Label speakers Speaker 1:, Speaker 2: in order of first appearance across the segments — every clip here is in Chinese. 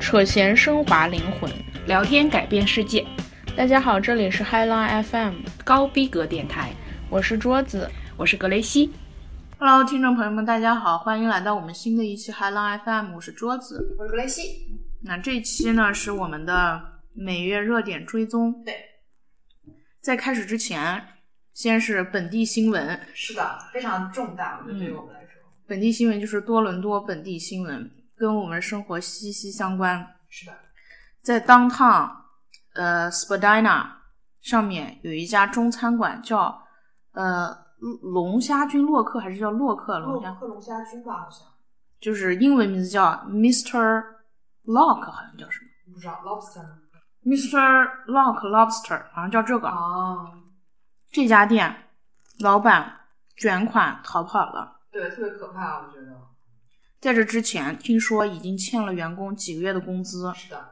Speaker 1: 扯闲升华灵魂。
Speaker 2: 聊天改变世界，
Speaker 1: 大家好，这里是 High Line FM，
Speaker 2: 高逼格电台，
Speaker 1: 我是桌子。
Speaker 2: 我是格雷西。
Speaker 1: Hello，听众朋友们，大家好，欢迎来到我们新的一期 High Line FM，我是桌子。
Speaker 3: 我是格雷西。
Speaker 1: 那这一期呢是我们的每月热点追踪。
Speaker 3: 对，
Speaker 1: 在开始之前，先是本地新闻。
Speaker 3: 是的，非常重大，
Speaker 1: 嗯
Speaker 3: 我觉得对于我们来说。
Speaker 1: 本地新闻就是多伦多本地新闻，跟我们生活息息相关。
Speaker 3: 是的，
Speaker 1: 在 downtown，呃，Spadina 上面有一家中餐馆叫呃龙虾君洛克，还是叫洛克龙虾？
Speaker 3: 克龙虾君吧，好像
Speaker 1: 就是英文名字叫 Mr. Lock，好像叫什么
Speaker 3: 不知道 lobster 吗？
Speaker 1: Mr. Lock Lobster，好像叫这个。啊
Speaker 3: 哦，
Speaker 1: 这家店老板卷款逃跑了。
Speaker 3: 对，特别可怕，我觉得。
Speaker 1: 在这之前，听说已经欠了员工几个月的工资，
Speaker 3: 是的，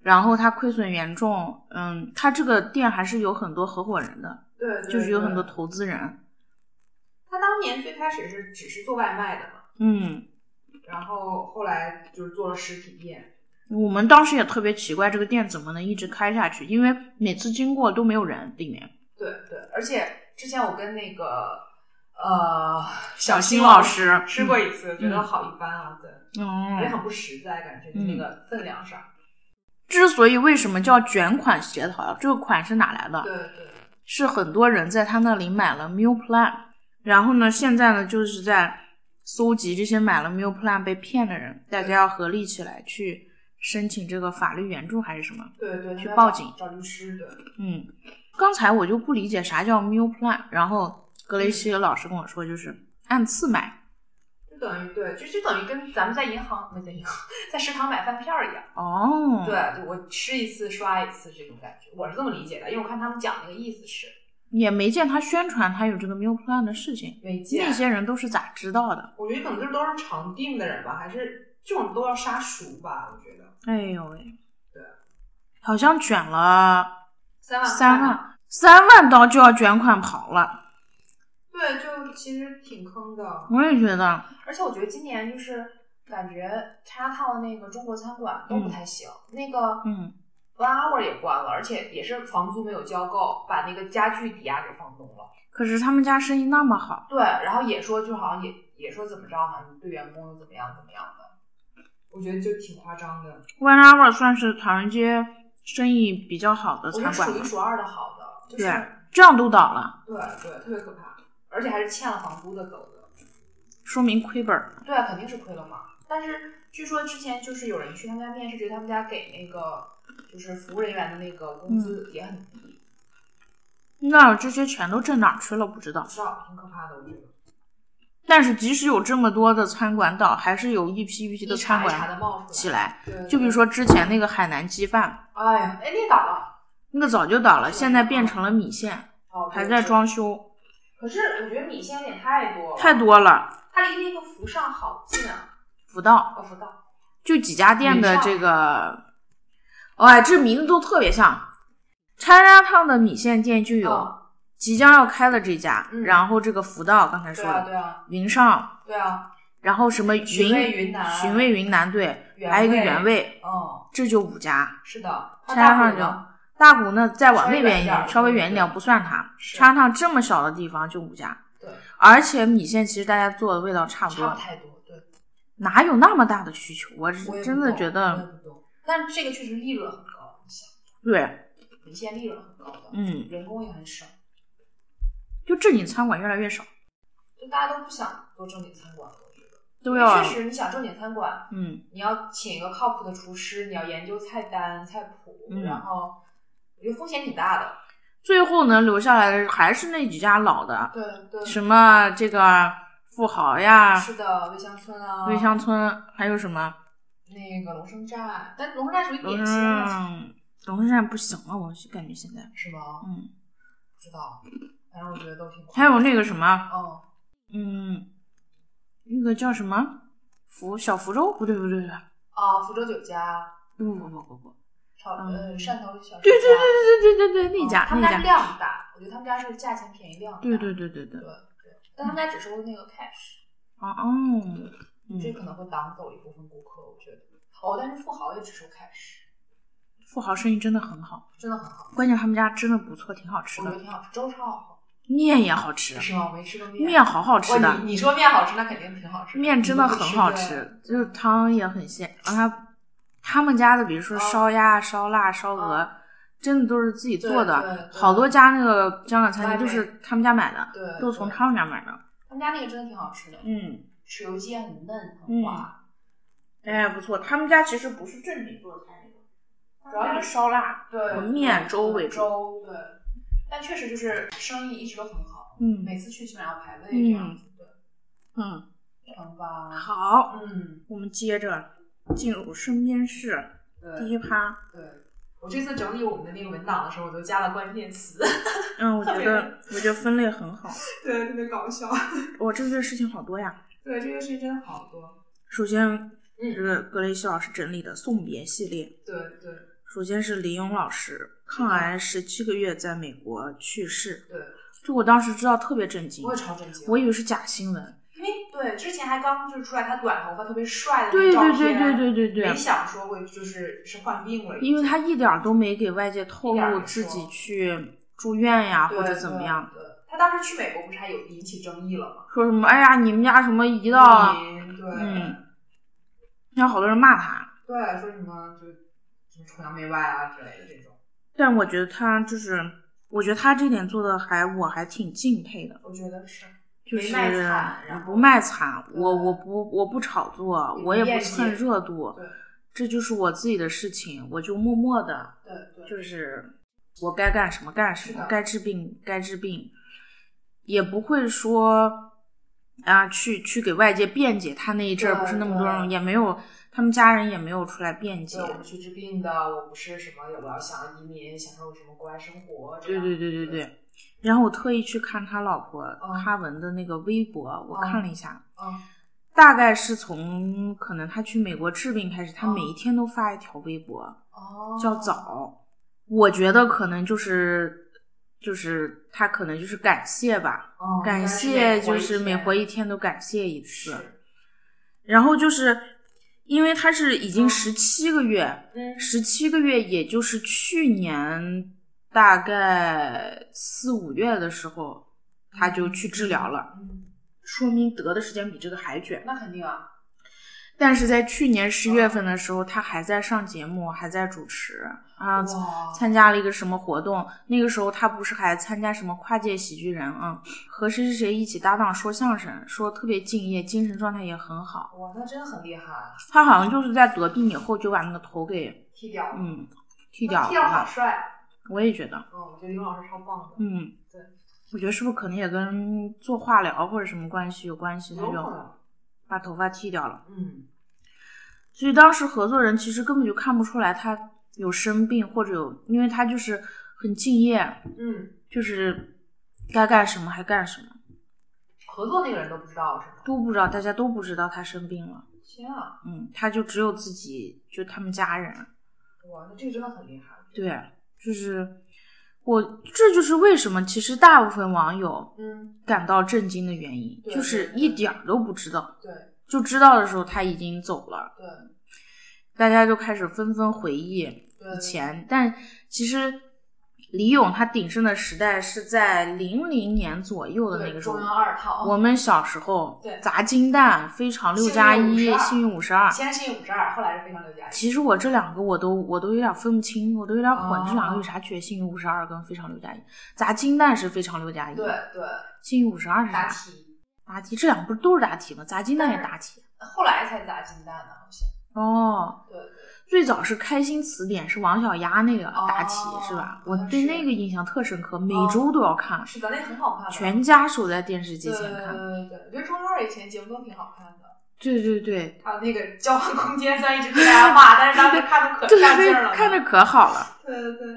Speaker 1: 然后他亏损严重。嗯，他这个店还是有很多合伙人的，
Speaker 3: 对，对
Speaker 1: 就是有很多。
Speaker 3: 对
Speaker 1: 投资人。
Speaker 3: 他当年最开始是只是做外卖的嘛，
Speaker 1: 嗯，
Speaker 3: 然后后来就是做了实体店。
Speaker 1: 我们当时也特别奇怪，这个店怎么能一直开下去？因为每次经过都没有人，里面
Speaker 3: 对对，而且之前我跟那个呃小
Speaker 1: 新
Speaker 3: 老
Speaker 1: 老师
Speaker 3: 吃过一次，觉得
Speaker 1: 嗯
Speaker 3: 好一般啊，对，也
Speaker 1: 嗯，
Speaker 3: 很不实在，感觉
Speaker 1: 嗯
Speaker 3: 那个分量上。
Speaker 1: 之所以为什么叫卷款协调，这个款是哪来的？
Speaker 3: 对对，
Speaker 1: 是很多人在他那里买了 meal plan，然后呢，现在呢就是在搜集这些买了 meal plan 被骗的人，大家要合力起来去申请这个法律援助还是什么？
Speaker 3: 对对，
Speaker 1: 去
Speaker 3: 他们
Speaker 1: 报
Speaker 3: 要
Speaker 1: 警
Speaker 3: 找律师，对。
Speaker 1: 嗯，刚才我就不理解啥叫 meal plan，然后格雷西老师跟我说就是按次买
Speaker 3: 就等于对，就就等于跟咱们在银行没在银行，在食堂买饭票一样。
Speaker 1: 哦，，
Speaker 3: 对，就我吃一次刷一次这种感觉，我是这么理解的，因为我看他们讲那个意思是
Speaker 1: 也没见他宣传他有这个 meal plan 的事情，
Speaker 3: 没见
Speaker 1: 那，些人都是咋知道的？
Speaker 3: 我觉得可能就是都是常订的人吧，还是这种都要杀熟吧，我觉得
Speaker 1: 哎呦喂
Speaker 3: 对，啊
Speaker 1: 好像卷了
Speaker 3: 三万
Speaker 1: 三
Speaker 3: 块
Speaker 1: 万，三万刀就要卷款跑了。
Speaker 3: 对，就其实挺坑的，
Speaker 1: 我也觉得，
Speaker 3: 而且我觉得今年就是感觉 Chinatown 那个中国餐馆都不太行，那个
Speaker 1: 嗯，
Speaker 3: One Hour 也关了，而且也是房租没有交够，把那个家具抵押给房东了。
Speaker 1: 可是他们家生意那么好，
Speaker 3: 对，然后也说就好像也也说怎么着，好像对员工又怎么样怎么样的，我觉得就挺夸张的。
Speaker 1: One Hour 算是唐人街生意比较好的
Speaker 3: 我觉得
Speaker 1: 餐馆
Speaker 3: 数一
Speaker 1: 了。
Speaker 3: 数二的好的，就是
Speaker 1: 对，这样都倒了，
Speaker 3: 对对特别可怕，而且还是欠了房租的走的，
Speaker 1: 说明亏本儿。
Speaker 3: 对，啊肯定是亏了嘛。但是据说之前就是有人去他们家面试，觉得他们家给那个就是服务人员的那个
Speaker 1: 嗯
Speaker 3: 工资也很低，
Speaker 1: 那这些钱都挣哪儿去了？不知道
Speaker 3: 不。知道挺可怕的，我觉得。
Speaker 1: 但是即使有这么多的餐馆倒，还是有一批一批
Speaker 3: 一
Speaker 1: 的餐
Speaker 3: 茬一茬
Speaker 1: 馆
Speaker 3: 的冒出
Speaker 1: 起，来。
Speaker 3: 对对
Speaker 1: 就比如说之前那个海南鸡饭，
Speaker 3: 哎呀，哎那倒了，
Speaker 1: 那个早就倒了，现在变成了米线，
Speaker 3: 哦
Speaker 1: 还在。
Speaker 3: 对对
Speaker 1: 装
Speaker 3: 哦
Speaker 1: 修，
Speaker 3: 可是我觉得米线有点太多了，
Speaker 1: 太，多了，
Speaker 3: 它离那个福上好近啊。
Speaker 1: 不到。
Speaker 3: 我不到，
Speaker 1: 就几家店的这个，哇、这名字都特别像。拆家烫的米线店就有
Speaker 3: 哦
Speaker 1: 即将要开的这家，
Speaker 3: 嗯
Speaker 1: 然后这个福道刚才
Speaker 3: 对
Speaker 1: 说
Speaker 3: 啊，
Speaker 1: 的
Speaker 3: 对啊，
Speaker 1: 云上，
Speaker 3: 对啊，
Speaker 1: 然后什么
Speaker 3: 寻
Speaker 1: 云
Speaker 3: 味云南
Speaker 1: 寻味云南对，
Speaker 3: 原味
Speaker 1: 还有一个原味，
Speaker 3: 嗯，
Speaker 1: 这就五家。
Speaker 3: 是的，
Speaker 1: 拆
Speaker 3: 它
Speaker 1: 家
Speaker 3: 大
Speaker 1: 烫就大
Speaker 3: 部分
Speaker 1: 谷呢再往那边一
Speaker 3: 稍微远一
Speaker 1: 点，
Speaker 3: 点
Speaker 1: 稍微远一点
Speaker 3: 对
Speaker 1: 不算它。
Speaker 3: 是
Speaker 1: 拆家烫这么小的地方就五家，
Speaker 3: 对，
Speaker 1: 而且米线其实大家做的味道差不
Speaker 3: 差
Speaker 1: 多
Speaker 3: 不，太多，对，
Speaker 1: 哪有那么大的需求？我
Speaker 3: 我也
Speaker 1: 是
Speaker 3: 不
Speaker 1: 真的
Speaker 3: 懂
Speaker 1: 觉
Speaker 3: 我也
Speaker 1: 得，
Speaker 3: 不懂，但这个确实利润很高，你想，
Speaker 1: 对，
Speaker 3: 米线利润很高的，
Speaker 1: 嗯，
Speaker 3: 人工也很少，
Speaker 1: 就正经餐馆越来越少。
Speaker 3: 就大家都不想做正经餐馆了，我觉得，
Speaker 1: 都要
Speaker 3: 确实，你想正经餐馆，
Speaker 1: 嗯，
Speaker 3: 你要请一个靠谱的厨师，你要研究菜单、菜谱，
Speaker 1: 嗯
Speaker 3: 然后我觉得风险挺大的，
Speaker 1: 最后能留下来的还是那几家老的，
Speaker 3: 对对，
Speaker 1: 什么这个富豪呀、
Speaker 3: 是的，味乡村啊，
Speaker 1: 瑞啊香村，还有什么，
Speaker 3: 那个龙生寨，但龙生寨属于典型的，
Speaker 1: 嗯，龙山站不行了，我是感觉现在，
Speaker 3: 是吗？
Speaker 1: 嗯，
Speaker 3: 不知道，反正我觉得都挺。
Speaker 1: 还有那个什么，
Speaker 3: 嗯，
Speaker 1: 嗯，那个叫什么福小福州，不对不对不对，
Speaker 3: 啊，福州酒家，
Speaker 1: 不不不不不，
Speaker 3: 潮呃
Speaker 1: 嗯
Speaker 3: 汕头小吃
Speaker 1: 对对
Speaker 3: 家
Speaker 1: 对对对对对，那
Speaker 3: 嗯
Speaker 1: 家
Speaker 3: 他们
Speaker 1: 那
Speaker 3: 家
Speaker 1: 家，
Speaker 3: 量大，我觉得他们家是价钱便宜量大。
Speaker 1: 对对对对对
Speaker 3: 对，对但他们家只收那个 cash，
Speaker 1: 哦哦，
Speaker 3: 这
Speaker 1: 嗯，
Speaker 3: 可能会挡走一部分顾客，我觉得。哦，但是富豪也只收 cash，
Speaker 1: 嗯富豪生意真的很好，
Speaker 3: 真的很好，
Speaker 1: 关键他们家真的不错，挺好吃
Speaker 3: 我觉得
Speaker 1: 的，
Speaker 3: 挺好吃，粥超好
Speaker 1: 面也好吃
Speaker 3: 吃，，是吗？我没吃过面，
Speaker 1: 面好好吃
Speaker 3: 哇
Speaker 1: 的，
Speaker 3: 你你说面好吃，那肯定挺好吃，
Speaker 1: 面真的很好
Speaker 3: 你都不
Speaker 1: 吃，就是汤也很鲜。然后他他们家的，比如说
Speaker 3: 哦
Speaker 1: 烧鸭、烧腊、烧鹅，
Speaker 3: 哦
Speaker 1: 真的都是自己做
Speaker 3: 对对
Speaker 1: 的，
Speaker 3: 对
Speaker 1: 好多家那个香港餐
Speaker 3: 外
Speaker 1: 厅
Speaker 3: 面
Speaker 1: 就是他们家买的，
Speaker 3: 对，
Speaker 1: 都是从
Speaker 3: 对
Speaker 1: 他们家买的。
Speaker 3: 他们家那个真的挺好吃的，
Speaker 1: 嗯，
Speaker 3: 豉油鸡很嫩很滑，
Speaker 1: 哎，不错，他们家其实不是正经做菜那个，主要是烧腊。
Speaker 3: 对，
Speaker 1: 和面粥为主
Speaker 3: 粥对，但确实就是生意一直都很好，
Speaker 1: 嗯
Speaker 3: 每次去基本上要排队这样子，
Speaker 1: 嗯，
Speaker 3: 对，成吧，
Speaker 1: 好，
Speaker 3: 嗯，
Speaker 1: 我们接着进入身边事第
Speaker 3: 对
Speaker 1: 一趴。
Speaker 3: 对。我这次整理我们的那个文档的时候，我都加了关键词，
Speaker 1: 嗯，我觉
Speaker 3: 特别
Speaker 1: 得我觉得分类很好，
Speaker 3: 对，特别搞笑。
Speaker 1: 我这个月事情好多呀。
Speaker 3: 对，这个事情真的好多。
Speaker 1: 首先，
Speaker 3: 嗯
Speaker 1: 这个格雷西老师整理的送别系列，
Speaker 3: 对对
Speaker 1: 首先是林勇老师抗
Speaker 3: 嗯
Speaker 1: 癌十七个月在美国去世，
Speaker 3: 对，
Speaker 1: 这我当时知道特别震惊
Speaker 3: 我，也超震惊。
Speaker 1: 我以为是假新闻。
Speaker 3: 因为对之前还刚就是出来他短头发特别帅的那
Speaker 1: 对
Speaker 3: 照
Speaker 1: 对
Speaker 3: 片，
Speaker 1: 对对对对
Speaker 3: 没
Speaker 1: 对，
Speaker 3: 想说会就是是患病了已经，
Speaker 1: 因为他一点儿都没给外界透
Speaker 3: 一点儿
Speaker 1: 露
Speaker 3: 没
Speaker 1: 自
Speaker 3: 说
Speaker 1: 己去住院呀
Speaker 3: 对
Speaker 1: 或者怎么样，。
Speaker 3: 对对他当时去美国不是还有引起争议了吗？
Speaker 1: 说什么哎呀你们家什么移到，
Speaker 3: 移民对、
Speaker 1: 嗯然后好多人骂他，
Speaker 3: 对，说什么就什么崇洋媚外啊之类的这种，
Speaker 1: 但我觉得他就是，我觉得他这点做的还我还挺敬佩的。
Speaker 3: 我觉得是
Speaker 1: 就
Speaker 3: 没
Speaker 1: 是
Speaker 3: 卖惨然后
Speaker 1: 不卖惨，
Speaker 3: 对
Speaker 1: 我我不我不炒作，
Speaker 3: 也
Speaker 1: 我也
Speaker 3: 不
Speaker 1: 不
Speaker 3: 业
Speaker 1: 蹭
Speaker 3: 绩
Speaker 1: 热度，
Speaker 3: 对
Speaker 1: 这就是我自己的事情，我就默默的，
Speaker 3: 对对，
Speaker 1: 就是我该干什么干什
Speaker 3: 是
Speaker 1: 么
Speaker 3: 的，
Speaker 1: 该治病该治病，也不会说啊去去给外界辩解，他那一阵儿不是那么多人，
Speaker 3: 对
Speaker 1: 也没有他们家人也没有出来辩解
Speaker 3: 对，我们去治病的，我不是什么我要想移民，享受什么国外生活这
Speaker 1: 对
Speaker 3: 样。
Speaker 1: 对对对对。然后我特意去看他老婆
Speaker 3: 嗯
Speaker 1: 哈文的那个微博，我
Speaker 3: 嗯
Speaker 1: 看了一下，哦
Speaker 3: 嗯，
Speaker 1: 大概是从可能他去美国治病开始，他
Speaker 3: 哦
Speaker 1: 每一天都发一条微博，
Speaker 3: 哦，
Speaker 1: 叫早。我觉得可能就是就是他可能就是感谢吧，
Speaker 3: 哦，
Speaker 1: 感谢就是每活一天都感谢一
Speaker 3: 是
Speaker 1: 次。然后就是因为他是已经
Speaker 3: 嗯
Speaker 1: 十七个月，
Speaker 3: 嗯
Speaker 1: 十七个月也就是去年大概四五月的时候，他就去治疗了，
Speaker 3: 嗯，
Speaker 1: 说明得的时间比这个还卷。
Speaker 3: 那肯定啊，
Speaker 1: 但是在去年十月份的时候，他还在上节目，还在主持啊，
Speaker 3: 哇，
Speaker 1: 参加了一个什么活动。那个时候他不是还参加什么跨界喜剧人啊，和谁谁谁一起搭档说相声，说特别敬业，精神状态也很好。
Speaker 3: 哇，那真的很厉害，啊
Speaker 1: 他好像就是在得病以后就把那个头给
Speaker 3: 剃掉了，
Speaker 1: 嗯
Speaker 3: 剃
Speaker 1: 剃掉了
Speaker 3: 啊剃掉好
Speaker 1: 吧，
Speaker 3: 帅，
Speaker 1: 我也觉得，
Speaker 3: 嗯，我觉得刘老师超棒的，
Speaker 1: 嗯
Speaker 3: 对，
Speaker 1: 我觉得是不是可能也跟做化疗或者什么关系有关系，他
Speaker 3: 有可
Speaker 1: 就
Speaker 3: 能，
Speaker 1: 把头发剃掉了。
Speaker 3: 嗯，
Speaker 1: 所以当时合作人其实根本就看不出来他有生病或者有，因为他就是很敬业，
Speaker 3: 嗯，
Speaker 1: 就是该干什么还干什么，
Speaker 3: 合作那个人都不知道是吗？
Speaker 1: 都不知道，大家都不知道他生病了。
Speaker 3: 天啊，
Speaker 1: 嗯，他就只有自己，就他们家人。
Speaker 3: 哇，那这个真的很厉害，
Speaker 1: 对，就是我，这就是为什么其实大部分网友
Speaker 3: 嗯，
Speaker 1: 感到震惊的原因，
Speaker 3: 对
Speaker 1: 就是
Speaker 3: 对对
Speaker 1: 一点儿都不知道，
Speaker 3: 对
Speaker 1: 就知道的时候他已经走了，
Speaker 3: 对
Speaker 1: 大家就开始纷纷回忆。
Speaker 3: 对，
Speaker 1: 以前，但其实李咏他鼎盛的时代是在零零年左右的那
Speaker 3: 对
Speaker 1: 个时候
Speaker 3: 中央。二套，
Speaker 1: 我们小时候
Speaker 3: 对
Speaker 1: 砸金蛋、非常六加一、
Speaker 3: 幸
Speaker 1: 幸
Speaker 3: 运
Speaker 1: 运五十二。
Speaker 3: 先是五十二，后来是非常六加一，
Speaker 1: 其实我这两个我都我都有点分不清，我都有点混，
Speaker 3: 哦
Speaker 1: 这两个有啥区别？幸运五十二跟非常六加一，砸金蛋是非常六加一，
Speaker 3: 对，对，
Speaker 1: 幸运五十二是
Speaker 3: 答
Speaker 1: 啥？
Speaker 3: 题，
Speaker 1: 答题，这两个不是都是答题吗？砸金蛋也答题。
Speaker 3: 后来才砸金蛋呢，好像，
Speaker 1: 哦，
Speaker 3: 对对，
Speaker 1: 最早是开心词典，是王小丫那个
Speaker 3: 哦
Speaker 1: 答题、是吧？我
Speaker 3: 好像
Speaker 1: 对
Speaker 3: 是
Speaker 1: 那个印象特深刻，每
Speaker 3: 哦
Speaker 1: 周都要看。
Speaker 3: 是的，那很好看的，
Speaker 1: 全家守在电视机
Speaker 3: 对对
Speaker 1: 前看。
Speaker 3: 对对，我觉得中央二以前节目都挺好看的。
Speaker 1: 对对对，
Speaker 3: 还有那个交换空间，虽然一直被大家骂，但是当时看的可
Speaker 1: 对
Speaker 3: 上劲
Speaker 1: 对
Speaker 3: 儿了，，
Speaker 1: 看着可好了。
Speaker 3: 对对对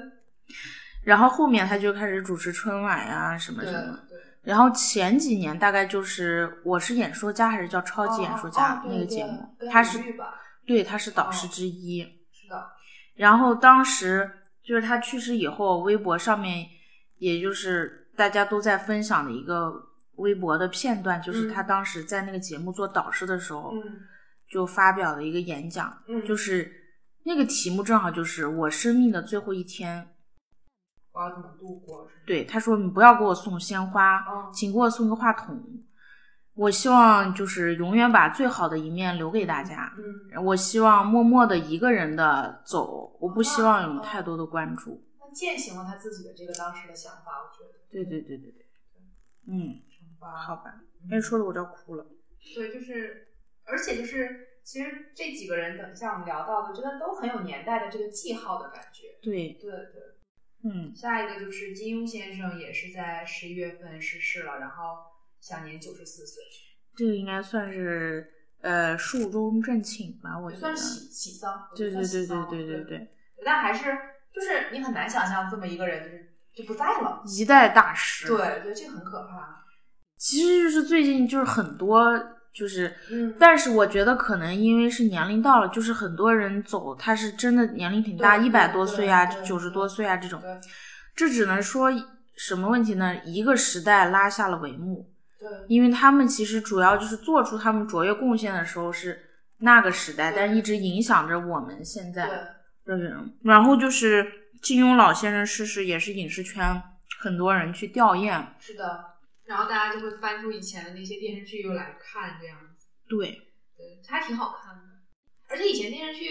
Speaker 1: 然后后面他就开始主持春晚呀、什么
Speaker 3: 对
Speaker 1: 什么。
Speaker 3: 对对，
Speaker 1: 然后前几年大概就是《我是演说家》还是叫《超级演说家》
Speaker 3: 哦哦
Speaker 1: 那个
Speaker 3: 对
Speaker 1: 节
Speaker 3: 对
Speaker 1: 目，
Speaker 3: 跟
Speaker 1: 他
Speaker 3: 李
Speaker 1: 是
Speaker 3: 玉吧哦
Speaker 1: 对他是导师之一。
Speaker 3: 是的，
Speaker 1: 然后当时就是他去世以后，微博上面也就是大家都在分享的一个微博的片段，就是
Speaker 3: 嗯
Speaker 1: 他当时在那个节目做导师的时候，
Speaker 3: 嗯，
Speaker 1: 就发表了一个演讲，
Speaker 3: 嗯，
Speaker 1: 就是那个题目正好就是我生命的最后一天。
Speaker 3: 我要怎么度过？是吗，
Speaker 1: 对，他说你不要给我送鲜花，
Speaker 3: 嗯
Speaker 1: 请给我送个话筒。我希望就是永远把最好的一面留给大家。
Speaker 3: 嗯，
Speaker 1: 我希望默默的一个人的走，我不希
Speaker 3: 哦
Speaker 1: 望有太多的关注。
Speaker 3: 那践行了他自己的这个当时的想法，我觉得，
Speaker 1: 对对对对对，嗯，
Speaker 3: 挺棒
Speaker 1: 好吧，哎，说的我都要哭了。
Speaker 3: 嗯对，就是，而且就是，其实这几个人，等一下我们聊到的，真的都很有年代的这个记号的感觉。
Speaker 1: 对，
Speaker 3: 对对。
Speaker 1: 嗯
Speaker 3: 下一个就是金庸先生，也是在十一月份逝世了，然后享年九十四岁，
Speaker 1: 这个应该算是呃寿终正寝吧，我觉得
Speaker 3: 算。喜喜丧。我觉
Speaker 1: 对
Speaker 3: 得
Speaker 1: 对
Speaker 3: 算
Speaker 1: 对
Speaker 3: 喜丧
Speaker 1: 对
Speaker 3: 了
Speaker 1: 对对
Speaker 3: 对
Speaker 1: 对，
Speaker 3: 但还是就是你很难想象这么一个人就是就不在了。
Speaker 1: 一代大师。
Speaker 3: 对对，这个很可怕。
Speaker 1: 其实就是最近就是很多就是，
Speaker 3: 嗯
Speaker 1: 但是我觉得可能因为是年龄到了，就是很多人走，他是真的年龄挺大，
Speaker 3: 对
Speaker 1: 一百多岁啊，
Speaker 3: 对对
Speaker 1: 九十多岁啊这种，
Speaker 3: 对
Speaker 1: 这只能说什么问题呢？一个时代拉下了帷幕，
Speaker 3: 对
Speaker 1: 因为他们其实主要就是做出他们卓越贡献的时候是那个时代，
Speaker 3: 对
Speaker 1: 但一直影响着我们现在。
Speaker 3: 对，
Speaker 1: 的人。然后就是金庸老先生逝世，也是影视圈很多人去吊唁。
Speaker 3: 是的。然后大家就会翻出以前的那些电视剧又来看，这样子。
Speaker 1: 对，
Speaker 3: 对，还挺好看的。而且以前电视剧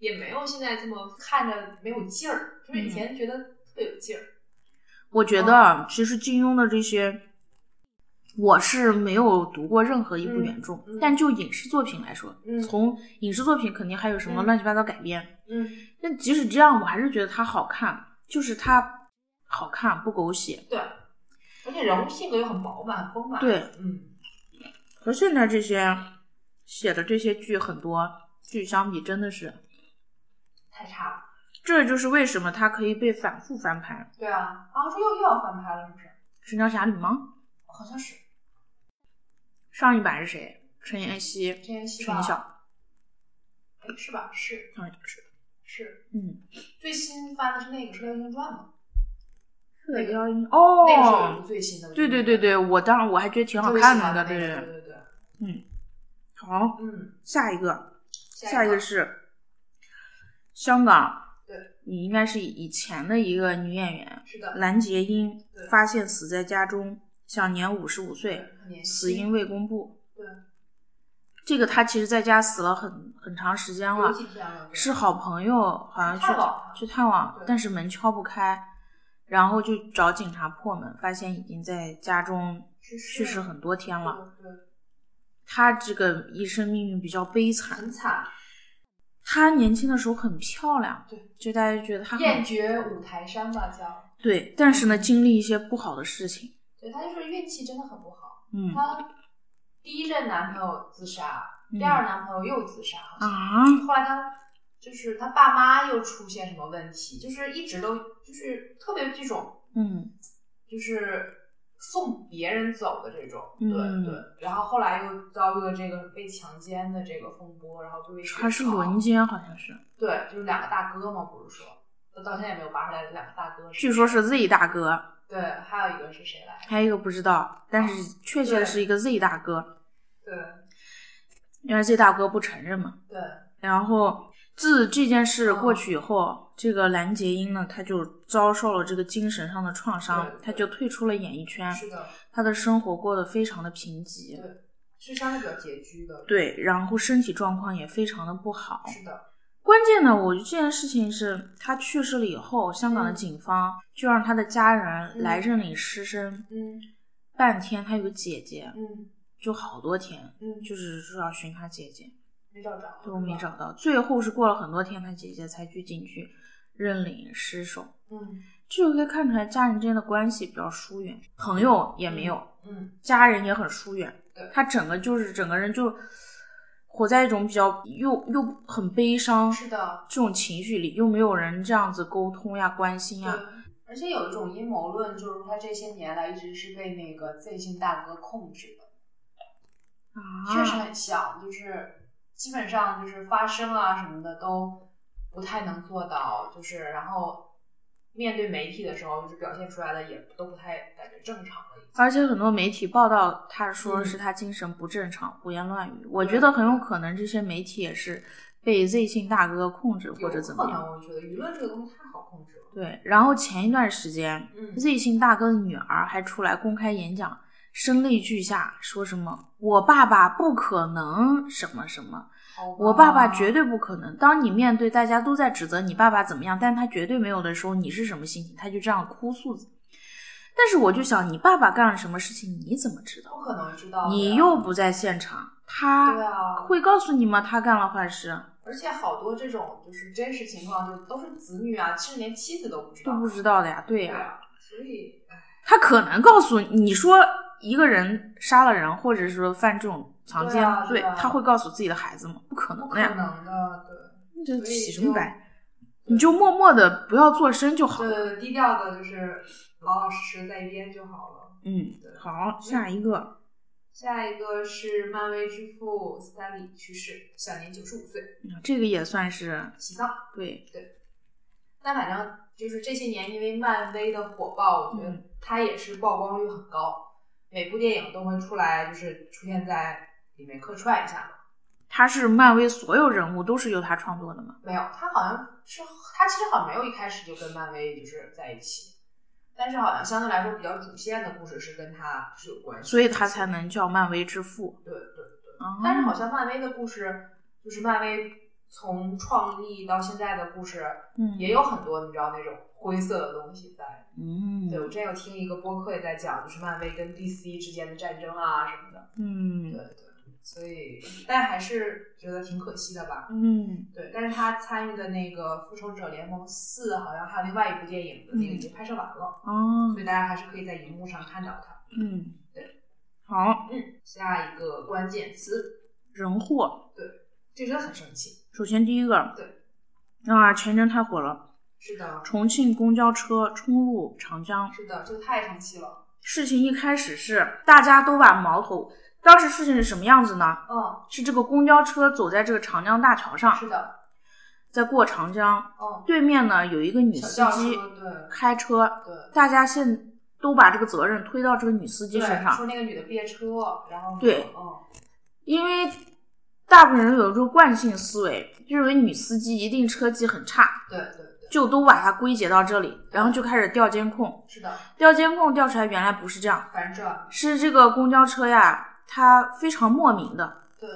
Speaker 3: 也没有现在这么看着没有劲儿，就是以
Speaker 1: 嗯
Speaker 3: 前觉得特别有劲儿。
Speaker 1: 我觉得
Speaker 3: 哦
Speaker 1: 啊其实金庸的这些，我是没有读过任何一部原著，
Speaker 3: 嗯嗯
Speaker 1: 但就影视作品来说，
Speaker 3: 嗯
Speaker 1: 从影视作品肯定还有什么
Speaker 3: 嗯
Speaker 1: 乱七八糟改编，
Speaker 3: 嗯，
Speaker 1: 但即使这样，我还是觉得它好看，就是它好看不狗血。
Speaker 3: 对。而且人物性格又很饱满、很丰满。
Speaker 1: 对，
Speaker 3: 嗯，
Speaker 1: 和现在这些写的这些剧很多剧相比，真的是，
Speaker 3: 太差了。
Speaker 1: 这就是为什么它可以被反复翻拍。
Speaker 3: 对啊，然后说又又要翻拍了，是不是？
Speaker 1: 《神雕侠侣》吗？
Speaker 3: 好像是
Speaker 1: 上一版是谁？陈妍希、
Speaker 3: 陈妍希吧
Speaker 1: 陈晓，好
Speaker 3: 哎，是吧？是
Speaker 1: 像是。
Speaker 3: 是，
Speaker 1: 嗯，
Speaker 3: 最新翻的是那个《射雕英雄传》嘛？
Speaker 1: 射
Speaker 3: 个
Speaker 1: 雕英
Speaker 3: 那个是有一
Speaker 1: 哦
Speaker 3: 部，最新的。我
Speaker 1: 对
Speaker 3: 记得
Speaker 1: 对对，对，我当然我还觉得挺好看的，
Speaker 3: 最
Speaker 1: 对对
Speaker 3: 新的那个
Speaker 1: 对。
Speaker 3: 对对对。
Speaker 1: 好，
Speaker 3: 嗯，
Speaker 1: 下一个，
Speaker 3: 下
Speaker 1: 下
Speaker 3: 一
Speaker 1: 一个是香港，
Speaker 3: 对，
Speaker 1: 你应该是以前的一个女演员
Speaker 3: 是的，
Speaker 1: 蓝洁瑛
Speaker 3: 对，
Speaker 1: 发现死在家中，享年五十五岁，
Speaker 3: 很年轻
Speaker 1: 死因未公布。
Speaker 3: 对，
Speaker 1: 这个她其实在家死了很很长时间了
Speaker 3: 有，几天了？对
Speaker 1: 是好朋友，好像去
Speaker 3: 探望他
Speaker 1: 去探望
Speaker 3: 对，
Speaker 1: 但是门敲不开，然后就找警察破门，发现已经在家中
Speaker 3: 去世
Speaker 1: 去世很多天了。
Speaker 3: 对对，
Speaker 1: 她这个一生命运比较悲惨。
Speaker 3: 很惨。
Speaker 1: 她年轻的时候很漂亮，
Speaker 3: 对，
Speaker 1: 就大家觉得她
Speaker 3: 艳
Speaker 1: 很
Speaker 3: 绝五台山吧叫，
Speaker 1: 对，但是呢，经历一些不好的事情，
Speaker 3: 对，她就是运气真的很不好。
Speaker 1: 嗯
Speaker 3: 她第一任男朋友自杀，
Speaker 1: 嗯
Speaker 3: 第二男朋友又自杀，好像、
Speaker 1: 啊，
Speaker 3: 后来她就是她爸妈又出现什么问题，就是一直都就是特别这种
Speaker 1: 嗯
Speaker 3: 就是送别人走的这种，
Speaker 1: 嗯
Speaker 3: 对对。然后后来又遭遇了这个被强奸的这个风波，然后就被水
Speaker 1: 还是
Speaker 3: 槽
Speaker 1: 轮奸，好像是，
Speaker 3: 对，就是两个大哥嘛，不是说。到现在也没有扒出来这两个大哥是谁，
Speaker 1: 据说是 Z 大哥，
Speaker 3: 对，还有一个是谁来着？
Speaker 1: 还有一个不知道，但
Speaker 3: 哦
Speaker 1: 是确切的是一个 Z 大哥，
Speaker 3: 对
Speaker 1: 因为 Z 大哥不承认嘛。
Speaker 3: 对，
Speaker 1: 然后自这件事
Speaker 3: 哦
Speaker 1: 过去以后，这个蓝洁瑛呢，她就遭受了这个精神上的创伤
Speaker 3: 对对，
Speaker 1: 她就退出了演艺圈，
Speaker 3: 是的，
Speaker 1: 她的生活过得非常的贫瘠
Speaker 3: 对，是相对比较拮据的。，
Speaker 1: 对，然后身体状况也非常的不好。
Speaker 3: 是的，
Speaker 1: 关键呢，我觉得这件事情是她去世了以后，香港的
Speaker 3: 嗯
Speaker 1: 警方就让她的家人
Speaker 3: 嗯
Speaker 1: 来认领尸身，
Speaker 3: 嗯
Speaker 1: 半天，她有个姐姐，
Speaker 3: 嗯
Speaker 1: 就好多天，
Speaker 3: 嗯，
Speaker 1: 就是说要寻她姐姐。
Speaker 3: 没找着，
Speaker 1: 都没找到。最后是过了很多天，他姐姐才去警局认领尸首。
Speaker 3: 嗯
Speaker 1: 这就可以看出来，家人之间的关系比较疏远，朋友也没有，
Speaker 3: 嗯，
Speaker 1: 家人也很疏远
Speaker 3: 对。
Speaker 1: 他整个就是整个人就活在一种比较又又很悲伤
Speaker 3: 是的，
Speaker 1: 这种情绪里，又没有人这样子沟通呀、关心嗯
Speaker 3: 对
Speaker 1: 呀。。
Speaker 3: 而且有一种阴谋论，就是他这些年来一直是被那个 Z 姓大哥控制的，确实
Speaker 1: 啊，
Speaker 3: 很像，就是基本上就是发声啊什么的都不太能做到，就是然后。面对媒体的时候，就是表现出来的也都不太感觉正常了已经。
Speaker 1: 而且很多媒体报道他说
Speaker 3: 嗯
Speaker 1: 是他精神不正常、胡言乱语，我觉得很有可能这些媒体也是被 Z 姓大哥控制或者怎么
Speaker 3: 有可
Speaker 1: 样。
Speaker 3: 能我觉得舆论这个东西太好控制了。
Speaker 1: 对，然后前一段时间
Speaker 3: 嗯，
Speaker 1: Z 姓大哥的女儿还出来公开演讲，声泪俱下，说什么“我爸爸不可能什么什么”。
Speaker 3: 好吧
Speaker 1: 我爸
Speaker 3: 哦
Speaker 1: 爸绝对不可能。当你面对大家都在指责你爸爸怎么样，但他绝对没有的时候，你是什么心情？他就这样哭诉。但是我就想，你爸爸干了什么事情，你怎么知道？
Speaker 3: 不可能知道的呀。
Speaker 1: 你又不在现场，
Speaker 3: 对
Speaker 1: 他
Speaker 3: 啊，
Speaker 1: 会告诉你吗？他干了坏事
Speaker 3: 而且好多这种就是真实情况，就都是子女啊，甚至连妻子都不知道。
Speaker 1: 都不知道的呀。对
Speaker 3: 对
Speaker 1: 呀、
Speaker 3: 啊，所以哎
Speaker 1: 他可能告诉你你说一个人杀了人，或者说犯这种强奸
Speaker 3: 对啊
Speaker 1: 罪，
Speaker 3: 对啊
Speaker 1: 他会告诉自己的孩子吗？不可
Speaker 3: 不
Speaker 1: 能
Speaker 3: 可
Speaker 1: 的呀，
Speaker 3: 能的，对。
Speaker 1: 这
Speaker 3: 所以
Speaker 1: 洗什么
Speaker 3: 就
Speaker 1: 白？你就默默的不要做声就好了。
Speaker 3: 对，低调的，就是老老实实在一边就好了。
Speaker 1: 嗯，好，下一个。
Speaker 3: 下一个是漫威之父斯坦李去世，享年九十五岁，
Speaker 1: 嗯这个也算是
Speaker 3: 喜丧。
Speaker 1: 对，
Speaker 3: 但反正就是这些年，因为漫威的火爆，我觉得
Speaker 1: 嗯
Speaker 3: 它也是曝光率很高，每部电影都会出来，就是出现在里面客串一下嘛。
Speaker 1: 他是漫威所有人物都是由他创作的嘛？
Speaker 3: 没有，他好像是他其实好像没有一开始就跟漫威就是在一起，但是好像相对来说比较主线的故事是跟他是有关系的，
Speaker 1: 所以他才能叫漫威之父。
Speaker 3: 对对。
Speaker 1: 啊
Speaker 3: 但是好像漫威的故事，就是漫威从创立到现在的故事，
Speaker 1: 嗯
Speaker 3: 也有很多你知道那种灰色的东西在。
Speaker 1: 嗯
Speaker 3: 对我之前有听一个播客也在讲，就是漫威跟 DC 之间的战争啊什么的。对
Speaker 1: 嗯
Speaker 3: 对，所以但还是觉得挺可惜的吧。
Speaker 1: 嗯
Speaker 3: 对，但是他参与的那个《复仇者联盟四》好像还有另外一部电影的
Speaker 1: 嗯
Speaker 3: 那个已经拍摄完了，
Speaker 1: 哦
Speaker 3: 所以大家还是可以在荧幕上看到他。
Speaker 1: 嗯，好
Speaker 3: 嗯，下一个关键词，
Speaker 1: 人祸。
Speaker 3: 这真的很生气。
Speaker 1: 首先第一个，
Speaker 3: 对，
Speaker 1: 啊，前阵太火了，
Speaker 3: 是的，
Speaker 1: 重庆公交车冲入长江。
Speaker 3: 是的，这个太生气了。
Speaker 1: 事情一开始是大家都把矛头，当时事情是什么样子呢？
Speaker 3: 嗯，
Speaker 1: 是这个公交车走在这个长江大桥上，
Speaker 3: 是的，
Speaker 1: 在过长江，
Speaker 3: 嗯，
Speaker 1: 对面呢有一个女司
Speaker 3: 小轿
Speaker 1: 机
Speaker 3: 车，对
Speaker 1: 开车，
Speaker 3: 对
Speaker 1: 大家现都把这个责任推到这个女司机
Speaker 3: 对，
Speaker 1: 身上，
Speaker 3: 说那个女的别车，然后
Speaker 1: 对
Speaker 3: 嗯，
Speaker 1: 因为大部分人有一种惯性思维，认为女司机一定车技很差，
Speaker 3: 对对对，
Speaker 1: 就都把它归结到这里，然后就开始调监控，
Speaker 3: 是的，
Speaker 1: 调监控调出来原来不是这样，
Speaker 3: 反正这
Speaker 1: 是这个公交车呀，它非常莫名的
Speaker 3: 对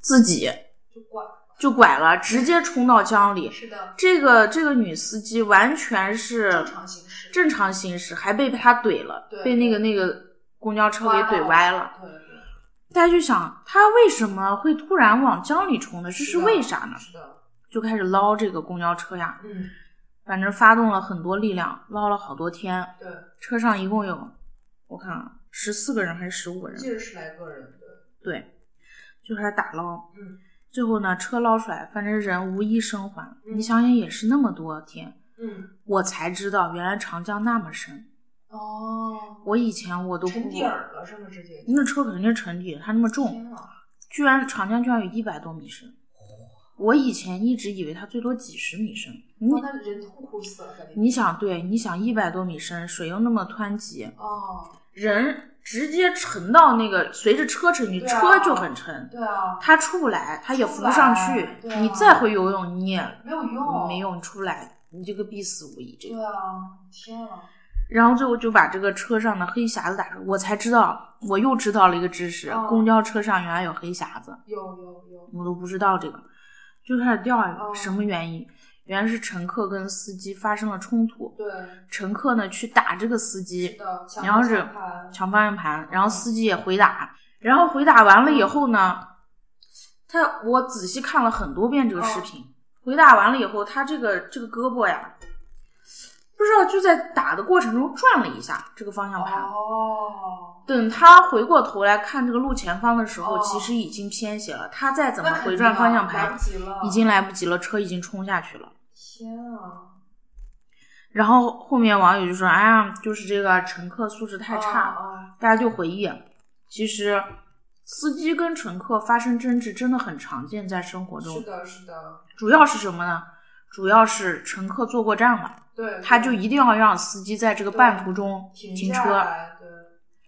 Speaker 1: 自己
Speaker 3: 就怪，
Speaker 1: 就拐了，直接冲到江里。
Speaker 3: 是的，
Speaker 1: 这个这个女司机完全是
Speaker 3: 正常行驶，
Speaker 1: 正常行驶，还被他怼了，
Speaker 3: 对
Speaker 1: 被那个那个公交车给怼歪了。
Speaker 3: 对对，
Speaker 1: 大家就想，他为什么会突然往江里冲呢？这是
Speaker 3: 的
Speaker 1: 为啥呢？
Speaker 3: 是的，
Speaker 1: 就开始捞这个公交车呀，
Speaker 3: 嗯，
Speaker 1: 反正发动了很多力量，捞了好多天。
Speaker 3: 对，
Speaker 1: 车上一共有，我看啊，十四个人还是十五个人
Speaker 3: 记？着十来个人，对，
Speaker 1: 对，就开始打捞。
Speaker 3: 嗯
Speaker 1: 最后呢，车捞出来，反正人无一生还。
Speaker 3: 嗯
Speaker 1: 你想想，也是那么多天，
Speaker 3: 嗯，
Speaker 1: 我才知道原来长江那么深。
Speaker 3: 哦，
Speaker 1: 我以前我都不
Speaker 3: 沉底儿了，是不是直接？
Speaker 1: 那车肯定是沉底，它那么重。
Speaker 3: 天啊，
Speaker 1: 居然长江居然有一百多米深，我以前一直以为它最多几十米深。你
Speaker 3: 哦哇，那人痛苦死了，感觉，
Speaker 1: 你想，对，你想一百多米深，水又那么湍急，
Speaker 3: 哦，
Speaker 1: 人直接沉到那个，随着车沉，你
Speaker 3: 对啊
Speaker 1: 车就很沉，
Speaker 3: 对啊，
Speaker 1: 它出不来，它也
Speaker 3: 出
Speaker 1: 浮
Speaker 3: 不
Speaker 1: 不上
Speaker 3: 来
Speaker 1: 去。
Speaker 3: 对啊哦
Speaker 1: 你再会游泳，你也
Speaker 3: 没有用，
Speaker 1: 没，用出来，你这个必死无疑。这个，
Speaker 3: 对啊，天啊，
Speaker 1: 然后最后就把这个车上的黑匣子打出，我才知道，我又知道了一个知识，
Speaker 3: 哦
Speaker 1: 公交车上原来有黑匣子。
Speaker 3: 有有有，
Speaker 1: 我都不知道这个，就开始调一个
Speaker 3: 哦
Speaker 1: 什么原因？原来是乘客跟司机发生了冲突，
Speaker 3: 对，
Speaker 1: 乘客呢去打这个司
Speaker 3: 是
Speaker 1: 机，
Speaker 3: 的，抢
Speaker 1: 然后
Speaker 3: 方
Speaker 1: 是
Speaker 3: 向盘
Speaker 1: 抢方向盘，然后
Speaker 3: 嗯
Speaker 1: 司机也回打，然后回打完了以后呢，他我仔细看了很多遍这个视
Speaker 3: 哦
Speaker 1: 频，回打完了以后，他这个这个胳膊呀，不知道就在打的过程中转了一下这个方向盘。
Speaker 3: 哦，
Speaker 1: 等他回过头来看这个路前方的时候，
Speaker 3: 哦
Speaker 1: 其实已经偏斜了。他再怎么
Speaker 3: 那肯
Speaker 1: 回
Speaker 3: 定
Speaker 1: 转方
Speaker 3: 啊
Speaker 1: 向
Speaker 3: 来
Speaker 1: 盘
Speaker 3: 不，及了，
Speaker 1: 已经来不及了，车已经冲下去了。
Speaker 3: 天啊，
Speaker 1: 然后后面网友就说：“哎呀，就是这个乘客素质太差了。
Speaker 3: 了，
Speaker 1: 大家就回忆，其实司机跟乘客发生争执真的很常见，在生活
Speaker 3: 是
Speaker 1: 中，
Speaker 3: 的，是的，
Speaker 1: 主要是什么呢？主要是乘客坐过站了，
Speaker 3: 对，
Speaker 1: 他就一定要让司机在这个半途中
Speaker 3: 停下
Speaker 1: 车。
Speaker 3: 来。对，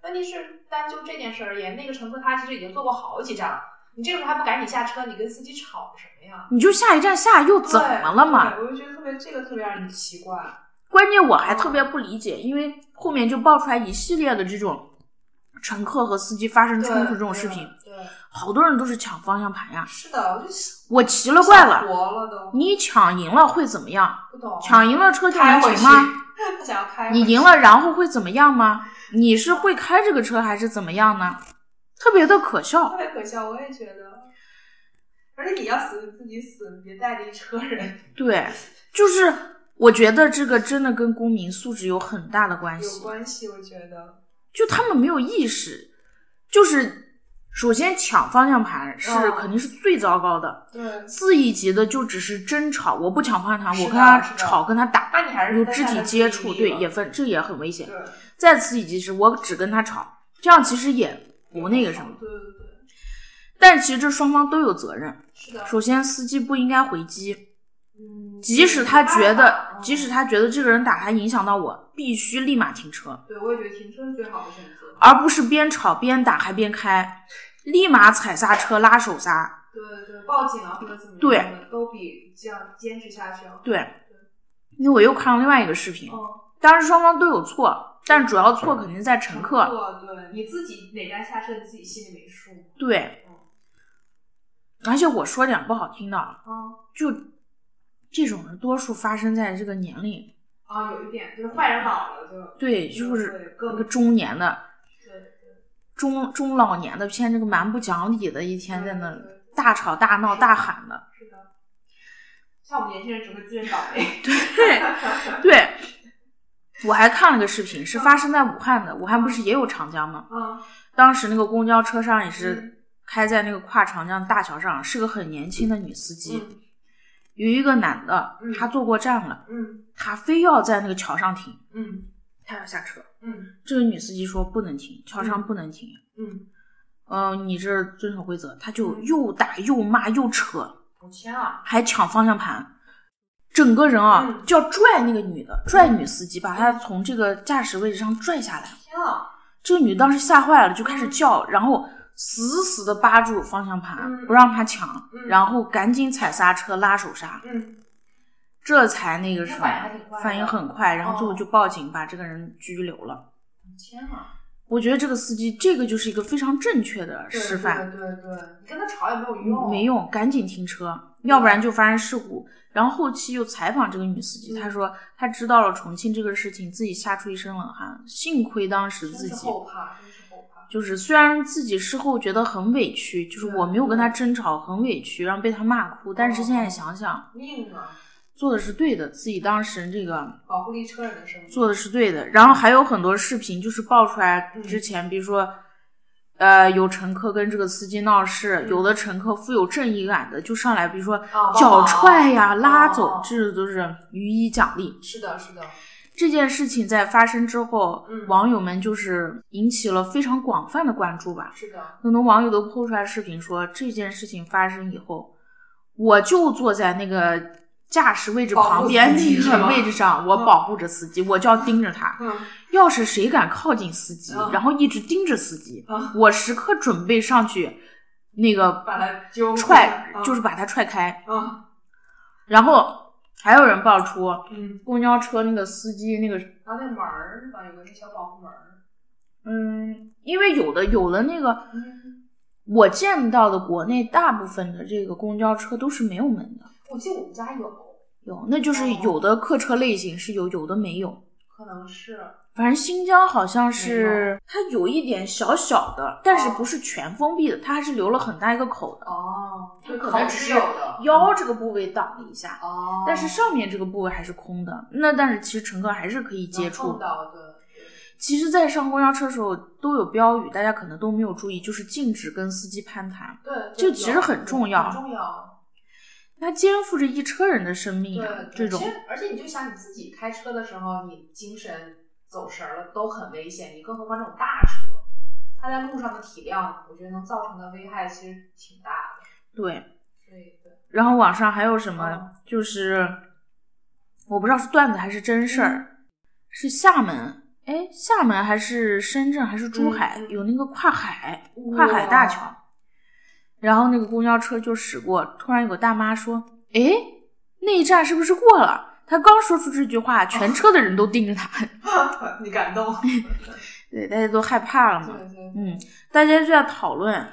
Speaker 3: 问题是，单就这件事而言，那个乘客他其实已经坐过好几站了，你这个时候还不赶紧下车，你跟司机吵什么呀？
Speaker 1: 你就下一站下又怎么了嘛？
Speaker 3: 对？对我就觉得特别这个特别让人奇怪。
Speaker 1: 关键我还
Speaker 3: 嗯
Speaker 1: 特别不理解，因为后面就爆出来一系列的这种乘客和司机发生冲突这种视频，
Speaker 3: 对，对
Speaker 1: 好多人都是抢方向盘呀。
Speaker 3: 是的，我就
Speaker 1: 我奇了怪了，
Speaker 3: 活了都
Speaker 1: 你抢赢了会怎么样？
Speaker 3: 不懂，
Speaker 1: 抢赢了车就
Speaker 3: 开
Speaker 1: 能
Speaker 3: 回
Speaker 1: 停
Speaker 3: 去
Speaker 1: 吗？？
Speaker 3: 他想要开回去，
Speaker 1: 你赢了，然后会怎么样吗？你是会开这个车还是怎么样呢？特别的可
Speaker 3: 特
Speaker 1: 笑。
Speaker 3: 别可笑，我也觉得。而且你要死自己死，你别带着一车人，
Speaker 1: 对，就是我觉得这个真的跟公民素质有很大的关
Speaker 3: 有
Speaker 1: 系，
Speaker 3: 关系，我觉得。
Speaker 1: 就他们没有意识，就是首先抢方向盘是
Speaker 3: 嗯
Speaker 1: 肯定是最糟糕的，
Speaker 3: 对，
Speaker 1: 次一级的就只是争吵，我不抢方向盘，
Speaker 3: 是
Speaker 1: 我
Speaker 3: 的
Speaker 1: 跟他
Speaker 3: 是的
Speaker 1: 吵，跟他打，
Speaker 3: 那你还是
Speaker 1: 有
Speaker 3: 分
Speaker 1: 肢
Speaker 3: 散
Speaker 1: 体
Speaker 3: 他注
Speaker 1: 接
Speaker 3: 意
Speaker 1: 触，
Speaker 3: 力
Speaker 1: 对，
Speaker 3: 吧
Speaker 1: 也分，这也很危险。
Speaker 3: 对，
Speaker 1: 再次一级是我只跟他吵，这样其实也不那个什么。
Speaker 3: 对对对，
Speaker 1: 但其实这双方都有责任。
Speaker 3: 是的。
Speaker 1: 首先，司机不应该回击，
Speaker 3: 嗯
Speaker 1: 即使他觉得，
Speaker 3: 嗯
Speaker 1: 即使他觉得这个人打他影响到我，必须立马停车，
Speaker 3: 对，我也觉得停车是最好的选择。
Speaker 1: 而不是边吵边打还边开，立马踩刹车拉手刹。
Speaker 3: 对对，报警啊或者怎么
Speaker 1: 对
Speaker 3: 样的，都比这样坚持下去要好。
Speaker 1: 对，因为我又看了另外一个视频，
Speaker 3: 哦，
Speaker 1: 当然双方都有错，但主要错肯定在乘客。
Speaker 3: 客，对，你自己哪站下车，你自己心里没数。
Speaker 1: 对
Speaker 3: 嗯，
Speaker 1: 而且我说点不好听的啊，
Speaker 3: 啊
Speaker 1: 就这种人多数发生在这个年龄，
Speaker 3: 啊，有一点就是坏人老了就
Speaker 1: 对，就是
Speaker 3: 对
Speaker 1: 那
Speaker 3: 更
Speaker 1: 个中年的。
Speaker 3: 对对
Speaker 1: 中中老年的偏这个蛮不讲理的，一天在那
Speaker 3: 对对对
Speaker 1: 大吵大闹大喊的。
Speaker 3: 是的。像我们年轻人只会自认倒霉。
Speaker 1: 对，对，我还看了个视频，是发生在武汉的。武汉不是也有长江吗？
Speaker 3: 嗯
Speaker 1: 当时那个公交车上也是开在那个跨长江大桥上，是个很年轻的女司机，
Speaker 3: 嗯
Speaker 1: 有一个男的
Speaker 3: 嗯，
Speaker 1: 他坐过站了，
Speaker 3: 嗯
Speaker 1: 他非要在那个桥上停，
Speaker 3: 嗯
Speaker 1: 他要下车。
Speaker 3: 嗯
Speaker 1: 这个女司机说不能停，桥上不能停。
Speaker 3: 嗯，
Speaker 1: 嗯、你这遵守规则，他就
Speaker 3: 嗯
Speaker 1: 又打又骂又扯。
Speaker 3: 我天啊！
Speaker 1: 还抢方向盘，整个人啊、
Speaker 3: 嗯
Speaker 1: 就要拽那个女的，拽女司机，把她从这个驾驶位置上拽下来。
Speaker 3: 天啊！
Speaker 1: 这个女的当时吓坏了，就开始叫，然后死死的扒住方向盘，
Speaker 3: 嗯
Speaker 1: 不让她抢，
Speaker 3: 嗯
Speaker 1: 然后赶紧踩刹车拉手刹，
Speaker 3: 嗯，
Speaker 1: 这才那个什么，
Speaker 3: 那反应还挺快的
Speaker 1: 反应很快，然后最后
Speaker 3: 哦
Speaker 1: 就报警把这个人拘留了。
Speaker 3: 天啊！
Speaker 1: 我觉得这个司机这个就是一个非常正确的
Speaker 3: 对
Speaker 1: 示范。
Speaker 3: 对对对，对你跟他吵也没有用。
Speaker 1: 没。用，赶紧停车，要不然就发生事故。然后后期又采访这个女司机，
Speaker 3: 嗯
Speaker 1: 她说她知道了重庆这个事情，自己吓出一身冷汗，幸亏当时
Speaker 3: 真
Speaker 1: 自
Speaker 3: 是
Speaker 1: 己
Speaker 3: 后怕，真是后怕。
Speaker 1: 就是虽然自己事后觉得很委屈，就是
Speaker 3: 对嗯
Speaker 1: 我没有跟她争吵，很委屈，然后被她骂哭，但是现
Speaker 3: 哦
Speaker 1: 在想想
Speaker 3: 命啊！
Speaker 1: 做的是对的，自己当时这个
Speaker 3: 保护了一车人的生命。
Speaker 1: 做的是对的。然后还有很多视频就是爆出来
Speaker 3: 嗯
Speaker 1: 之前，比如说。呃，有乘客跟这个司机闹事，
Speaker 3: 嗯
Speaker 1: 有的乘客富有正义感的就上来，比如说
Speaker 3: 啊，
Speaker 1: 脚踹呀、拉走
Speaker 3: 哦，
Speaker 1: 这都是予以奖励。
Speaker 3: 是的，是的，
Speaker 1: 这件事情在发生之后，
Speaker 3: 嗯
Speaker 1: 网友们就是引起了非常广泛的关注吧。
Speaker 3: 是的，
Speaker 1: 很多网友都抛出来视频说，这件事情发生以后，我就坐在那个驾驶位置旁边
Speaker 3: 保护司
Speaker 1: 那
Speaker 3: 机是
Speaker 1: 个
Speaker 3: 吗
Speaker 1: 位置上，我
Speaker 3: 嗯
Speaker 1: 保护着司机，我就要盯着他。
Speaker 3: 嗯，
Speaker 1: 要是谁敢靠近司机，
Speaker 3: 嗯
Speaker 1: 然后一直盯着司机，
Speaker 3: 啊，
Speaker 1: 我时刻准备上去，那个
Speaker 3: 把他揪出
Speaker 1: 踹
Speaker 3: 来，嗯
Speaker 1: 就是把他踹开。
Speaker 3: 啊，
Speaker 1: 然后还有人爆出
Speaker 3: 嗯，
Speaker 1: 公交车那个司机那个，
Speaker 3: 然后那门儿是吧，有个那小保护门儿，
Speaker 1: 嗯，因为有的有的那个，
Speaker 3: 嗯，
Speaker 1: 我见到的国内大部分的这个公交车都是没有门的，
Speaker 3: 我记得我们家有，
Speaker 1: 有那就是
Speaker 3: 哦
Speaker 1: 有的客车类型是有，有的没有。
Speaker 3: 可能是，
Speaker 1: 反正新疆好像是它有一点小小的，但是不是全封闭的，它还是留了很大一个口的，
Speaker 3: 哦，
Speaker 1: 它
Speaker 3: 对，
Speaker 1: 可
Speaker 3: 可
Speaker 1: 能
Speaker 3: 能
Speaker 1: 只
Speaker 3: 是
Speaker 1: 是
Speaker 3: 有的，
Speaker 1: 腰这个部位挡了一下，
Speaker 3: 哦，
Speaker 1: 但是上面这个部位还是空的。那但是其实乘客还是可以接
Speaker 3: 能
Speaker 1: 触
Speaker 3: 碰
Speaker 1: 的。
Speaker 3: 到的，
Speaker 1: 其实，在上公交车的时候都有标语，大家可能都没有注意，就是禁止跟司机攀谈。
Speaker 3: 对对，
Speaker 1: 这
Speaker 3: 有
Speaker 1: 其实很重要
Speaker 3: 很重要，
Speaker 1: 它肩负着一车人的生命
Speaker 3: 对
Speaker 1: 啊，，
Speaker 3: 对
Speaker 1: 这种
Speaker 3: 其实而且你就想你自己开车的时候，你精神走神儿了都很危险，你更何况这种大车。它在路上的体量，我觉得能造成的危害其实挺大的。
Speaker 1: 对。
Speaker 3: 对对，
Speaker 1: 然后网上还有什么，
Speaker 3: 嗯
Speaker 1: 就是我不知道是段子还是真事儿，
Speaker 3: 嗯
Speaker 1: 是厦门，哎，厦门还是深圳还是珠海、
Speaker 3: 嗯
Speaker 1: 有那个跨海
Speaker 3: 哇
Speaker 1: 跨海大桥，然后那个公交车就驶过，突然有个大妈说：“哎，那一站是不是过了？”她刚说出这句话，全车的人都盯着她，
Speaker 3: 你感动，
Speaker 1: 对，大家都害怕了嘛。
Speaker 3: 对对
Speaker 1: 嗯，大家就在讨论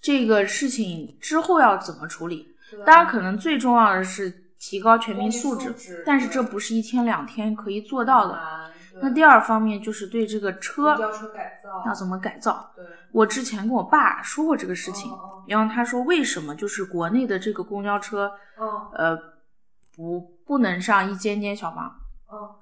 Speaker 1: 这个事情之后要怎么处理。
Speaker 3: 对，
Speaker 1: 当然，可能最重要的是提高全民素
Speaker 3: 公
Speaker 1: 质
Speaker 3: 民素质，
Speaker 1: 但是这不是一天两天可以做到的。
Speaker 3: 难。
Speaker 1: 那第
Speaker 3: 二
Speaker 1: 二方面就是对这个
Speaker 3: 公
Speaker 1: 车
Speaker 3: 交车改造
Speaker 1: 要怎么改造。
Speaker 3: 对
Speaker 1: 我之前跟我爸说过这个事情，
Speaker 3: 哦
Speaker 1: 然后他说为什么就是国内的这个公交车，
Speaker 3: 哦
Speaker 1: 呃，不不能上一间间小黄。
Speaker 3: 哦哦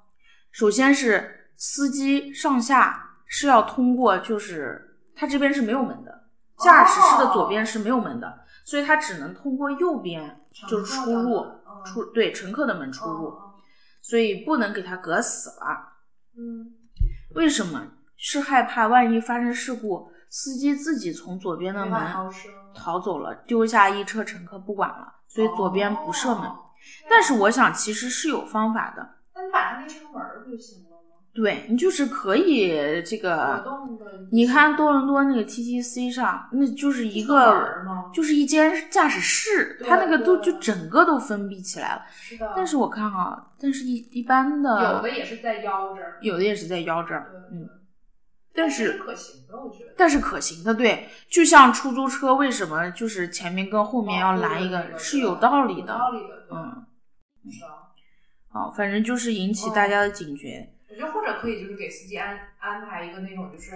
Speaker 1: 首先是司机上下是要通过，就是他这边是没有门的，驾驶室的左边是没有门的，所以他只能通过右边就是出入
Speaker 3: 哦
Speaker 1: 出对乘客的门出入，
Speaker 3: 哦
Speaker 1: 所以不能给他隔死了。
Speaker 3: 嗯
Speaker 1: 为什么？是害怕万一发生事故，司机自己从左边的
Speaker 3: 没法逃
Speaker 1: 门
Speaker 3: 生
Speaker 1: 逃走了，丢下一车乘客不管了，所以左边不设门。
Speaker 3: 哦
Speaker 1: 但是我想，其实是有方法的。
Speaker 3: 那你把它那车门儿不就行了吗？
Speaker 1: 对你就是可以这个
Speaker 3: 活动的，
Speaker 1: 呃你看多伦多那个 TTC 上，那就是一个
Speaker 3: 吗？
Speaker 1: 就是一间驾驶室，
Speaker 3: 对
Speaker 1: 它那个都
Speaker 3: 对
Speaker 1: 就整个都封闭起来了。
Speaker 3: 是的，
Speaker 1: 但是我看啊，但是一一般的
Speaker 3: 有的也是在腰这儿，
Speaker 1: 有的也是在腰这
Speaker 3: 对
Speaker 1: 儿，嗯，，但
Speaker 3: 但
Speaker 1: 是
Speaker 3: 可行的，我觉得。
Speaker 1: 但是可行的，对，就像出租车为什么就是前面跟后面要拦一
Speaker 3: 哦对
Speaker 1: 个，
Speaker 3: 对对
Speaker 1: 是有道理
Speaker 3: 有道
Speaker 1: 的，
Speaker 3: 理的，对
Speaker 1: 嗯，
Speaker 3: 是的。
Speaker 1: 好，反正就是引起
Speaker 3: 哦
Speaker 1: 大家的警觉，
Speaker 3: 我觉得或者可以就是给司机安安排一个那种就是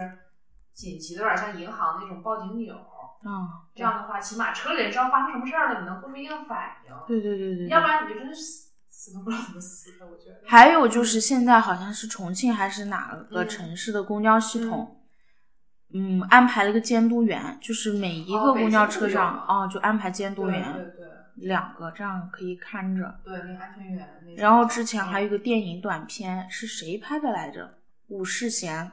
Speaker 3: 紧急的，有点像银行那种报警钮。
Speaker 1: 啊，
Speaker 3: 这样的话，起码车里人知道发生什么事儿了，你能做出一个反应。
Speaker 1: 对对对对
Speaker 3: 要不
Speaker 1: 对。
Speaker 3: 然你就真的是死死都不知道怎么死的，我觉得。
Speaker 1: 还有就是现在好像是重庆还是哪个
Speaker 3: 嗯
Speaker 1: 城市的公交系统，嗯，安排了一个监督员，就是每一
Speaker 3: 哦
Speaker 1: 个
Speaker 3: 北
Speaker 1: 公交
Speaker 3: 京
Speaker 1: 车
Speaker 3: 是有
Speaker 1: 上
Speaker 3: 的
Speaker 1: 啊就安排监
Speaker 3: 对
Speaker 1: 督员
Speaker 3: 对对
Speaker 1: 两个，这样可以看着。
Speaker 3: 对，嗯那个安全员那种。
Speaker 1: 然后之前还有一个电影短片是谁拍的来着？武世贤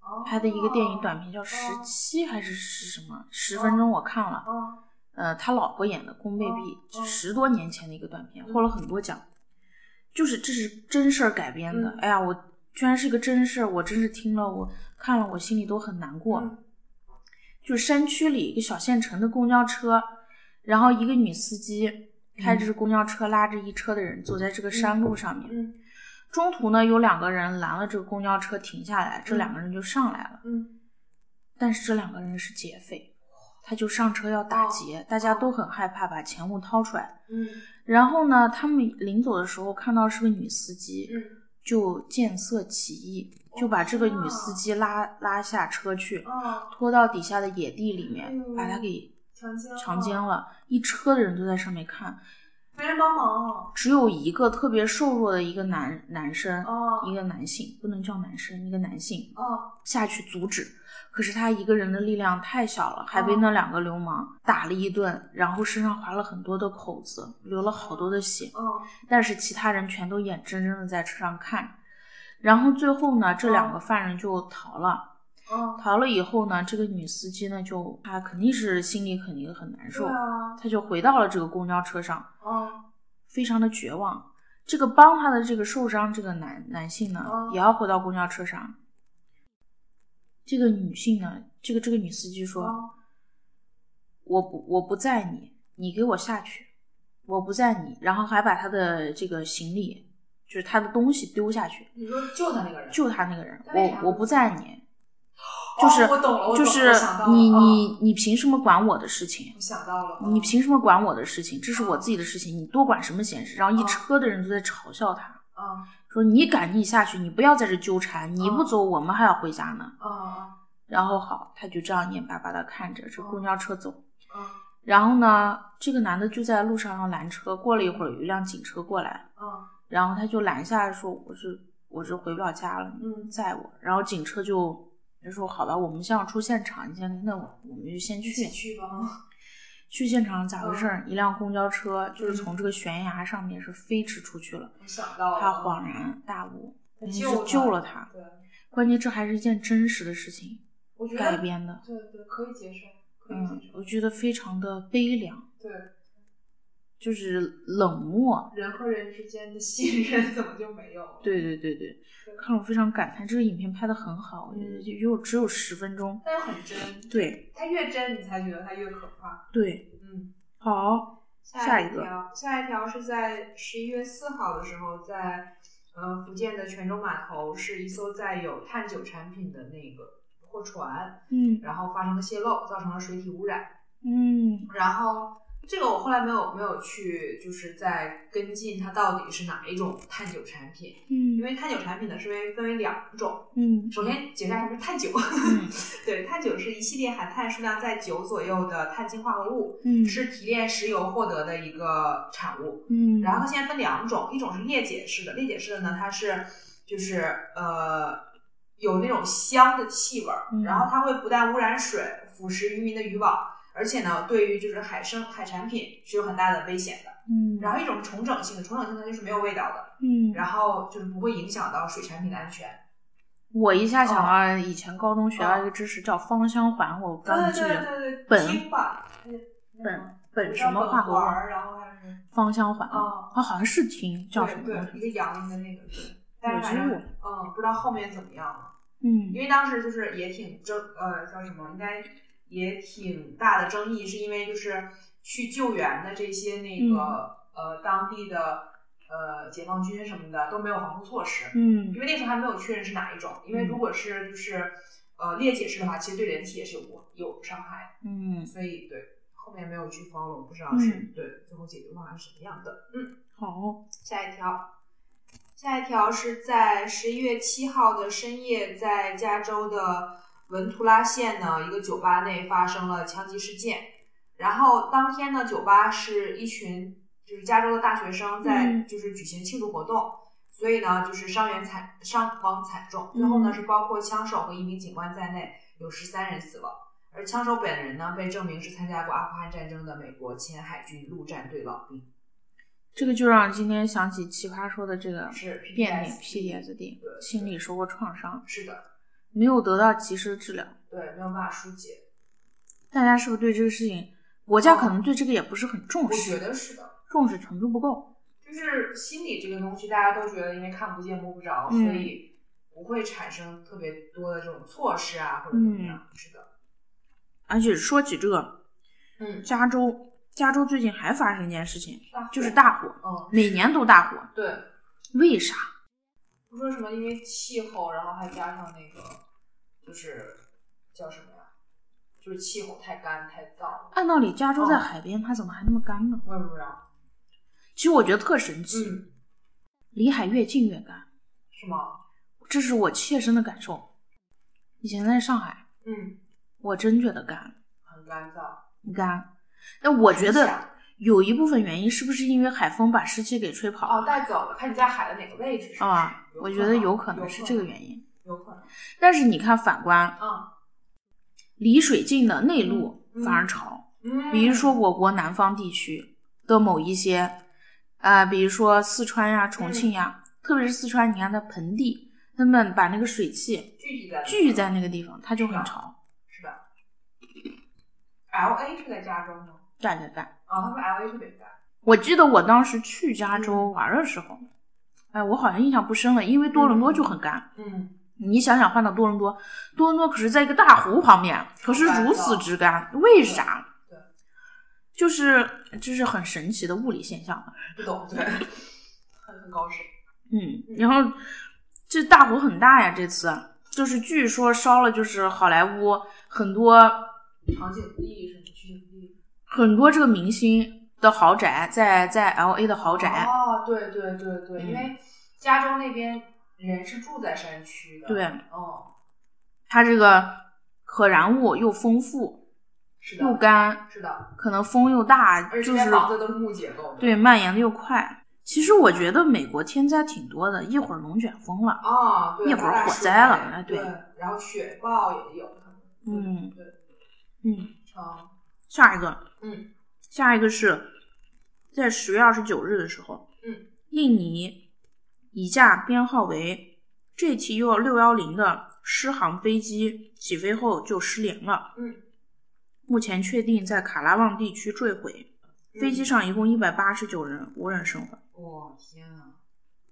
Speaker 3: 哦
Speaker 1: 拍的一个电影短片叫《十七》还是是什么？十分钟我看了，
Speaker 3: 哦
Speaker 1: 呃，他老婆演的宫贝碧，
Speaker 3: 哦
Speaker 1: 十多年前的一个短片，
Speaker 3: 嗯
Speaker 1: 获了很多奖。就是这是真事儿改编的，
Speaker 3: 嗯
Speaker 1: 哎呀，我居然是个真事儿，我真是听了我看了我心里都很难过。
Speaker 3: 嗯
Speaker 1: 就是山区里一个小县城的公交车，然后一个女司机开着公交车拉着一车的人走在这个山路上面，
Speaker 3: 嗯嗯
Speaker 1: 中途呢有两个人拦了这个公交车停下来，这两个人就上来了。
Speaker 3: 嗯，
Speaker 1: 但是这两个人是劫匪，他就上车要打劫，
Speaker 3: 哦
Speaker 1: 大家都很害怕，把钱物掏出来。
Speaker 3: 嗯
Speaker 1: 然后呢，他们临走的时候看到是个女司机，
Speaker 3: 嗯
Speaker 1: 就见色起意，就把这个女司机
Speaker 3: 啊
Speaker 1: 拉拉下车去，
Speaker 3: 哦，
Speaker 1: 拖到底下的野地里面，
Speaker 3: 哎呦啊
Speaker 1: 把她给
Speaker 3: 强奸
Speaker 1: 强奸了。一车的人都在上面看，
Speaker 3: 没哦人帮忙
Speaker 1: 只有一个特别瘦弱的一个男男生，
Speaker 3: 哦
Speaker 1: 一个男性，不能叫男生，一个男性，
Speaker 3: 哦，
Speaker 1: 下去阻止，可是他一个人的力量太小了，还被
Speaker 3: 嗯
Speaker 1: 那两个流氓打了一顿，然后身上划了很多的口子，流了好多的血。
Speaker 3: 嗯
Speaker 1: 但是其他人全都眼睁睁的在车上看。然后最后呢，这两个犯人就逃了。
Speaker 3: 嗯，
Speaker 1: 逃了以后呢，这个女司机呢就她肯定是心里肯定很难
Speaker 3: 对
Speaker 1: 受，
Speaker 3: 啊，
Speaker 1: 她就回到了这个公交车上，
Speaker 3: 嗯
Speaker 1: 非常的绝望。这个帮她的这个受伤这个男男性呢，
Speaker 3: 嗯
Speaker 1: 也要回到公交车上。这个女性呢，这个这个女司机说：“
Speaker 3: 嗯
Speaker 1: 我不我不载你，你给我下去，我不载你。”然后还把她的这个行李，就是她的东西丢下去，
Speaker 3: 你说救他那个人，
Speaker 1: 救她那个人。
Speaker 3: 那为啥
Speaker 1: 我我不载你，
Speaker 3: 哦
Speaker 1: 就是、
Speaker 3: 我懂了，我懂了
Speaker 1: 就是
Speaker 3: 我想到了
Speaker 1: 你
Speaker 3: 嗯
Speaker 1: 你你凭什么管我的事情？
Speaker 3: 我想到了，
Speaker 1: 你凭什么管我的事情？这是
Speaker 3: 哦
Speaker 1: 我自己的事情，你多管什么闲事？然后一
Speaker 3: 嗯
Speaker 1: 车的人都在嘲笑他。
Speaker 3: 嗯
Speaker 1: 说你赶紧下去，你不要在这纠缠，你不走，我们还要回家呢。
Speaker 3: 嗯
Speaker 1: 然后好，他就这样眼巴巴的看着这公交车走。
Speaker 3: 嗯
Speaker 1: 然后呢，这个男的就在路上要拦车，过了一会儿有一辆警车过来，
Speaker 3: 嗯
Speaker 1: 然后他就拦下来说：“我是我是回不了家了，你
Speaker 3: 嗯，
Speaker 1: 载我。”然后警车就就说：“好吧，我们先要出现场，你先那我我们就先
Speaker 3: 一
Speaker 1: 去
Speaker 3: 起去嗯吧，嗯
Speaker 1: 去现场咋回事儿？一辆公交车就是从这个悬崖上面是飞驰出去了，
Speaker 3: 我想到了，
Speaker 1: 他恍然大悟，人家
Speaker 3: 救
Speaker 1: 是救了
Speaker 3: 哦他
Speaker 1: 他，。
Speaker 3: 对，
Speaker 1: 关键这还是一件真实的事情
Speaker 3: 我觉得
Speaker 1: 改编的，
Speaker 3: 对对，可以接受，可以
Speaker 1: 嗯
Speaker 3: 接，受。
Speaker 1: 我觉得非常的悲凉。
Speaker 3: 对，
Speaker 1: 就是冷漠。
Speaker 3: 人和人之间的信任怎么就没有了？
Speaker 1: 对对对对，看了我非常感叹，这个影片拍的很好，我觉得就又只有十分钟。
Speaker 3: 但又很真，
Speaker 1: 对
Speaker 3: 它越真，你才觉得它越可怕。
Speaker 1: 对，
Speaker 3: 嗯，
Speaker 1: 好，下
Speaker 3: 一
Speaker 1: 一个
Speaker 3: 条，下一条是在十一月四号的时候，在呃福建的泉州码头，是一艘载有碳九产品的那个货船，
Speaker 1: 嗯
Speaker 3: 然后发生了泄漏，造成了水体污染。
Speaker 1: 嗯
Speaker 3: 然后这个我后来没有没有去，就是在跟进它到底是哪一种碳九产品，因
Speaker 1: 嗯
Speaker 3: 为碳九产品呢是为分为两种，
Speaker 1: 嗯
Speaker 3: 首先解释一下什么是碳九， 对，碳九是一系列含碳数量在九左右的碳氢化合物，
Speaker 1: 嗯
Speaker 3: 是提炼石油获得的一个产物。
Speaker 1: 嗯，
Speaker 3: 然后它现在分两种，一种是裂解式的，裂解式的呢，它是就是呃有那种香的气味儿，
Speaker 1: 嗯
Speaker 3: 然后它会不但污染水，腐蚀渔民的渔网，而且呢，对于就是海生海产品是有很大的危险的。
Speaker 1: 嗯，
Speaker 3: 然后一种是重整性的，重整性的就是没有味道的，
Speaker 1: 嗯，
Speaker 3: 然后就是不会影响到水产品的安全。
Speaker 1: 我一下想
Speaker 3: 哦
Speaker 1: 到以前高中学到一个知识叫芳香环，我不知道你记不记得，
Speaker 3: 对
Speaker 1: 本
Speaker 3: 听吧，那个
Speaker 1: 本本什么化合
Speaker 3: 本环儿
Speaker 1: 物？
Speaker 3: 然后还是
Speaker 1: 芳香环
Speaker 3: 哦
Speaker 1: 啊，好像是听叫什么
Speaker 3: 对
Speaker 1: 东
Speaker 3: 对，
Speaker 1: 西？
Speaker 3: 一个羊的那个，对，但是
Speaker 1: 有
Speaker 3: 反
Speaker 1: 植
Speaker 3: 正
Speaker 1: 物
Speaker 3: 嗯，不知道后面怎么样了。
Speaker 1: 嗯
Speaker 3: 因为当时就是也挺争，呃，叫什么，应该也挺大的争议，是因为就是去救援的这些那
Speaker 1: 嗯
Speaker 3: 个、呃当地的呃解放军什么的都没有防护措施，
Speaker 1: 嗯
Speaker 3: 因为那时候还没有确认是哪一种，因为如果是就是呃裂解式的话，其实对人体也是有过有伤害的，
Speaker 1: 嗯，
Speaker 3: 所以对后面没有去 follow，不知道是、
Speaker 1: 嗯
Speaker 3: 对最后解决方案是什么样的。嗯
Speaker 1: 好，
Speaker 3: 下一条，下一条是在十一月七号的深夜，在加州的文图拉县呢一个酒吧内发生了枪击事件。然后当天呢，酒吧是一群就是加州的大学生在
Speaker 1: 嗯
Speaker 3: 就是举行庆祝活动，所以呢就是伤员惨伤亡惨重，最后呢
Speaker 1: 嗯
Speaker 3: 是包括枪手和一名警官在内，有十三人死亡。而枪手本人呢，被证明是参加过阿富汗战争的美国前海军陆战队老兵，
Speaker 1: 这个就让今天想起奇葩说的这个
Speaker 3: 是
Speaker 1: 变脸
Speaker 3: PTSD
Speaker 1: PTSD，
Speaker 3: 对
Speaker 1: 心理受过创伤，
Speaker 3: 是的，
Speaker 1: 没有得到及时的治疗。
Speaker 3: 对，没有办法疏解。
Speaker 1: 大家是不是对这个事情，国家
Speaker 3: 哦
Speaker 1: 可能对这个也哦不是很重
Speaker 3: 我觉
Speaker 1: 视，
Speaker 3: 得是的，
Speaker 1: 重视程度不够。
Speaker 3: 就是心理这个东西，大家都觉得因为看不见摸不着，
Speaker 1: 嗯
Speaker 3: 所以不会产生特别多的这种措施啊，或者怎
Speaker 1: 嗯
Speaker 3: 么样。是的，
Speaker 1: 而且说起这个
Speaker 3: 嗯，
Speaker 1: 加州，加州最近还发生一件事情，就是
Speaker 3: 大
Speaker 1: 大火，
Speaker 3: 火，嗯，
Speaker 1: 每年都大火，
Speaker 3: 对，
Speaker 1: 为啥？
Speaker 3: 不说什么因为气候，然后还加上那个就是叫什么呀，就是气候太干太燥了，
Speaker 1: 按道理，加州在
Speaker 3: 哦
Speaker 1: 海边，它怎么还那么干呢？
Speaker 3: 我也不知道，
Speaker 1: 其实我觉得特神奇，
Speaker 3: 嗯，
Speaker 1: 离海越近越干，
Speaker 3: 是吗？
Speaker 1: 这是我切身的感受。以前在上海，
Speaker 3: 嗯，
Speaker 1: 我真觉得干，
Speaker 3: 很干燥，
Speaker 1: 干。但我觉得
Speaker 3: 很响
Speaker 1: 有一部分原因是不是因为海风把湿气给吹跑
Speaker 3: 哦，
Speaker 1: 了
Speaker 3: 带走了，看你在海的哪个位置，是不是
Speaker 1: 啊？我觉得有可能
Speaker 3: 能
Speaker 1: 是这个原，因。
Speaker 3: 有可能，
Speaker 1: 但是你看，反观
Speaker 3: 嗯
Speaker 1: 离水近的内陆
Speaker 3: 嗯嗯
Speaker 1: 反而潮，
Speaker 3: 嗯，
Speaker 1: 比如说我国南方地区的某一些，啊、比如说四川呀、重庆呀，特别是四川，你看它盆地，他们把那个水汽
Speaker 3: 聚集在
Speaker 1: 聚在那个地方，它就很潮。
Speaker 3: 是吧？L A 是在加州吗？
Speaker 1: 干干干！
Speaker 3: 啊，他说 L A 特别大，
Speaker 1: 我记得我当时去加州
Speaker 3: 嗯
Speaker 1: 玩的时候，哎，我好像印象不深了，因为多伦多就很干。
Speaker 3: 嗯，
Speaker 1: 你想想，换到多伦多，多伦多可是在一个大湖旁边，可是如此之干，为啥
Speaker 3: 对？
Speaker 1: 就是这是很神奇的物理现象，
Speaker 3: 不懂，对， 很很高深，
Speaker 1: 嗯
Speaker 3: 嗯，
Speaker 1: 然后这大火很大呀，这次就是据说烧了，就是好莱坞很多
Speaker 3: 场景地什么取景地，
Speaker 1: 很多这个明星的豪宅，在在 L A 的豪宅，
Speaker 3: 哦，对对对对，
Speaker 1: 嗯
Speaker 3: 因为加州那边人是住在山区的，
Speaker 1: 对
Speaker 3: 哦，
Speaker 1: 它这个可燃物又丰富
Speaker 3: 是的，
Speaker 1: 又干，
Speaker 3: 是的，
Speaker 1: 可能风又大，
Speaker 3: 而且这
Speaker 1: 就
Speaker 3: 边
Speaker 1: 是
Speaker 3: 房子都是木结构的，
Speaker 1: 对，蔓延的又快。其实我觉得美国天灾挺多的，一会儿龙卷风了，
Speaker 3: 啊，对，
Speaker 1: 一会儿
Speaker 3: 大大
Speaker 1: 火
Speaker 3: 树
Speaker 1: 灾了
Speaker 3: 林
Speaker 1: 哎对
Speaker 3: 对，然后雪豹也有，可能
Speaker 1: 嗯
Speaker 3: 对，
Speaker 1: 嗯，
Speaker 3: 啊，
Speaker 1: 下一个，
Speaker 3: 嗯，
Speaker 1: 下一个是在十月二十九日的时候，
Speaker 3: 嗯，
Speaker 1: 印尼以架编号为 JTU 六幺零的狮航飞机起飞后就失联了，
Speaker 3: 嗯，
Speaker 1: 目前确定在卡拉旺地区坠毁，飞
Speaker 3: 嗯
Speaker 1: 机上一共一百八十九人，无人生还。
Speaker 3: 我嗯天啊，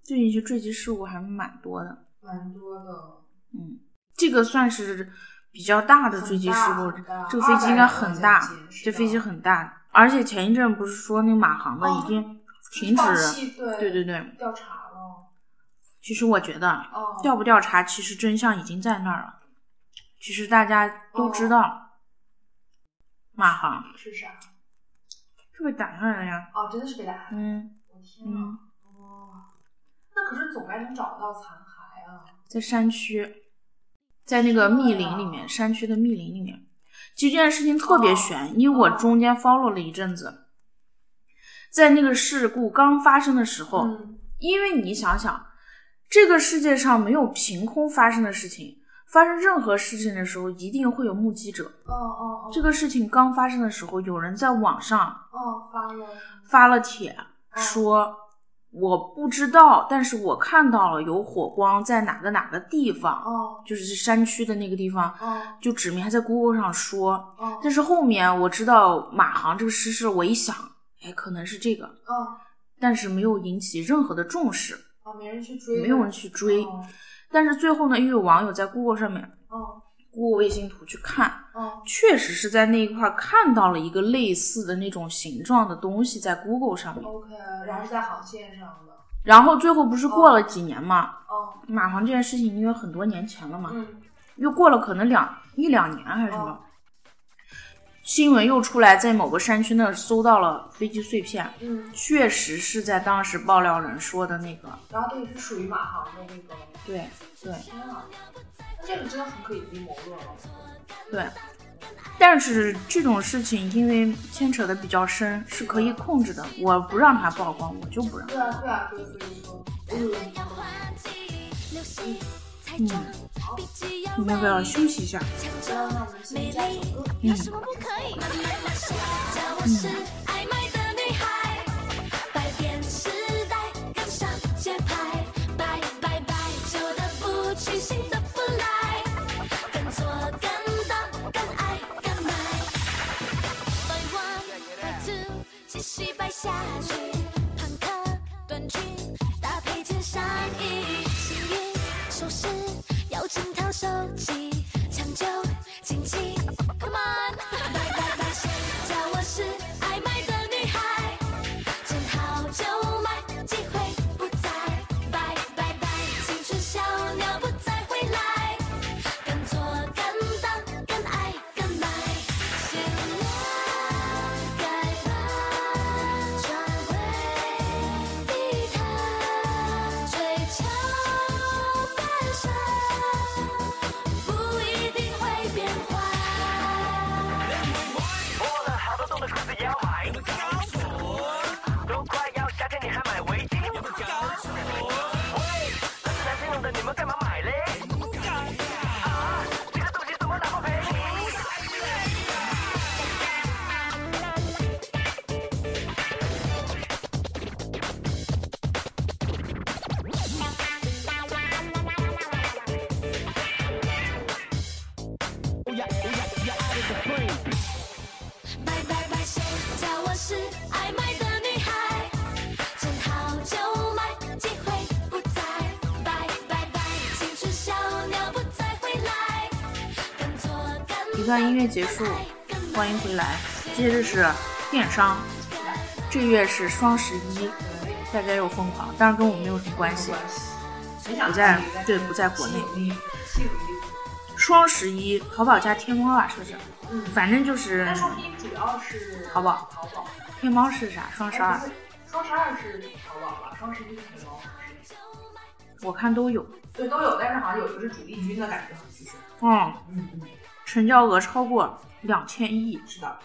Speaker 1: 最近是坠机事故还蛮多的，
Speaker 3: 蛮多的，
Speaker 1: 嗯，这个算是比较大的坠机事故
Speaker 3: 很大
Speaker 1: 这
Speaker 3: 很大，
Speaker 1: 个飞机应该很大
Speaker 3: 200人好像，是
Speaker 1: 这飞机
Speaker 3: 的
Speaker 1: 很大，而且前一阵不是说那马航的
Speaker 3: 哦
Speaker 1: 已经停止，
Speaker 3: 放弃对
Speaker 1: 对对对，
Speaker 3: 调查了，
Speaker 1: 其实我觉得
Speaker 3: 哦，
Speaker 1: 调不调查，其实真相已经在那儿了，其实大家都
Speaker 3: 哦
Speaker 1: 知道，马航
Speaker 3: 是啥？
Speaker 1: 是被打下来了呀，
Speaker 3: 哦，真的是被打下来了，
Speaker 1: 嗯，
Speaker 3: 我天啊，哇，那可是总该能找到残骸啊，
Speaker 1: 在山区，在那个密林里面，山区的密林里面。其实这件事情特
Speaker 3: 哦
Speaker 1: 别悬，因为
Speaker 3: 嗯
Speaker 1: 我中间 follow 了一阵子，在那个事故刚发生的时候，
Speaker 3: 嗯，
Speaker 1: 因为你想想，这个世界上没有凭空发生的事情，发生任何事情的时候一定会有目击者。
Speaker 3: 哦哦哦，
Speaker 1: 这个事情刚发生的时候，有人在网上
Speaker 3: 哦发了，
Speaker 1: 发了帖，
Speaker 3: 哦
Speaker 1: 说我不知道，但是我看到了有火光在哪个哪个地方，
Speaker 3: 哦
Speaker 1: 就是山区的那个地方，
Speaker 3: 哦
Speaker 1: 就指明还在 Google 上说。
Speaker 3: 哦
Speaker 1: 但是后面我知道马航这个失事，我一想，哎，可能是这个，
Speaker 3: 哦
Speaker 1: 但是没有引起任何的重视，
Speaker 3: 哦，没人去追，
Speaker 1: 没有人去追。
Speaker 3: 哦
Speaker 1: 但是最后呢，因为有网友在 Google 上面
Speaker 3: 哦
Speaker 1: Google 卫星图去看，
Speaker 3: 哦
Speaker 1: 确实是在那一块看到了一个类似的那种形状的东西在 Google 上面。
Speaker 3: ，OK，然后是在航线上的，
Speaker 1: 然后最后不是过了几年嘛，
Speaker 3: 哦
Speaker 1: 马航这件事情因为很多年前了嘛，
Speaker 3: 嗯
Speaker 1: 又过了可能两一两年还是什么，新闻又出来，在某个山区那儿搜到了飞机碎片，
Speaker 3: 嗯，
Speaker 1: 确实是在当时爆料人说的那个。
Speaker 3: 然后这个是属于马航的那个，
Speaker 1: 对对
Speaker 3: 天啊，那这个真的很可以阴谋论了，
Speaker 1: 对，但是这种事情因为牵扯的比较深，是可以控制的。我不让他曝光，我就不让。
Speaker 3: 对啊对啊，对，所以说，嗯。
Speaker 4: 嗯，
Speaker 1: 你
Speaker 4: 你
Speaker 1: 们
Speaker 4: 们
Speaker 1: 要不要
Speaker 4: 要不要
Speaker 1: 休
Speaker 4: 休
Speaker 1: 息
Speaker 4: 息
Speaker 1: 一？下？
Speaker 3: 知道那我们先加首歌。
Speaker 4: 有什么不可以？叫我是爱美的女孩，百变时代跟上节拍，拜拜拜，旧的不去，新的不来，跟左跟右跟爱跟买，buy one buy two，继续摆下去，朋克短裙搭配件上衣，幸运首饰要整套收集，抢救惊奇，Come on，拜拜拜，谁叫我是爱买的女孩，见好就买，机会不再，拜拜拜，青春小鸟不再回来，跟左跟右跟爱跟买，先来改吧，转回地毯，追求翻身，不一定会变坏。
Speaker 5: 破了好多东的裤子也要买，都快要夏天你还买围巾？喂，那是男生用的，你们干嘛买嘞？啊，这个东西怎么打包赔？
Speaker 4: 拜拜拜，谁叫我是爱买的女孩？见好就买，机会不再。拜拜拜，青春小鸟不再回来。跟左跟
Speaker 1: 一段音乐结束，欢迎回来。接着是电商，这月是双十一，大家又疯狂，当然跟我没有什么关系。不在对不在国内。
Speaker 3: 嗯吸引力，
Speaker 1: 双十一，淘宝加天猫啊，是不是？
Speaker 3: 嗯
Speaker 1: 反正就是
Speaker 3: 但双十一主要是
Speaker 1: 淘宝
Speaker 3: 淘宝。
Speaker 1: 天猫是啥？双十二
Speaker 3: 哎，不是双十二是淘宝吧？双十一是天猫。
Speaker 1: 我看都有。
Speaker 3: 对，都有，但是好像有一个是主力军的感觉，很趋势。
Speaker 1: 嗯，
Speaker 3: 嗯嗯，
Speaker 1: 成交额超过两千亿，
Speaker 3: 是的，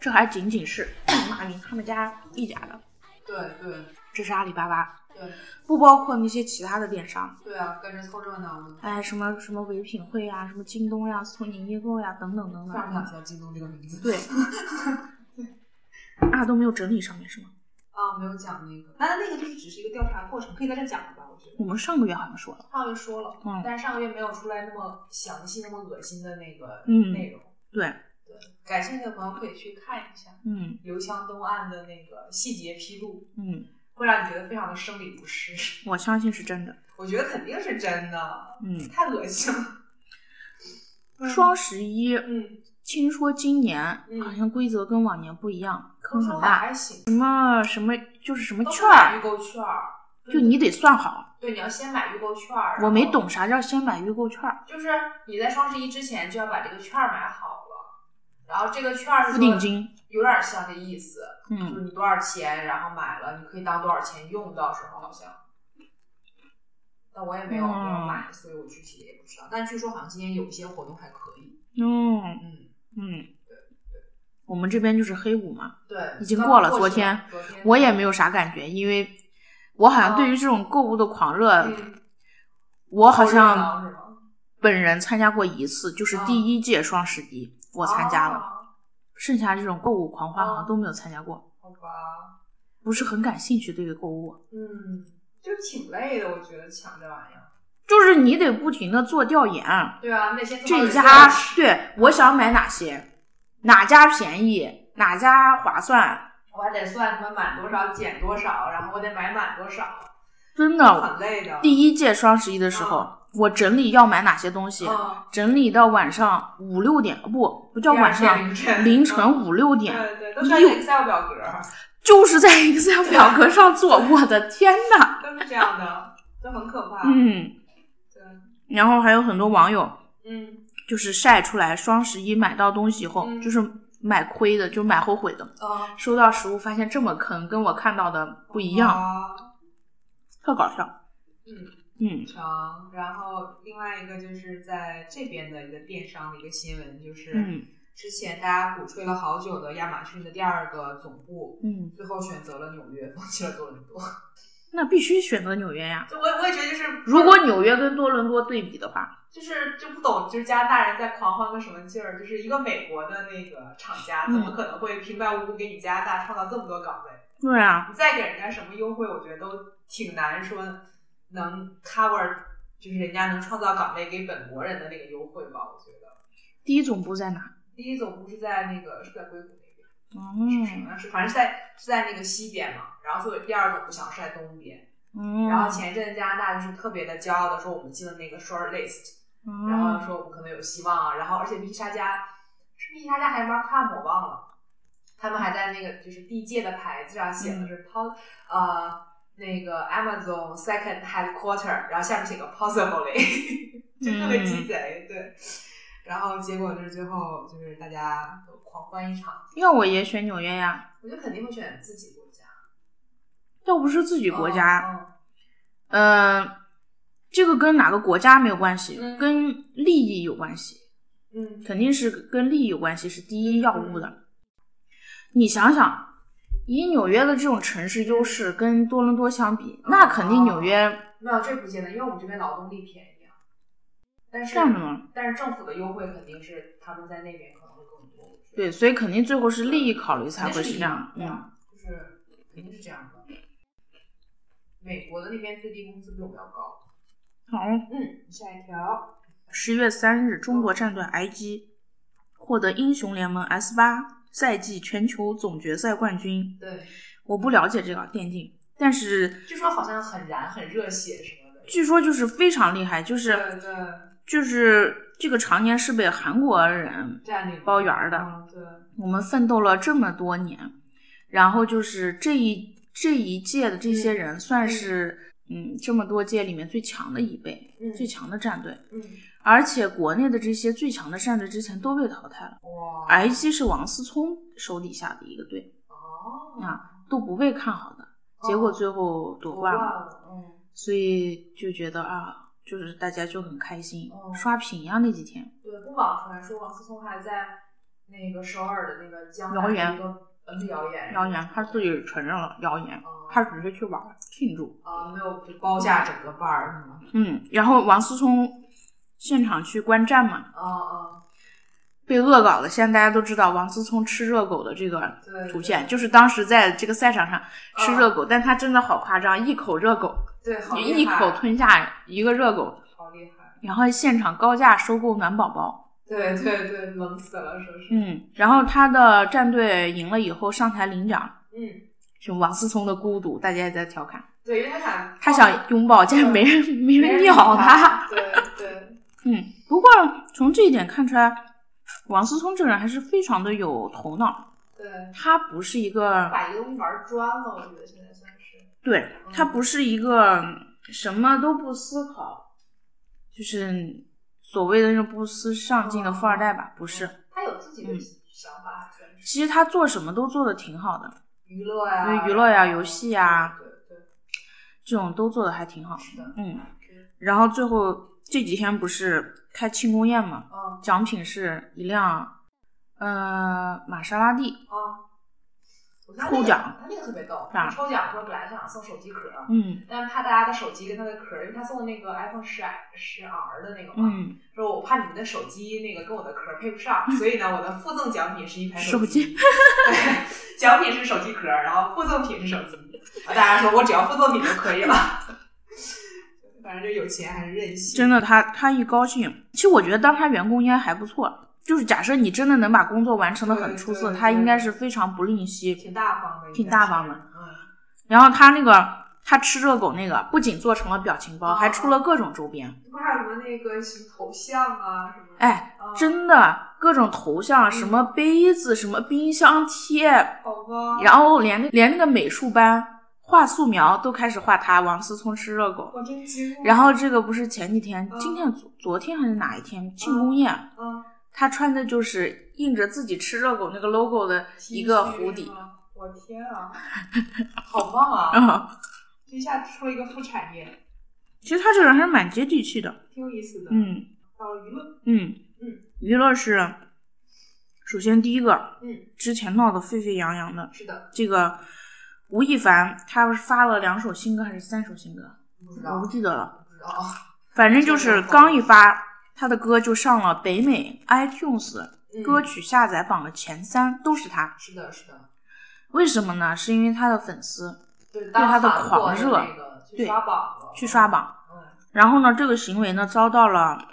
Speaker 1: 这还仅仅是 蚂蚁他们家一家的，
Speaker 3: 对对
Speaker 1: 这是阿里巴巴，
Speaker 3: 对
Speaker 1: 不包括那些其他的电商，
Speaker 3: 对啊，跟着凑热闹的。
Speaker 1: 哎，什么什么唯品会呀、什么京东呀、苏宁易购呀，等等等
Speaker 3: 突然不想
Speaker 1: 等。
Speaker 3: 提到京东这个名字。
Speaker 1: 对，啊，都没有整理上面是吗？
Speaker 3: 啊，没有讲那个，嗯那那个就是只是一个调查过程，可以在这讲了吧？我觉得
Speaker 1: 我们上个月好像说了，
Speaker 3: 上个月说了，
Speaker 1: 嗯
Speaker 3: 但是上个月没有出来那么详细、那么恶心的那个
Speaker 1: 嗯
Speaker 3: 内容。
Speaker 1: 对，
Speaker 3: 感兴趣的朋友可以去看一下
Speaker 1: 嗯
Speaker 3: 刘强东案的那个细节披露，
Speaker 1: 嗯，
Speaker 3: 会让你觉得非常的生理不适。
Speaker 1: 我相信是真的。
Speaker 3: 我觉得肯定是真的，
Speaker 1: 嗯，
Speaker 3: 太恶心了。
Speaker 1: 双十一，
Speaker 3: 嗯，
Speaker 1: 听说今年
Speaker 3: 嗯
Speaker 1: 好像规则跟往年不一样，坑
Speaker 3: 说
Speaker 1: 很
Speaker 3: 法
Speaker 1: 大，
Speaker 3: 还行，
Speaker 1: 嗯什么什么就是什么
Speaker 3: 都是
Speaker 1: 券
Speaker 3: 买
Speaker 1: 儿
Speaker 3: 预，购券儿，嗯
Speaker 1: 就你得算好。
Speaker 3: 对，你要先买预购券儿。
Speaker 1: 我没
Speaker 3: 然后
Speaker 1: 懂啥叫先买预购券儿，
Speaker 3: 就是你在双十一之前就要把这个券儿买好了，然后这个券儿
Speaker 1: 付
Speaker 3: 说
Speaker 1: 定金。
Speaker 3: 有点像这意思，就
Speaker 1: 嗯
Speaker 3: 是，你多少钱，然后买了，你可以当多少钱用，到时候好像。但我也没有没
Speaker 1: 嗯
Speaker 3: 有买，所以我具体也不知道。但据说好像今年有一些活动还可以，
Speaker 1: 嗯
Speaker 3: 嗯，
Speaker 1: 嗯，我们这边就是黑五嘛，
Speaker 3: 对，
Speaker 1: 已经
Speaker 3: 刚
Speaker 1: 过了
Speaker 3: 过
Speaker 1: 昨
Speaker 3: 去了
Speaker 1: 天
Speaker 3: 昨天
Speaker 1: 我也没有啥感觉，因为我好像对于这种购物的狂热，
Speaker 3: 哦嗯
Speaker 1: 我呃好
Speaker 3: 凑热闹
Speaker 1: 像
Speaker 3: 是吗
Speaker 1: 本人参加过一次，就是
Speaker 3: 啊
Speaker 1: 第一届双十一、我参加了，
Speaker 3: 哦
Speaker 1: 剩下这种购物狂欢好像都没有参加过，
Speaker 3: 好吧，
Speaker 1: 不是很感兴趣对于购物，
Speaker 3: 嗯，就挺累的，我觉得抢这玩意儿。
Speaker 1: 就是你得不停的做调研，
Speaker 3: 对啊，那些
Speaker 1: 这家对我想买哪些，哪家便宜，哪家划算，
Speaker 3: 我还得算他妈满多少减多少，然后我得买满多少，
Speaker 1: 真
Speaker 3: 很
Speaker 1: 的。
Speaker 3: 累的。
Speaker 1: 哦第一届双十一的时候，
Speaker 3: 嗯
Speaker 1: 我整理要买哪些东西，
Speaker 3: 嗯，
Speaker 1: 整理到晚上五六点，不不叫
Speaker 3: 第二
Speaker 1: 晚
Speaker 3: 天
Speaker 1: 上
Speaker 3: 凌，晨
Speaker 1: 凌晨五六点，
Speaker 3: 对对，都是 Excel 表格，
Speaker 1: 就是在 Excel 表格上做，我的天呐，
Speaker 3: 都是这样的，都很可怕。，
Speaker 1: 嗯，
Speaker 3: 对，
Speaker 1: 然后还有很多网友
Speaker 3: 嗯，
Speaker 1: 就是晒出来双十一买到东西以后，
Speaker 3: 嗯
Speaker 1: 就是买亏的，就买后悔的，
Speaker 3: 哦，
Speaker 1: 收到实物发现这么坑，跟我看到的不一样，
Speaker 3: 哦
Speaker 1: 特搞笑。
Speaker 3: 嗯，
Speaker 1: 嗯
Speaker 3: 成。然后另外一个就是在这边的一个电商的一个新闻，就是
Speaker 1: 嗯
Speaker 3: 之前大家鼓吹了好久的亚马逊的第二个总部，
Speaker 1: 嗯，
Speaker 3: 最后选择了纽约，放弃了多伦多。
Speaker 1: 那必须选择纽约呀。
Speaker 3: 就我我也觉得就是，
Speaker 1: 如果纽约跟多伦多对比的话，
Speaker 3: 就是就不懂，就是加拿大人在狂欢个什么劲儿？就是一个美国的那个厂家，怎么
Speaker 1: 嗯
Speaker 3: 可能会平白无故给你加拿大创造这么多岗位？
Speaker 1: 对啊，
Speaker 3: 你再给人家什么优惠，我觉得都挺难说能 cover，就是人家能创造岗位给本国人的那个优惠吧？我觉得
Speaker 1: 第一总部在哪？
Speaker 3: 第一总部是在那个是在硅谷那边，是什
Speaker 1: 嗯
Speaker 3: 么？是反正是在是在那个西边嘛，然后所以第二总部想是在东边。
Speaker 1: 嗯，
Speaker 3: 然后前一阵加拿大就是特别的骄傲的说我们进了那个 short list。然后
Speaker 1: 嗯
Speaker 3: 说我们可能有希望啊，然后而且密莎家是密莎家还是 Mark Ham 我忘了，他们还在那个就是地界的牌子上写的
Speaker 1: 嗯
Speaker 3: 是 p o 呃那个 Amazon second headquarter，然后下面写个 possibly，就 特别
Speaker 1: 嗯
Speaker 3: 鸡贼，对。然后结果就是最后就是大家都狂欢一场，
Speaker 1: 要我也选纽约呀，
Speaker 3: 我觉得肯定会选自己国家，
Speaker 1: 要不是自己
Speaker 3: 自
Speaker 1: 国家，嗯、这个跟哪个国家没有关系，
Speaker 3: 嗯
Speaker 1: 跟利益有关系，
Speaker 3: 嗯
Speaker 1: 肯定是跟利益有关系，是第一要务的。你想想，以纽约的这种城市优势跟多伦多相比，那肯定纽约
Speaker 3: 没有这不见得，因为我们这边劳动力便宜啊，但是
Speaker 1: 这样的吗？
Speaker 3: 但是政府的优惠肯定是他们在那边可能会更多。我觉得
Speaker 1: 对，，所以肯定最后是利益考虑才会
Speaker 3: 是
Speaker 1: 是这样。嗯，
Speaker 3: 对啊，就是肯定是这样的。美国的那边最低工资比我们要高。
Speaker 1: 好。
Speaker 3: 嗯，下一条，
Speaker 1: 十月三日，中国战队 IG 获得英雄联盟 S 八赛季全球总决赛冠军。
Speaker 3: 对，
Speaker 1: 我不了解这个电竞，但是
Speaker 3: 据说好像很燃、很热血什么的。
Speaker 1: 据说就是非常厉害，就
Speaker 3: 对
Speaker 1: 是
Speaker 3: 对，
Speaker 1: 就是这个常年是被韩国人
Speaker 3: 占领
Speaker 1: 包圆儿的
Speaker 3: 嗯，对，
Speaker 1: 我们奋斗了这么多年，然后就是这一这一届的这
Speaker 3: 嗯
Speaker 1: 些人算是嗯这么多届里面最强的一辈，
Speaker 3: 嗯
Speaker 1: 最强的战队，
Speaker 3: 嗯，
Speaker 1: 而且国内的这些最强的战队之前都被淘汰了。
Speaker 3: 哇，
Speaker 1: IG 是王思聪手底下的一个队，
Speaker 3: 哦，
Speaker 1: 啊都不被看好的，结果最后夺
Speaker 3: 夺
Speaker 1: 冠
Speaker 3: 冠
Speaker 1: 了，
Speaker 3: 了，嗯，
Speaker 1: 所以就觉得啊，就是大家就很开心，
Speaker 3: 哦
Speaker 1: 刷屏呀那几天，
Speaker 3: 对，不网传说王思聪还在那个首尔的那个江南
Speaker 1: 谣言
Speaker 3: 一个，呃，不是谣言，
Speaker 1: 嗯谣言他自己
Speaker 3: 嗯
Speaker 1: 承认了谣言，
Speaker 3: 哦
Speaker 1: 他只是去玩儿庆祝，
Speaker 3: 啊，没有就包下整个班儿是吗？
Speaker 1: 嗯，然后王思聪现场去观战嘛，
Speaker 3: 啊啊，
Speaker 1: 被恶搞的，现在大家都知道王思聪吃热狗的这个
Speaker 3: 对
Speaker 1: 图片，就是当时在这个赛场上吃
Speaker 3: 哦
Speaker 1: 热狗，但他真的好夸张，一口热狗，
Speaker 3: 对，好厉害，
Speaker 1: 一口吞下一个热狗。
Speaker 3: 好厉害，
Speaker 1: 然后现场高价收购暖宝宝，
Speaker 3: 对对对，冷死了，说是，
Speaker 1: 嗯，然后他的战队赢了以后上台领奖，
Speaker 3: 嗯，
Speaker 1: 就王思聪的孤独，大家也在调侃，
Speaker 3: 对，因为他想
Speaker 1: 他想拥抱，竟然没人没
Speaker 3: 嗯 没
Speaker 1: 人
Speaker 3: 理
Speaker 1: 鸟他。
Speaker 3: 对对，
Speaker 1: 嗯，不过从这一点看出来，王思聪这个人还是非常的有头脑，
Speaker 3: 对，
Speaker 1: 他不是一个
Speaker 3: 把一个东西玩专了，我觉得现在算是，
Speaker 1: 对他不是一个什么都不思考，就是所谓的那种不思上进的富二代吧？不是，
Speaker 3: 他有自己的
Speaker 1: 嗯
Speaker 3: 想法，真是
Speaker 1: 其实他做什么都做的挺好的，
Speaker 3: 娱乐呀，
Speaker 1: 对娱乐呀游戏呀
Speaker 3: 对对对，
Speaker 1: 这种都做的还挺好。
Speaker 3: 是的，
Speaker 1: 嗯，然后最后这几天不是开庆功宴嘛，
Speaker 3: 嗯
Speaker 1: 奖品是一辆呃玛莎拉蒂，
Speaker 3: 嗯。我看那个
Speaker 1: 抽奖，
Speaker 3: 他那个特别逗。
Speaker 1: 啥
Speaker 3: 抽奖说本来是想送手机壳，
Speaker 1: 嗯
Speaker 3: 但怕大家的手机跟他的壳，因为他送的那个 iPhone 十 R 十 R 的那个嘛，
Speaker 1: 嗯，
Speaker 3: 说我怕你们的手机那个跟我的壳配不上，所以呢，我的附赠奖品是一台
Speaker 1: 手
Speaker 3: 机，对 奖品是手机壳，然后附赠品是手机。啊，大家说我只要附赠你就可以了，反正就有钱还是任性，
Speaker 1: 真的他他一高兴，其实我觉得当他员工应该还不错。就是假设你真的能把工作完成的很出色，
Speaker 3: 对对
Speaker 1: 他应该
Speaker 3: 对
Speaker 1: 是非常不吝惜，
Speaker 3: 挺大方的，
Speaker 1: 挺大方的
Speaker 3: 应该是，嗯，
Speaker 1: 然后他那个他吃热狗那个，不仅做成了表情包，
Speaker 3: 哦
Speaker 1: 还出了各种周边。
Speaker 3: 不是还有什么那个什么头像啊什么的，
Speaker 1: 哎，
Speaker 3: 啊，
Speaker 1: 真的各种头像，什么杯子，什么冰箱贴，
Speaker 3: 好吧，
Speaker 1: 然后连那连那个美术班画素描都开始画他王思聪吃热狗。
Speaker 3: 我真惊了，
Speaker 1: 然后这个不是前几天
Speaker 3: 嗯，
Speaker 1: 今天昨昨天还是哪一天庆功宴，
Speaker 3: 嗯，
Speaker 1: 他穿的就是印着自己吃热狗那个 logo 的一个
Speaker 3: 胡
Speaker 1: 蝴蝶。，
Speaker 3: 我天啊， 好棒啊！
Speaker 1: 嗯，
Speaker 3: 这一下出了一个副产业，
Speaker 1: 其实他这个人还是蛮接地气的。
Speaker 3: 挺有意思的。，
Speaker 1: 嗯。
Speaker 3: 到了娱乐，
Speaker 1: 嗯
Speaker 3: 嗯，
Speaker 1: 娱乐是，首先第一个，
Speaker 3: 嗯，
Speaker 1: 之前闹得沸沸扬扬的
Speaker 3: 是的，
Speaker 1: 这个吴亦凡，他不是发了两首新歌还是三首新歌？
Speaker 3: 不知
Speaker 1: 嗯我
Speaker 3: 道
Speaker 1: 不，记得了，
Speaker 3: 不知道，
Speaker 1: 反正就是刚一发，他的歌就上了北美 iTunes
Speaker 3: 嗯
Speaker 1: 歌曲下载榜的前三，都是他。
Speaker 3: 是的，是的，
Speaker 1: 为什么呢？是因为他的粉丝
Speaker 3: 对
Speaker 1: 对他的
Speaker 3: 当韩国
Speaker 1: 狂热
Speaker 3: 那个去
Speaker 1: 对
Speaker 3: 刷榜了，
Speaker 1: 去刷，榜，
Speaker 3: 嗯
Speaker 1: 然后呢，这个行为呢遭到了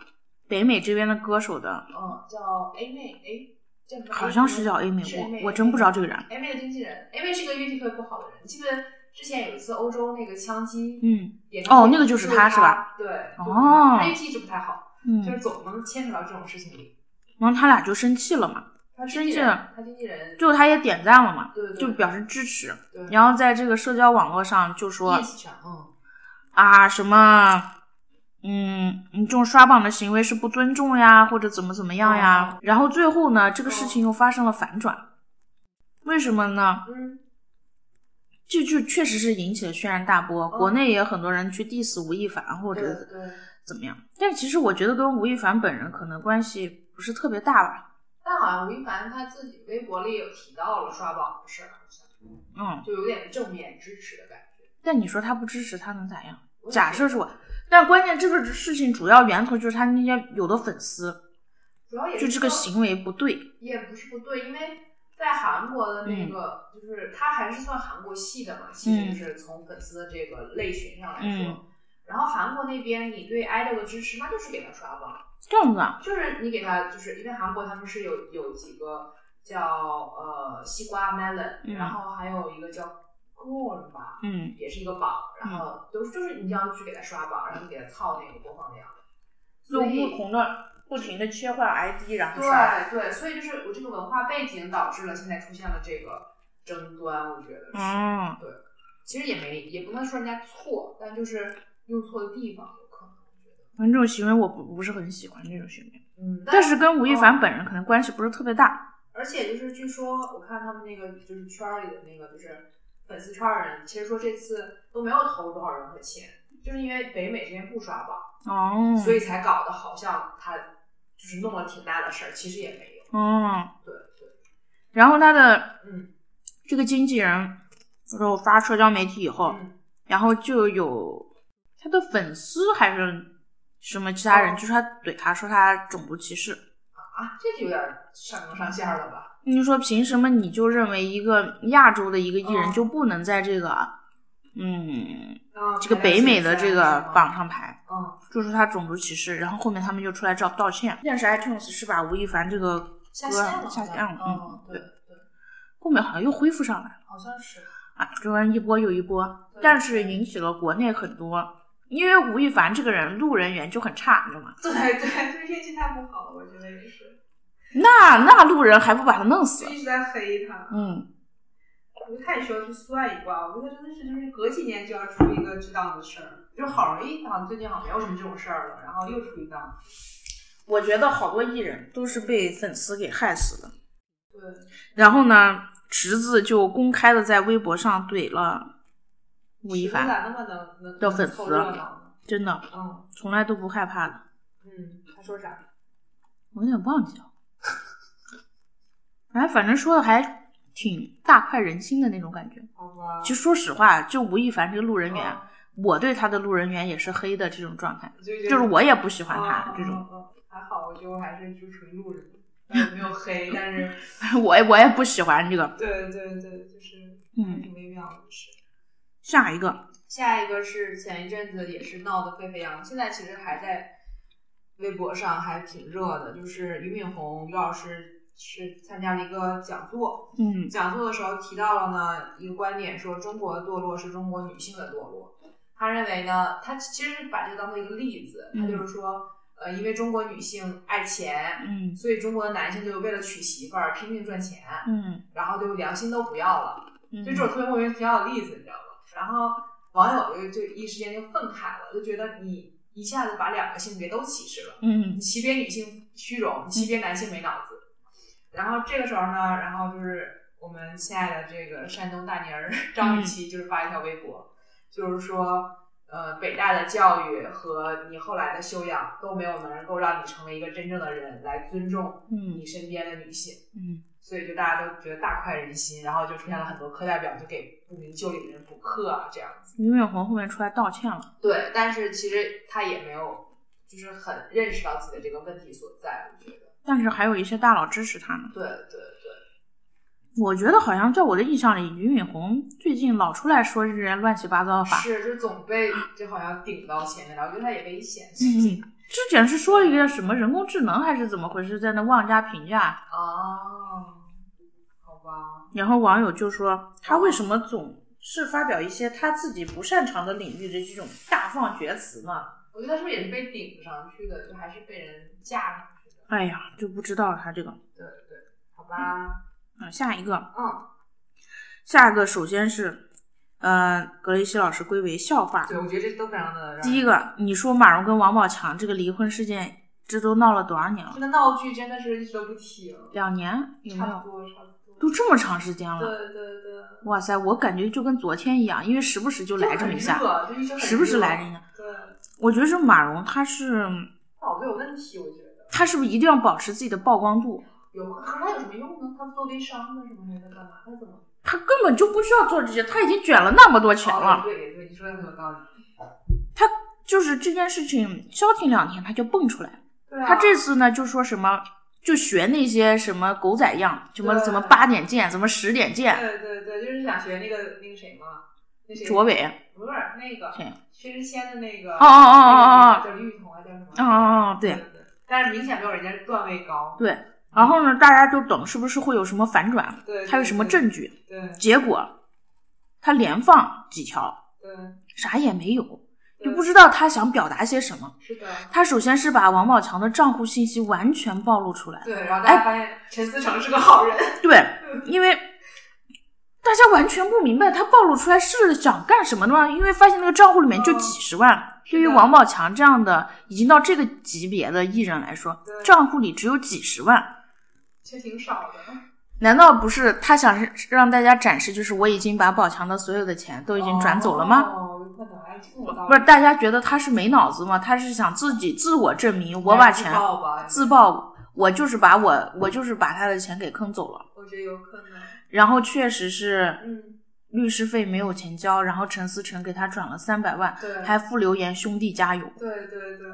Speaker 1: 北美这边的歌手的，
Speaker 3: 嗯，叫 A 妹，哎，叫什么？
Speaker 1: 好像是叫 A 美，
Speaker 3: 是 A 妹
Speaker 1: 我我真不知道这个人。
Speaker 3: A 妹的经纪人，A 妹是一个乐器特别不好的人，你记得之前有一次欧洲那个枪击，
Speaker 1: 嗯
Speaker 3: 演唱会
Speaker 1: 哦那个就是
Speaker 3: 就是
Speaker 1: 他
Speaker 3: 他
Speaker 1: 是吧？
Speaker 3: 对，就是
Speaker 1: 哦
Speaker 3: 他乐器一直不太好，
Speaker 1: 嗯，
Speaker 3: 就是总能牵扯到这种事情里。
Speaker 1: 然后他俩就生气了嘛，
Speaker 3: 他
Speaker 1: 真
Speaker 3: 经纪
Speaker 1: 是
Speaker 3: 人，他经纪人
Speaker 1: 就他也点赞了嘛，
Speaker 3: 对对对
Speaker 1: 就表示支持。
Speaker 3: 对
Speaker 1: 然后在这个社交网络上就说
Speaker 3: ins 上，嗯，
Speaker 1: 啊什么，嗯，你这种刷榜的行为是不尊重呀，或者怎么怎么样
Speaker 3: 哦
Speaker 1: 呀。然后最后呢，这个事情又发生了反转，为什么呢？
Speaker 3: 嗯，
Speaker 1: 这就确实是引起了轩然大波，国内也有很多人去 diss 吴亦凡或
Speaker 3: 哦对
Speaker 1: 者
Speaker 3: 对。
Speaker 1: 怎么样。但其实我觉得跟吴亦凡本人可能关系不是特别大吧。
Speaker 3: 但好像吴亦凡他自己微博里有提到了刷榜的事儿，好像
Speaker 1: 嗯，
Speaker 3: 就有点正面支持的感觉。
Speaker 1: 但你说他不支持，他能咋样？
Speaker 3: 我也
Speaker 1: 假
Speaker 3: 觉
Speaker 1: 设
Speaker 3: 得
Speaker 1: 是我，但关键这个事情主要源头就是他那些有的粉丝
Speaker 3: 主要也
Speaker 1: 就是这个
Speaker 3: 说
Speaker 1: 行为不对，
Speaker 3: 也不是不对，因为在韩国的
Speaker 1: 嗯
Speaker 3: 那个、就是他还是算韩国系的嘛，其实就是从粉丝的这个类群上来说。
Speaker 1: 嗯
Speaker 3: 然后韩国那边，你对 idol 的支持，那就是给他刷榜，
Speaker 1: 这样子啊，
Speaker 3: 就是你给他，就是因为韩国他们是有有几个叫呃西瓜 melon，、
Speaker 1: 嗯
Speaker 3: 然后还有一个叫 corn 吧，
Speaker 1: 嗯，
Speaker 3: 也是一个榜，然后都是就是你要去给它刷榜，然后你给它操那个播放量，所以
Speaker 1: 同的不停的切换 ID，然
Speaker 3: 对对，所以就是我这个文化背景导致了现在出现了这个争端，我觉得是，
Speaker 1: 嗯，
Speaker 3: 其实也没也不能说人家错，但就是用错的地方有可能，我觉得，
Speaker 1: 反正这种行为我不不是很喜欢这种行为，
Speaker 3: 嗯，
Speaker 1: 但是跟吴亦凡
Speaker 3: 哦
Speaker 1: 本人可能关系不是特别大，
Speaker 3: 而且就是据说我看他们那个就是圈儿里的那个就是粉丝圈儿人，其实说这次都没有投入多少人和钱，就是因为北美这边不刷榜。
Speaker 1: 哦，
Speaker 3: 所以才搞得好像他就是弄了挺大的事儿，其实也没有。
Speaker 1: 嗯，
Speaker 3: 对对，
Speaker 1: 然后他的
Speaker 3: 嗯
Speaker 1: 这个经纪人，然后发社交媒体以后，
Speaker 3: 嗯，
Speaker 1: 然后就有他的粉丝还是什么其他人，
Speaker 3: 哦
Speaker 1: 就是他怼他说他种族歧视。
Speaker 3: 啊，这就有点上纲上线儿了吧？
Speaker 1: 你说凭什么你就认为一个亚洲的一个艺人
Speaker 3: 哦
Speaker 1: 就不能在这个嗯，
Speaker 3: 嗯，
Speaker 1: 这个北美的这个榜上排。
Speaker 3: 嗯，
Speaker 1: 就是他种族歧视，然后后面他们就出来道道歉。但是 iTunes 是把吴亦凡这个
Speaker 3: 下
Speaker 1: 歌
Speaker 3: 线了，
Speaker 1: 下
Speaker 3: 好
Speaker 1: 线
Speaker 3: 像
Speaker 1: 了，嗯，
Speaker 3: 嗯，对对，
Speaker 1: 后面好像又恢复上来了
Speaker 3: 好像是，
Speaker 1: 啊，这玩意儿一波又一波，但是引起了国内很多，因为吴亦凡这个人路人缘就很差，你知道吗？
Speaker 3: 对对，就是运气太不好了，我觉得也是，
Speaker 1: 那那路人还不把他弄死
Speaker 3: 就？一直在黑他，
Speaker 1: 嗯，
Speaker 3: 我觉得他也需要去算一卦，我觉得他真的是就是隔几年就要出一个这档子事儿，就是好容易啊好像最近好像没有什么这种事儿了，然后又出一档，
Speaker 1: 我觉得好多艺人都是被粉丝给害死的。
Speaker 3: 对，
Speaker 1: 然后呢，池子就公开的在微博上怼了吴亦
Speaker 3: 谁
Speaker 1: 凡，
Speaker 3: 咋那么能能
Speaker 1: 要粉
Speaker 3: 能凑
Speaker 1: 丝
Speaker 3: 热闹呢？
Speaker 1: 真的
Speaker 3: 嗯
Speaker 1: 从来都不害怕的。
Speaker 3: 嗯，他说啥？
Speaker 1: 我有点忘记了，哎，反正说的还挺大快人心的那种感觉。
Speaker 3: 好吧，
Speaker 1: 其实说实话，就吴亦凡这个路人缘，
Speaker 3: 嗯
Speaker 1: 我对他的路人缘也是黑的这种状态，
Speaker 3: 就
Speaker 1: 就
Speaker 3: 就
Speaker 1: 是我也不喜欢他
Speaker 3: 嗯
Speaker 1: 这种，
Speaker 3: 嗯嗯嗯还好，我觉得我还是就属于路人，但是没有黑，但是
Speaker 1: 我也我也不喜欢这个。
Speaker 3: 对对对，就是
Speaker 1: 嗯
Speaker 3: 挺微妙的事。
Speaker 1: 下一个，
Speaker 3: 下一个是前一阵子也是闹得沸沸扬，扬，现在其实还在微博上还挺热的，就是俞敏洪俞老师是参加了一个讲座，
Speaker 1: 嗯
Speaker 3: 讲座的时候提到了呢一个观点，说中国的堕落是中国女性的堕落。他认为呢，他其实把这个当做一个例子，他就是说，呃，因为中国女性爱钱，
Speaker 1: 嗯
Speaker 3: 所以中国的男性就为了娶媳妇儿拼命赚钱，
Speaker 1: 嗯
Speaker 3: 然后就良心都不要了。
Speaker 1: 嗯，
Speaker 3: 就这种特别莫名其妙的例子，你知道吗？然后网友就就一时间就愤慨了，就觉得你一下子把两个性别都歧视了，你
Speaker 1: 嗯
Speaker 3: 歧别女性虚荣，你歧别男性没脑子。然后这个时候呢，然后就是我们亲爱的这个山东大妮儿 张雨绮，
Speaker 1: 嗯
Speaker 3: 就是发一条微博，就是说。呃，北大的教育和你后来的修养都没有能够让你成为一个真正的人，来尊重
Speaker 1: 嗯
Speaker 3: 你身边的女性。
Speaker 1: 嗯，
Speaker 3: 所以就大家都觉得大快人心，然后就出现了很多课代表就给不明就里的人补课啊这样子。
Speaker 1: 俞敏洪后面出来道歉了，
Speaker 3: 对，但是其实他也没有，就是很认识到自己的这个问题所在，我觉得。
Speaker 1: 但是还有一些大佬支持他呢。
Speaker 3: 对对对，
Speaker 1: 我觉得好像在我的印象里，俞敏洪最近老出来说这些乱七八糟的话，嗯
Speaker 3: 是就总被就好像顶到前面来，我觉得他也危险。
Speaker 1: 嗯，之前是说一个什么人工智能还是怎么回事，在那妄加评价，
Speaker 3: 哦，好吧，
Speaker 1: 然后网友就说他为什么总是发表一些他自己不擅长的领域的这种大放厥词呢？
Speaker 3: 我觉得他是不是也是被顶上去的，就还是被人架上去的。
Speaker 1: 哎呀，就不知道他这个。
Speaker 3: 对对，好吧，
Speaker 1: 啊，下一个，
Speaker 3: 嗯，
Speaker 1: 下一个首先是，呃，格雷西老师归为笑话。
Speaker 3: 对，我觉得这都非常的让人
Speaker 1: 第一个，你说马蓉跟王宝强这个离婚事件，这都闹了多少年了
Speaker 3: 这？个闹剧真的是一直都不停，
Speaker 1: 两年有没
Speaker 3: 差
Speaker 1: 有？
Speaker 3: 不多差不多。
Speaker 1: 都这么长时间了。
Speaker 3: 对对对，
Speaker 1: 哇塞，我感觉就跟昨天一样，因为时不时就来这么一下。
Speaker 3: 就一直很热
Speaker 1: 时不时来这么一下。
Speaker 3: 对，
Speaker 1: 我觉得这马蓉她是
Speaker 3: 脑子有问题，我觉得
Speaker 1: 她是不是一定要保持自己的曝光度？
Speaker 3: 有，可是他有什么用呢？他做微商的什么的，干嘛？他怎么？
Speaker 1: 她根本就不需要做这些，她已经卷了那么多钱
Speaker 3: 哦
Speaker 1: 了。
Speaker 3: 对对对，你说的很有道理。
Speaker 1: 就是这件事情消停两天，她就蹦出来。
Speaker 3: 对啊，
Speaker 1: 她这次呢就说什么，就学那些什么狗仔样，什么
Speaker 3: 对
Speaker 1: 什么八点见，什么十点见，
Speaker 3: 对对对，就是想学那个那个谁嘛，那谁
Speaker 1: 卓伟。
Speaker 3: 不是那个
Speaker 1: 谁
Speaker 3: 薛之谦的那个
Speaker 1: 哦哦哦哦哦
Speaker 3: 那个女的叫李雨桐啊，叫什么？
Speaker 1: 哦哦哦对
Speaker 3: 对对，但是明显没有人家段位高。
Speaker 1: 对然后呢，大家就等是不是会有什么反转，
Speaker 3: 对，
Speaker 1: 还有什么
Speaker 3: 对
Speaker 1: 证？据？
Speaker 3: 对对
Speaker 1: 结果她连放几条，
Speaker 3: 对，
Speaker 1: 啥也没有，就
Speaker 3: 对
Speaker 1: 不知道她想表达些什么。
Speaker 3: 是的。
Speaker 1: 他首先是把王宝强的账户信息完全暴露出来，
Speaker 3: 对，然后大家发现陈思诚是个好人。
Speaker 1: 对，因为大家完全不明白他暴露出来是想干什么的嘛，因为发现那个账户里面就几十
Speaker 3: 嗯
Speaker 1: 万，对于
Speaker 3: 是的
Speaker 1: 王宝强这样的已经到这个级别的艺人来说，
Speaker 3: 对
Speaker 1: 账户里只有几十万，
Speaker 3: 其实挺少的，
Speaker 1: 难道不是他想是让大家展示，就是我已经把宝强的所有的钱都已经转走了吗？
Speaker 3: 哦，有可能哎，这个
Speaker 1: 不是，大家觉得他是没脑子吗？他是想自己自我证明，我把钱
Speaker 3: 爆吧，
Speaker 1: 自曝，我就是把我我就是把他的钱给坑走了。
Speaker 3: 我觉得有可能。
Speaker 1: 然后确实是
Speaker 3: 嗯，
Speaker 1: 律师费没有钱交，然后陈思诚给他转了三百万，
Speaker 3: 对，
Speaker 1: 还附留言“兄弟加油
Speaker 3: 对对对，”，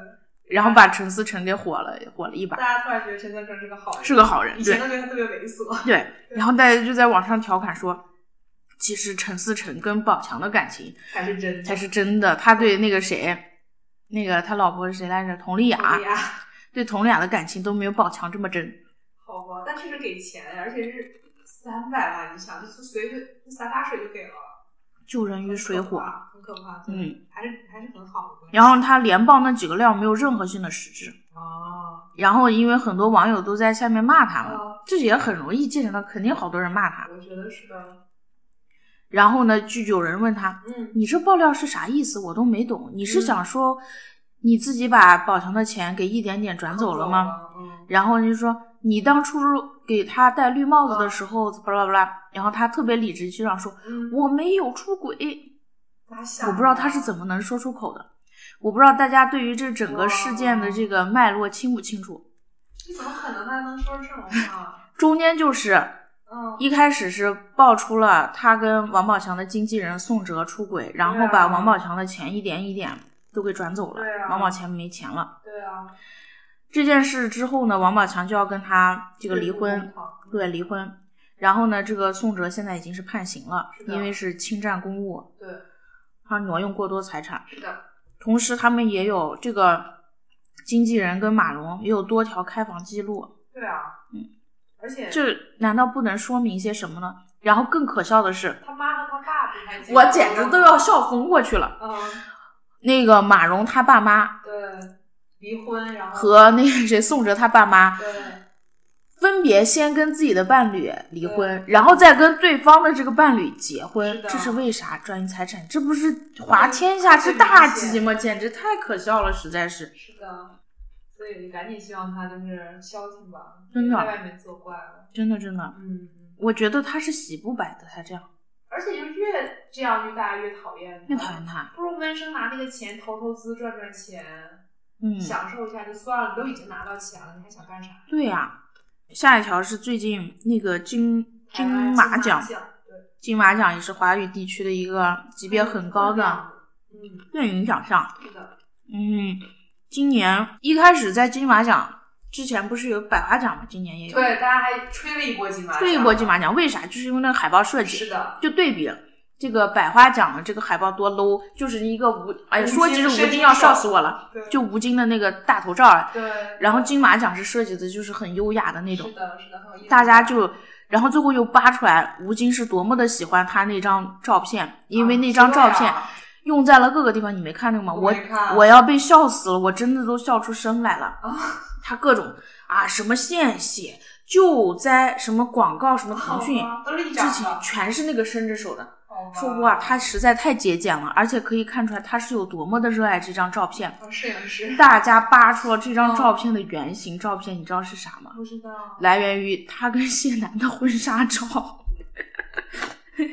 Speaker 1: 然后把陈思诚给火了，火了一
Speaker 3: 大
Speaker 1: 把，
Speaker 3: 家突然觉得陈思诚是个好人，
Speaker 1: 是个好人
Speaker 3: 以，前
Speaker 1: 对
Speaker 3: 都觉得他特别猥琐。
Speaker 1: 对。然后大家就在网上调侃说，其实陈思诚跟宝强的感情
Speaker 3: 才是真的。
Speaker 1: 才是真的。他对那个谁，那个他老婆是谁来着？佟丽娅
Speaker 3: 对，呀，
Speaker 1: 对佟丽娅的感情都没有宝强这么真。
Speaker 3: 好吧，但确实给钱，而且是三百万，你想，就是随便洒洒水就给了，
Speaker 1: 救人于水火，
Speaker 3: 很可怕，很可怕，真的
Speaker 1: 嗯，
Speaker 3: 还是还是很好的关系。
Speaker 1: 然后他连爆那几个料没有任何性的实质，
Speaker 3: 哦，
Speaker 1: 然后因为很多网友都在下面骂他嘛
Speaker 3: 哦，
Speaker 1: 这也很容易继承到，肯定好多人骂他。
Speaker 3: 我觉得是的，
Speaker 1: 然后呢，就有人问他，
Speaker 3: 嗯，
Speaker 1: 你这爆料是啥意思？我都没懂，你是
Speaker 3: 嗯
Speaker 1: 想说你自己把宝强的钱给一点点转走了吗？
Speaker 3: 嗯，
Speaker 1: 然后人就说你当初给他戴绿帽子的时候，巴拉巴拉，然后他特别理直气壮说
Speaker 3: 嗯，
Speaker 1: 我没有出轨，
Speaker 3: 咋想？
Speaker 1: 我不知道他是怎
Speaker 3: 么，
Speaker 1: 么能说出口的，我不知道大家对于这整个事件的这个脉络清不清楚。
Speaker 3: 你怎么可能他能说这种话？
Speaker 1: 中间就是
Speaker 3: 嗯，
Speaker 1: 一开始是爆出了他跟王宝强的经纪人宋哲出轨，然后
Speaker 3: 对啊
Speaker 1: 把王宝强的钱一点一点都给转走了，
Speaker 3: 对啊
Speaker 1: 王宝强没钱了。
Speaker 3: 对啊，
Speaker 1: 这件事之后呢，王宝强就要跟他这
Speaker 3: 这
Speaker 1: 个离婚，，对，离婚。然后呢，这个宋哲现在已经是判刑了，
Speaker 3: 是的
Speaker 1: 因为是侵占公物，
Speaker 3: 对，
Speaker 1: 他挪用过多财产。
Speaker 3: 是的，
Speaker 1: 同时，他们也有这个经纪人跟马龙也有多条开房记录，
Speaker 3: 对啊，
Speaker 1: 嗯，
Speaker 3: 而且
Speaker 1: 这难道不能说明些什么呢？然后更可笑的是，
Speaker 3: 他妈和他爸不还结
Speaker 1: 我
Speaker 3: 婚
Speaker 1: 简直
Speaker 3: 了
Speaker 1: 都要，笑疯过去了。
Speaker 3: 嗯，
Speaker 1: 那个马蓉他爸妈
Speaker 3: 对，离婚，然后
Speaker 1: 和那个谁宋哲他爸妈，
Speaker 3: 对。
Speaker 1: 分别先跟自己的伴侣离婚，然后再跟对方的这个伴侣结婚
Speaker 3: 是，的
Speaker 1: 这是为啥？专营财产，这不是滑天下之大稽吗？简直太可笑了，实在是。
Speaker 3: 是的，所以赶紧希望他就是消停吧，
Speaker 1: 真的啊
Speaker 3: 别在外面作怪了。
Speaker 1: 真的，真的，
Speaker 3: 嗯，
Speaker 1: 我觉得他是洗不白的，他这样
Speaker 3: 而且就越这样，就大家越讨厌他，
Speaker 1: 越讨厌他。
Speaker 3: 不如闷声拿那个钱投投资赚赚钱，
Speaker 1: 嗯，
Speaker 3: 享受一下就算了，你都已经拿到钱了，你还想干啥？
Speaker 1: 对呀、下一条是最近那个金
Speaker 3: 台
Speaker 1: 金
Speaker 3: 湾
Speaker 1: 马
Speaker 3: 奖
Speaker 1: 奖，，
Speaker 3: 对，
Speaker 1: 金马奖也是华语地区的一个级别很高的
Speaker 3: 嗯，
Speaker 1: 电影奖项。
Speaker 3: 是的，
Speaker 1: 嗯，今年一开始在金马奖之前不是有百花奖吗？今年也有。
Speaker 3: 对，大家还吹了一波金马奖，
Speaker 1: 这一波金马奖为啥？就是因为那个海报设计，
Speaker 3: 啊是的，
Speaker 1: 就对比这个百花奖的这个海报多 low，就是一个吴，哎呀，
Speaker 3: 吴京
Speaker 1: 说起这吴
Speaker 3: 伸
Speaker 1: 京
Speaker 3: 出
Speaker 1: 要
Speaker 3: 手
Speaker 1: 笑死我了，
Speaker 3: 对，
Speaker 1: 就吴京的那个大头照啊，
Speaker 3: 对，
Speaker 1: 然后金马奖是设计的就是很优雅的那种
Speaker 3: 是，的，是的，很有意思，
Speaker 1: 大家就。然后最后又扒出来吴京是多么的喜欢他那张照片，因为那张照
Speaker 3: 对
Speaker 1: 片
Speaker 3: 啊
Speaker 1: 用在了各个地方，你没看那个吗？
Speaker 3: 我
Speaker 1: 我
Speaker 3: 没看哦
Speaker 1: 我要被笑死了，我真的都笑出声来了。他各种啊，什么献血、救灾、什么广告、什么腾讯
Speaker 3: 好吧都哦是一
Speaker 1: 之
Speaker 3: 张
Speaker 1: 前
Speaker 3: 的，哦
Speaker 1: 全是那个伸着手的。
Speaker 3: 好吧
Speaker 1: 说哇，他实在太节俭了，而且可以看出来他是有多么的热爱这张照片。
Speaker 3: 哦摄影师。
Speaker 1: 大家扒出了这张
Speaker 3: 哦
Speaker 1: 照片的原型照片，你知道是啥吗？
Speaker 3: 不 知道，
Speaker 1: 来源于他跟谢楠的婚纱照，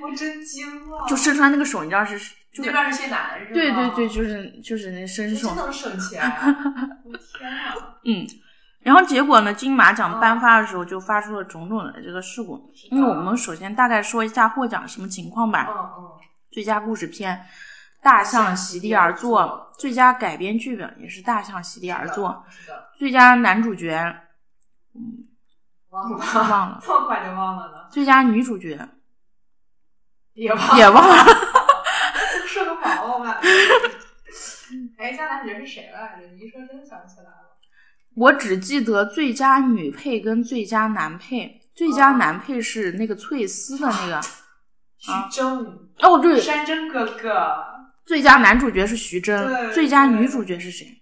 Speaker 3: 我真惊了。
Speaker 1: 就伸出来那个手，你知道是就是
Speaker 3: 那边是些男人，
Speaker 1: 对对对，，就是就是那伸
Speaker 3: 真
Speaker 1: 手。
Speaker 3: 能省 钱。我天啊！
Speaker 1: 然后结果呢，金马奖
Speaker 3: 嗯
Speaker 1: 颁发的时候就发出了种种的这个事故。因为我们首先大概说一下获奖什么情况吧。
Speaker 3: 嗯嗯，
Speaker 1: 最佳故事片《大象席地而坐》，最佳改编剧本也是《大象席地而坐》，
Speaker 3: 是的，
Speaker 1: 最佳男主角
Speaker 3: 忘了，
Speaker 1: 忘 了，
Speaker 3: 这么快就忘了呢？
Speaker 1: 最佳女主角
Speaker 3: 也忘
Speaker 1: 也忘了。
Speaker 3: 说个毛毛吧。 哎，加男主角是谁来着？你一说真的想不起来
Speaker 1: 啊
Speaker 3: 了。
Speaker 1: 我只记得最佳女配跟最佳男配，最佳男配是那个翠丝的那个。
Speaker 3: 徐峥，
Speaker 1: 哦，对，
Speaker 3: 山珍哥哥，
Speaker 1: 最佳男主角是徐峥，
Speaker 3: 对
Speaker 1: 最佳女主角是谁？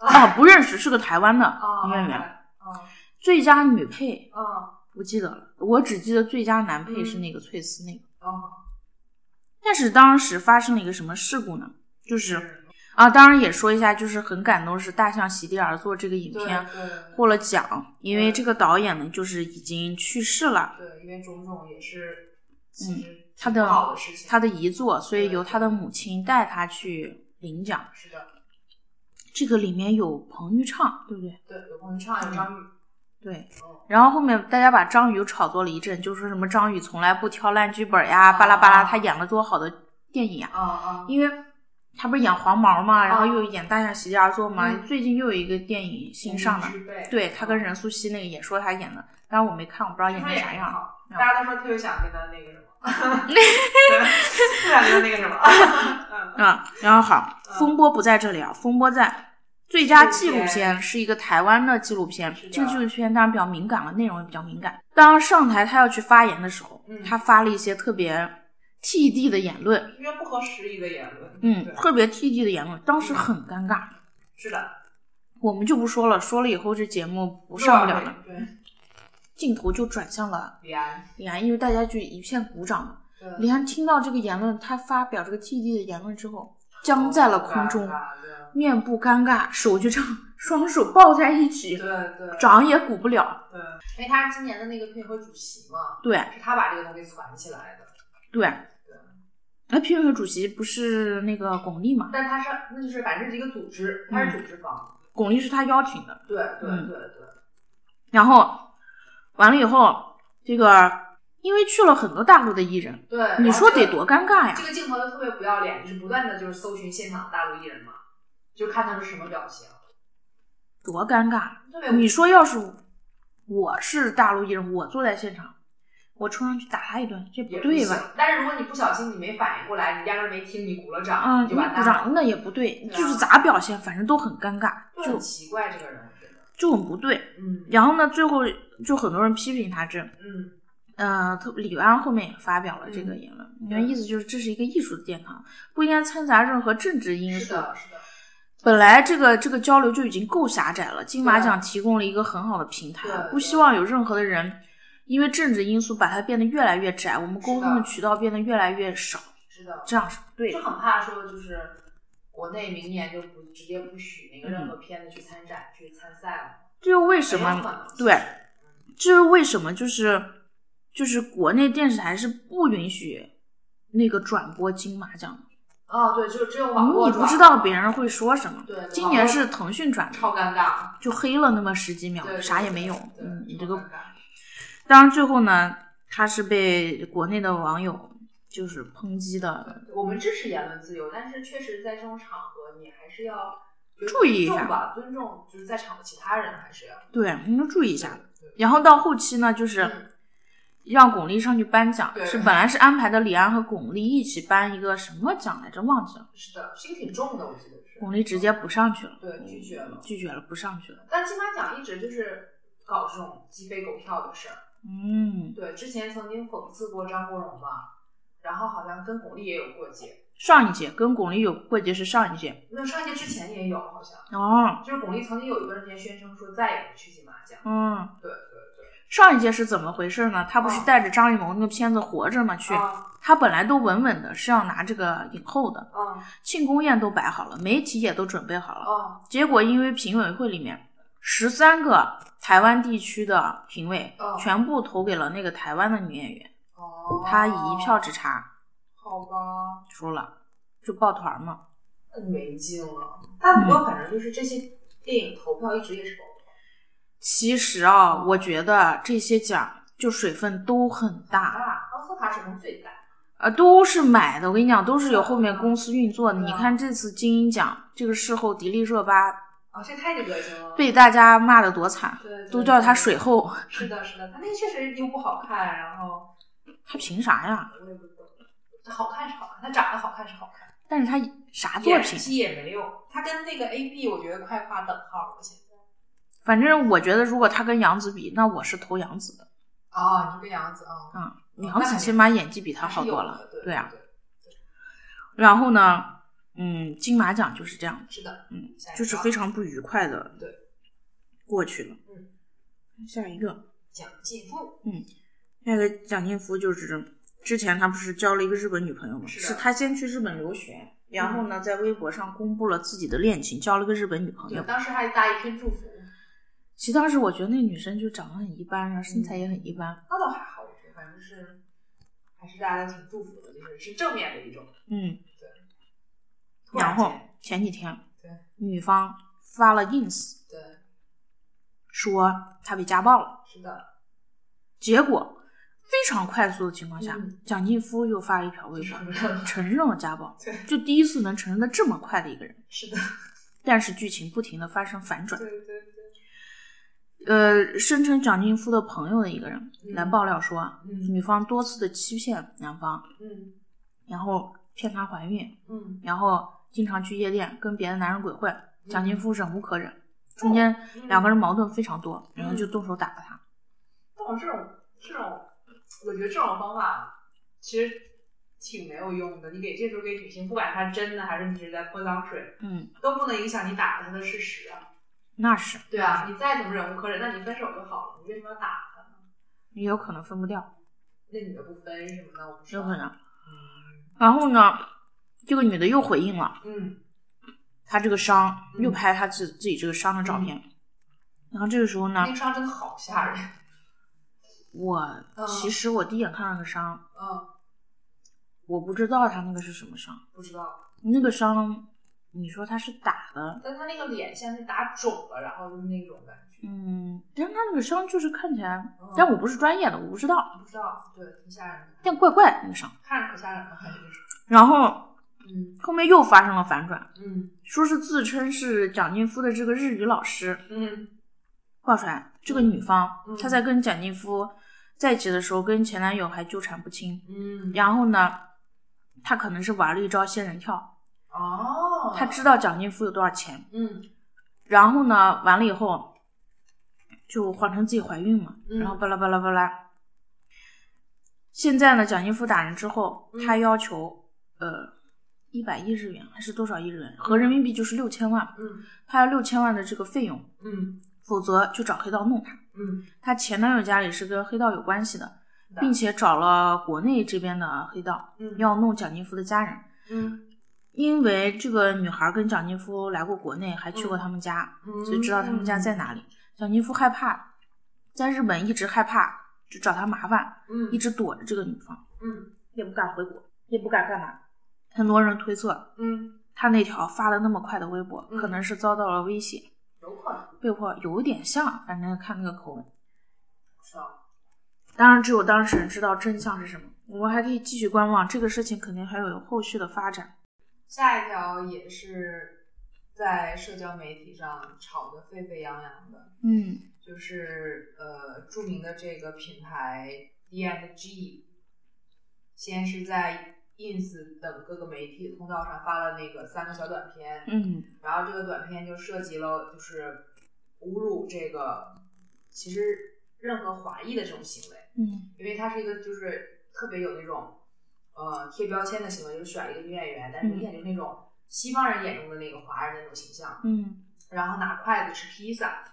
Speaker 1: 哦，不认识，是个台湾的
Speaker 3: 啊，
Speaker 1: 女演员。
Speaker 3: 啊
Speaker 1: 最佳女配
Speaker 3: 啊
Speaker 1: 不记得了，我只记得最佳男配是那个翠丝那个。
Speaker 3: 啊！
Speaker 1: 但是当时发生了一个什么事故呢？就是啊，当然也说一下，就是很感动，是《大象席地而坐》这个影
Speaker 3: 对
Speaker 1: 片
Speaker 3: 对
Speaker 1: 获了奖，因为
Speaker 3: 对
Speaker 1: 这个导演呢，就是已经去世了，
Speaker 3: 对，因为种种也是，
Speaker 1: 嗯
Speaker 3: 其实
Speaker 1: 他
Speaker 3: 挺
Speaker 1: 的
Speaker 3: 不好的事情，
Speaker 1: 他的遗作，所以
Speaker 3: 对
Speaker 1: 由他的母亲带他去领奖。
Speaker 3: 是的，
Speaker 1: 这个里面有彭昱畅，对不对？
Speaker 3: 对，有彭昱畅，
Speaker 1: 嗯
Speaker 3: 有张宇，
Speaker 1: 对，
Speaker 3: 嗯
Speaker 1: 然后后面大家把张宇炒作了一阵，就说什么张宇从来不挑烂剧本呀，巴拉巴拉，他演了多好的电影啊！
Speaker 3: 啊啊，
Speaker 1: 因为他不是演黄毛嘛，然后又演《大象席地而坐》嘛，
Speaker 3: 嗯
Speaker 1: 最近又有一个电影新上的，
Speaker 3: 之辈
Speaker 1: 对他跟任素汐那个也说他演的，但是我没看，我不知道
Speaker 3: 听
Speaker 1: 演
Speaker 3: 说
Speaker 1: 成
Speaker 3: 也
Speaker 1: 啥
Speaker 3: 挺
Speaker 1: 样。
Speaker 3: 好
Speaker 1: 嗯
Speaker 3: 大家都说特别想跟他 那个什么，对，特想跟他那个什么， 嗯，
Speaker 1: 啊，然后好，
Speaker 3: 嗯
Speaker 1: 风波不在这里啊，风波在最佳纪录
Speaker 3: 纪录
Speaker 1: 片
Speaker 3: 片
Speaker 1: 是一个台湾的纪录片
Speaker 3: 是，的
Speaker 1: 这个纪录片当然比较敏感了，内容也比较敏感。当上台他要去发言的时候，
Speaker 3: 嗯
Speaker 1: 他发了一些特别 TD 的言论，
Speaker 3: 因为不合时宜的言论，
Speaker 1: 嗯，
Speaker 3: 对嗯
Speaker 1: 特别 TD 的言论，当时很尴尬。
Speaker 3: 是的，
Speaker 1: 我们就不说了，说了以后这节目不上不了了。
Speaker 3: 对，
Speaker 1: 镜头就转向了
Speaker 3: 李安，
Speaker 1: 李安，因为大家就一片鼓掌嘛。李
Speaker 3: 对，
Speaker 1: 安听到这个言论，他发表这个 TD 的言论之后，
Speaker 3: 哦
Speaker 1: 僵在了空中。
Speaker 3: 好尴尬对
Speaker 1: 面部尴尬，手就这样双手抱在一起，
Speaker 3: 对对，
Speaker 1: 掌也鼓不了。
Speaker 3: 对，因为他是今年的那个评委会主席嘛，
Speaker 1: 对
Speaker 3: 是他把这个东西攒起来的，
Speaker 1: 对，那评委会主席不是那个巩俐嘛？
Speaker 3: 但他是那就是反正是一个组织，他是组织方，
Speaker 1: 巩俐是他邀请的。
Speaker 3: 对对
Speaker 1: 嗯
Speaker 3: 对对，
Speaker 1: 然后完了以后，这个因为去了很多大陆的艺人，
Speaker 3: 对，然后
Speaker 1: 嗯你说
Speaker 3: 这个
Speaker 1: 得多尴尬呀
Speaker 3: 这？个镜头就特别不要脸，就是不断的就是搜寻现场的大陆艺人嘛，就看他们是什么表情，啊
Speaker 1: 多尴尬！
Speaker 3: 特别
Speaker 1: 你说要是我是大陆艺人，我坐在现场，我冲上去打他一顿，这不
Speaker 3: 也
Speaker 1: 对
Speaker 3: 行
Speaker 1: 吧？？
Speaker 3: 但是如果你不小心，你没反应过来，你压根儿没听，你鼓了掌，
Speaker 1: 嗯，
Speaker 3: 你
Speaker 1: 你
Speaker 3: 就完
Speaker 1: 鼓
Speaker 3: 蛋了，
Speaker 1: 掌那也不对，
Speaker 3: 对啊
Speaker 1: 就是咋表现，反正都很尴尬，
Speaker 3: 就很
Speaker 1: 就
Speaker 3: 奇怪这个人，我觉得，
Speaker 1: 就很不对。
Speaker 3: 嗯
Speaker 1: 然后呢，最后就很多人批评他这，
Speaker 3: 嗯，
Speaker 1: 呃，特李安后面也发表了这个言论，因为、意思就是这是一个艺术的殿堂，不应该掺杂任何政治因
Speaker 3: 是
Speaker 1: 素。
Speaker 3: 的，是的，
Speaker 1: 本来这个这个交流就已经够狭窄了，金马
Speaker 3: 对啊
Speaker 1: 奖提供了一个很好的平台
Speaker 3: 对，啊
Speaker 1: 不
Speaker 3: 对
Speaker 1: 希望有任何的人因为政治因素把它变得越来越窄，我们沟通的
Speaker 3: 是的
Speaker 1: 渠道变得越来越少，
Speaker 3: 是的，
Speaker 1: 这样是不对
Speaker 3: 就
Speaker 1: 的。
Speaker 3: 很怕说就是国内明年就不直接不许那个任何片子去参展、去参赛了。哎
Speaker 1: 这就嗯为什
Speaker 3: 没有可
Speaker 1: 么
Speaker 3: 能
Speaker 1: 对，这是为什么就是就是国内电视台是不允许那个转播金马奖的。
Speaker 3: 哦，对，就只有网络
Speaker 1: 你
Speaker 3: 转
Speaker 1: 不知道别人会说什么。
Speaker 3: 对对
Speaker 1: 今年是腾讯转的，
Speaker 3: 超尴尬，
Speaker 1: 就黑了那么十几秒
Speaker 3: 对，对
Speaker 1: 嗯啥也没有
Speaker 3: 对。对
Speaker 1: 嗯，你
Speaker 3: 超
Speaker 1: 这个
Speaker 3: 尴，尬
Speaker 1: 当然最后呢，他是被国内的网友就是抨击的，
Speaker 3: 我们支持言论自由，但是确实在这种场合，你还是要就是
Speaker 1: 注意一下
Speaker 3: 尊重吧，尊重就是在场的其他人还是要
Speaker 1: 对，你们注意一下。
Speaker 3: 对
Speaker 1: 然后到后期呢，就是
Speaker 3: 嗯
Speaker 1: 让巩俐上去颁奖，
Speaker 3: 对
Speaker 1: 是本来是安排的李安和巩俐一起颁一个什么奖来着，忘记了。
Speaker 3: 是的，是一个挺重的，我记得是。
Speaker 1: 巩俐直接不上去了，
Speaker 3: 对拒绝了
Speaker 1: 拒绝了，不上去了。
Speaker 3: 但金马奖一直就是搞这种鸡飞狗跳的事儿。
Speaker 1: 嗯，
Speaker 3: 对，之前曾经讽刺过张国荣嘛，然后好像跟巩俐也有过节，
Speaker 1: 上一届跟巩俐有过节是上一届
Speaker 3: 没有上一届之前也有好像，
Speaker 1: 哦，
Speaker 3: 就是巩俐曾经有一段时间宣称说再也不去金马奖。
Speaker 1: 嗯。
Speaker 3: 对对
Speaker 1: 上一届是怎么回事呢？他不是
Speaker 3: 哦
Speaker 1: 带着张艺谋那个片子《活着》嘛去
Speaker 3: 对，，啊
Speaker 1: 他本来都稳稳的是要拿这个影后的，
Speaker 3: 啊
Speaker 1: 庆功宴都摆好了，媒体也都准备好了，
Speaker 3: 啊
Speaker 1: 结果因为评委会里面十三个台湾地区的评委
Speaker 3: 哦
Speaker 1: 全部投给了那个台湾的女演员，
Speaker 3: 哦，
Speaker 1: 她以一票之差
Speaker 3: 好吧，
Speaker 1: 输了，就抱团嘛。
Speaker 3: 嗯没劲了。但
Speaker 1: 嗯
Speaker 3: 不过反正就是这些电影投票一直也是保留
Speaker 1: 其实啊，我觉得这些奖就水分都很
Speaker 3: 很
Speaker 1: 大，
Speaker 3: 大，奥斯卡水分最大。
Speaker 1: 呃，都是买的。我跟你讲，都是有后面公司运作的。
Speaker 3: 对啊
Speaker 1: 你看这次金鹰奖，这个事后迪丽热巴
Speaker 3: 啊，这太恶心了。
Speaker 1: 被大家骂得多惨，
Speaker 3: 对，对
Speaker 1: 都叫她水。后，
Speaker 3: 对是的，是的，他那个确实又不好看，然后
Speaker 1: 她凭啥呀？
Speaker 3: 我也不懂。好看是好看，他长得好看是好看。
Speaker 1: 但是她啥作品？
Speaker 3: 技也没有，他跟那个 A B 我觉得快画等号了。现在
Speaker 1: 反正我觉得，如果她跟杨紫比，那我是投杨紫的。
Speaker 3: 啊，你就跟杨紫啊，
Speaker 1: 嗯，
Speaker 3: 嗯
Speaker 1: 杨紫
Speaker 3: 那
Speaker 1: 起码演技比她
Speaker 3: 还是
Speaker 1: 好
Speaker 3: 有
Speaker 1: 多
Speaker 3: 的
Speaker 1: 了，
Speaker 3: 对
Speaker 1: 对啊。
Speaker 3: 对
Speaker 1: 然后呢，嗯，金马奖就是这样，
Speaker 3: 是的，
Speaker 1: 嗯
Speaker 3: 下，一
Speaker 1: 就是
Speaker 3: 条
Speaker 1: 非常不愉快的，
Speaker 3: 对，
Speaker 1: 过去了。
Speaker 3: 嗯，
Speaker 1: 下一个，
Speaker 3: 蒋劲夫
Speaker 1: 那个蒋劲夫就是之前他不是交了一个日本女朋友吗？
Speaker 3: 是的嗯
Speaker 1: 是他先去日本留学，然后呢，在微博上公布了自己的恋情，交了个日本女朋
Speaker 3: 对，
Speaker 1: 友。
Speaker 3: 当时还大一篇祝福，
Speaker 1: 其实当时我觉得那女生就长得很一般，然后身
Speaker 3: 嗯
Speaker 1: 材也很一般。
Speaker 3: 那倒还好，我觉得反正是还是大家都挺祝福的，就是是正面的一种。
Speaker 1: 嗯，
Speaker 3: 突
Speaker 1: 然
Speaker 3: 然
Speaker 1: 后
Speaker 3: 间
Speaker 1: 前几天
Speaker 3: 对，
Speaker 1: 女方发了 ins
Speaker 3: 对，
Speaker 1: 说她被家暴了，
Speaker 3: 是的，
Speaker 1: 结果非常快速的情况下，
Speaker 3: 嗯
Speaker 1: 蒋劲夫又发了一条微博
Speaker 3: 承认了
Speaker 1: 承认了家暴
Speaker 3: 对，
Speaker 1: 就第一次能承认的这么快的一个人。
Speaker 3: 是的，
Speaker 1: 但是剧情不停的发生反转，
Speaker 3: 对对对，
Speaker 1: 呃，声称蒋劲夫的朋友的一个人
Speaker 3: 嗯
Speaker 1: 来爆料说，啊
Speaker 3: 嗯
Speaker 1: 女方多次的欺骗男方，
Speaker 3: 嗯
Speaker 1: 然后骗她怀孕，
Speaker 3: 嗯，
Speaker 1: 然后经常去夜店跟别的男人鬼混。蒋劲夫忍无可忍，中间
Speaker 3: 嗯
Speaker 1: 两个人矛盾非常多，然后就
Speaker 3: 哦嗯
Speaker 1: 动手打了他。
Speaker 3: 但嗯我这种这种，我觉得这种方法其实挺没有用的。你给这时候给女性，不管她真的还是你是在泼脏水，
Speaker 1: 嗯，
Speaker 3: 都不能影响你打她的事实啊。
Speaker 1: 那是
Speaker 3: 对啊，你再怎么忍无可忍，那你分手就好了，你为什么要打她呢？
Speaker 1: 也有可能分不掉，
Speaker 3: 那女的不分什么的，我不知
Speaker 1: 有
Speaker 3: 道。
Speaker 1: 可能。然后呢，这个女的又回应了，
Speaker 3: 嗯
Speaker 1: 他这个伤，
Speaker 3: 嗯
Speaker 1: 又拍他自自己这个伤的照片。然后这个时候呢
Speaker 3: 那，个伤真的好吓人。
Speaker 1: 我
Speaker 3: 嗯
Speaker 1: 其实我第一眼看到那个伤，
Speaker 3: 嗯，
Speaker 1: 我不知道他那个是什么伤。
Speaker 3: 不知道。
Speaker 1: 那个伤，你说他是打的，
Speaker 3: 但她那个脸像是打肿了，然后就是那种感觉。
Speaker 1: 嗯，但是他那个伤就是看起来
Speaker 3: 嗯，
Speaker 1: 但我不是专业的，我不知道，
Speaker 3: 不知道，对，挺吓人的，
Speaker 1: 但怪怪的那个伤。
Speaker 3: 看着可吓人了，感觉就是。
Speaker 1: 然后
Speaker 3: 嗯
Speaker 1: 后面又发生了反转，
Speaker 3: 嗯
Speaker 1: 说是自称是蒋劲夫的这个日语老师，
Speaker 3: 嗯
Speaker 1: 爆出来这个女方
Speaker 3: 嗯
Speaker 1: 她在跟蒋劲夫在一起的时候，跟前男友还纠缠不清。
Speaker 3: 嗯。
Speaker 1: 然后呢，他可能是玩了一招仙人跳，
Speaker 3: 哦。
Speaker 1: 他知道蒋劲夫有多少钱，
Speaker 3: 嗯
Speaker 1: 然后呢，完了以后就谎称自己怀孕嘛，
Speaker 3: 嗯
Speaker 1: 然后巴拉巴拉巴拉。现在呢，蒋劲夫打人之后，
Speaker 3: 嗯
Speaker 1: 他要求呃一百亿日元还是多少亿日元，合人民币就是六千万，
Speaker 3: 嗯
Speaker 1: 他要六千万的这个费用，
Speaker 3: 嗯
Speaker 1: 否则就找黑道弄他。
Speaker 3: 嗯，
Speaker 1: 他前男友家里是跟黑道有关系的，
Speaker 3: 的
Speaker 1: 并且找了国内这边的黑道
Speaker 3: 嗯
Speaker 1: 要弄蒋劲夫的家人。
Speaker 3: 嗯
Speaker 1: 因为这个女孩跟蒋劲夫来过国内，还去过他们家，
Speaker 3: 嗯，
Speaker 1: 所以知道他们家在哪里。蒋劲夫害怕，在日本一直害怕，就找他麻烦，
Speaker 3: 嗯，
Speaker 1: 一直躲着这个女方，
Speaker 3: 嗯
Speaker 1: 也不敢回国，也不敢干嘛。很多人推测，
Speaker 3: 嗯，
Speaker 1: 他那条发的那么快的微博，
Speaker 3: 嗯
Speaker 1: 可能是遭到了威胁，
Speaker 3: 有可能
Speaker 1: 被迫有点像，反正看那个口吻。
Speaker 3: 不知道。
Speaker 1: 当然，只有当事人知道真相是什么。我们还可以继续观望，这个事情肯定还有后续的发展。
Speaker 3: 下一条也是在社交媒体上炒得沸沸扬扬的，
Speaker 1: 嗯
Speaker 3: 就是呃著名的这个品牌 D&G，先是在 ins 等各个媒体通道上发了那个三个小短片，
Speaker 1: 嗯
Speaker 3: 然后这个短片就涉及了就是侮辱这个其实任何华裔的这种行为。
Speaker 1: 嗯
Speaker 3: 因为他是一个就是特别有那种呃贴标签的行为，就是选一个女演员，但是明显就是那种西方人眼中的那个华人的那种形象，
Speaker 1: 嗯
Speaker 3: 然后拿筷子吃披萨，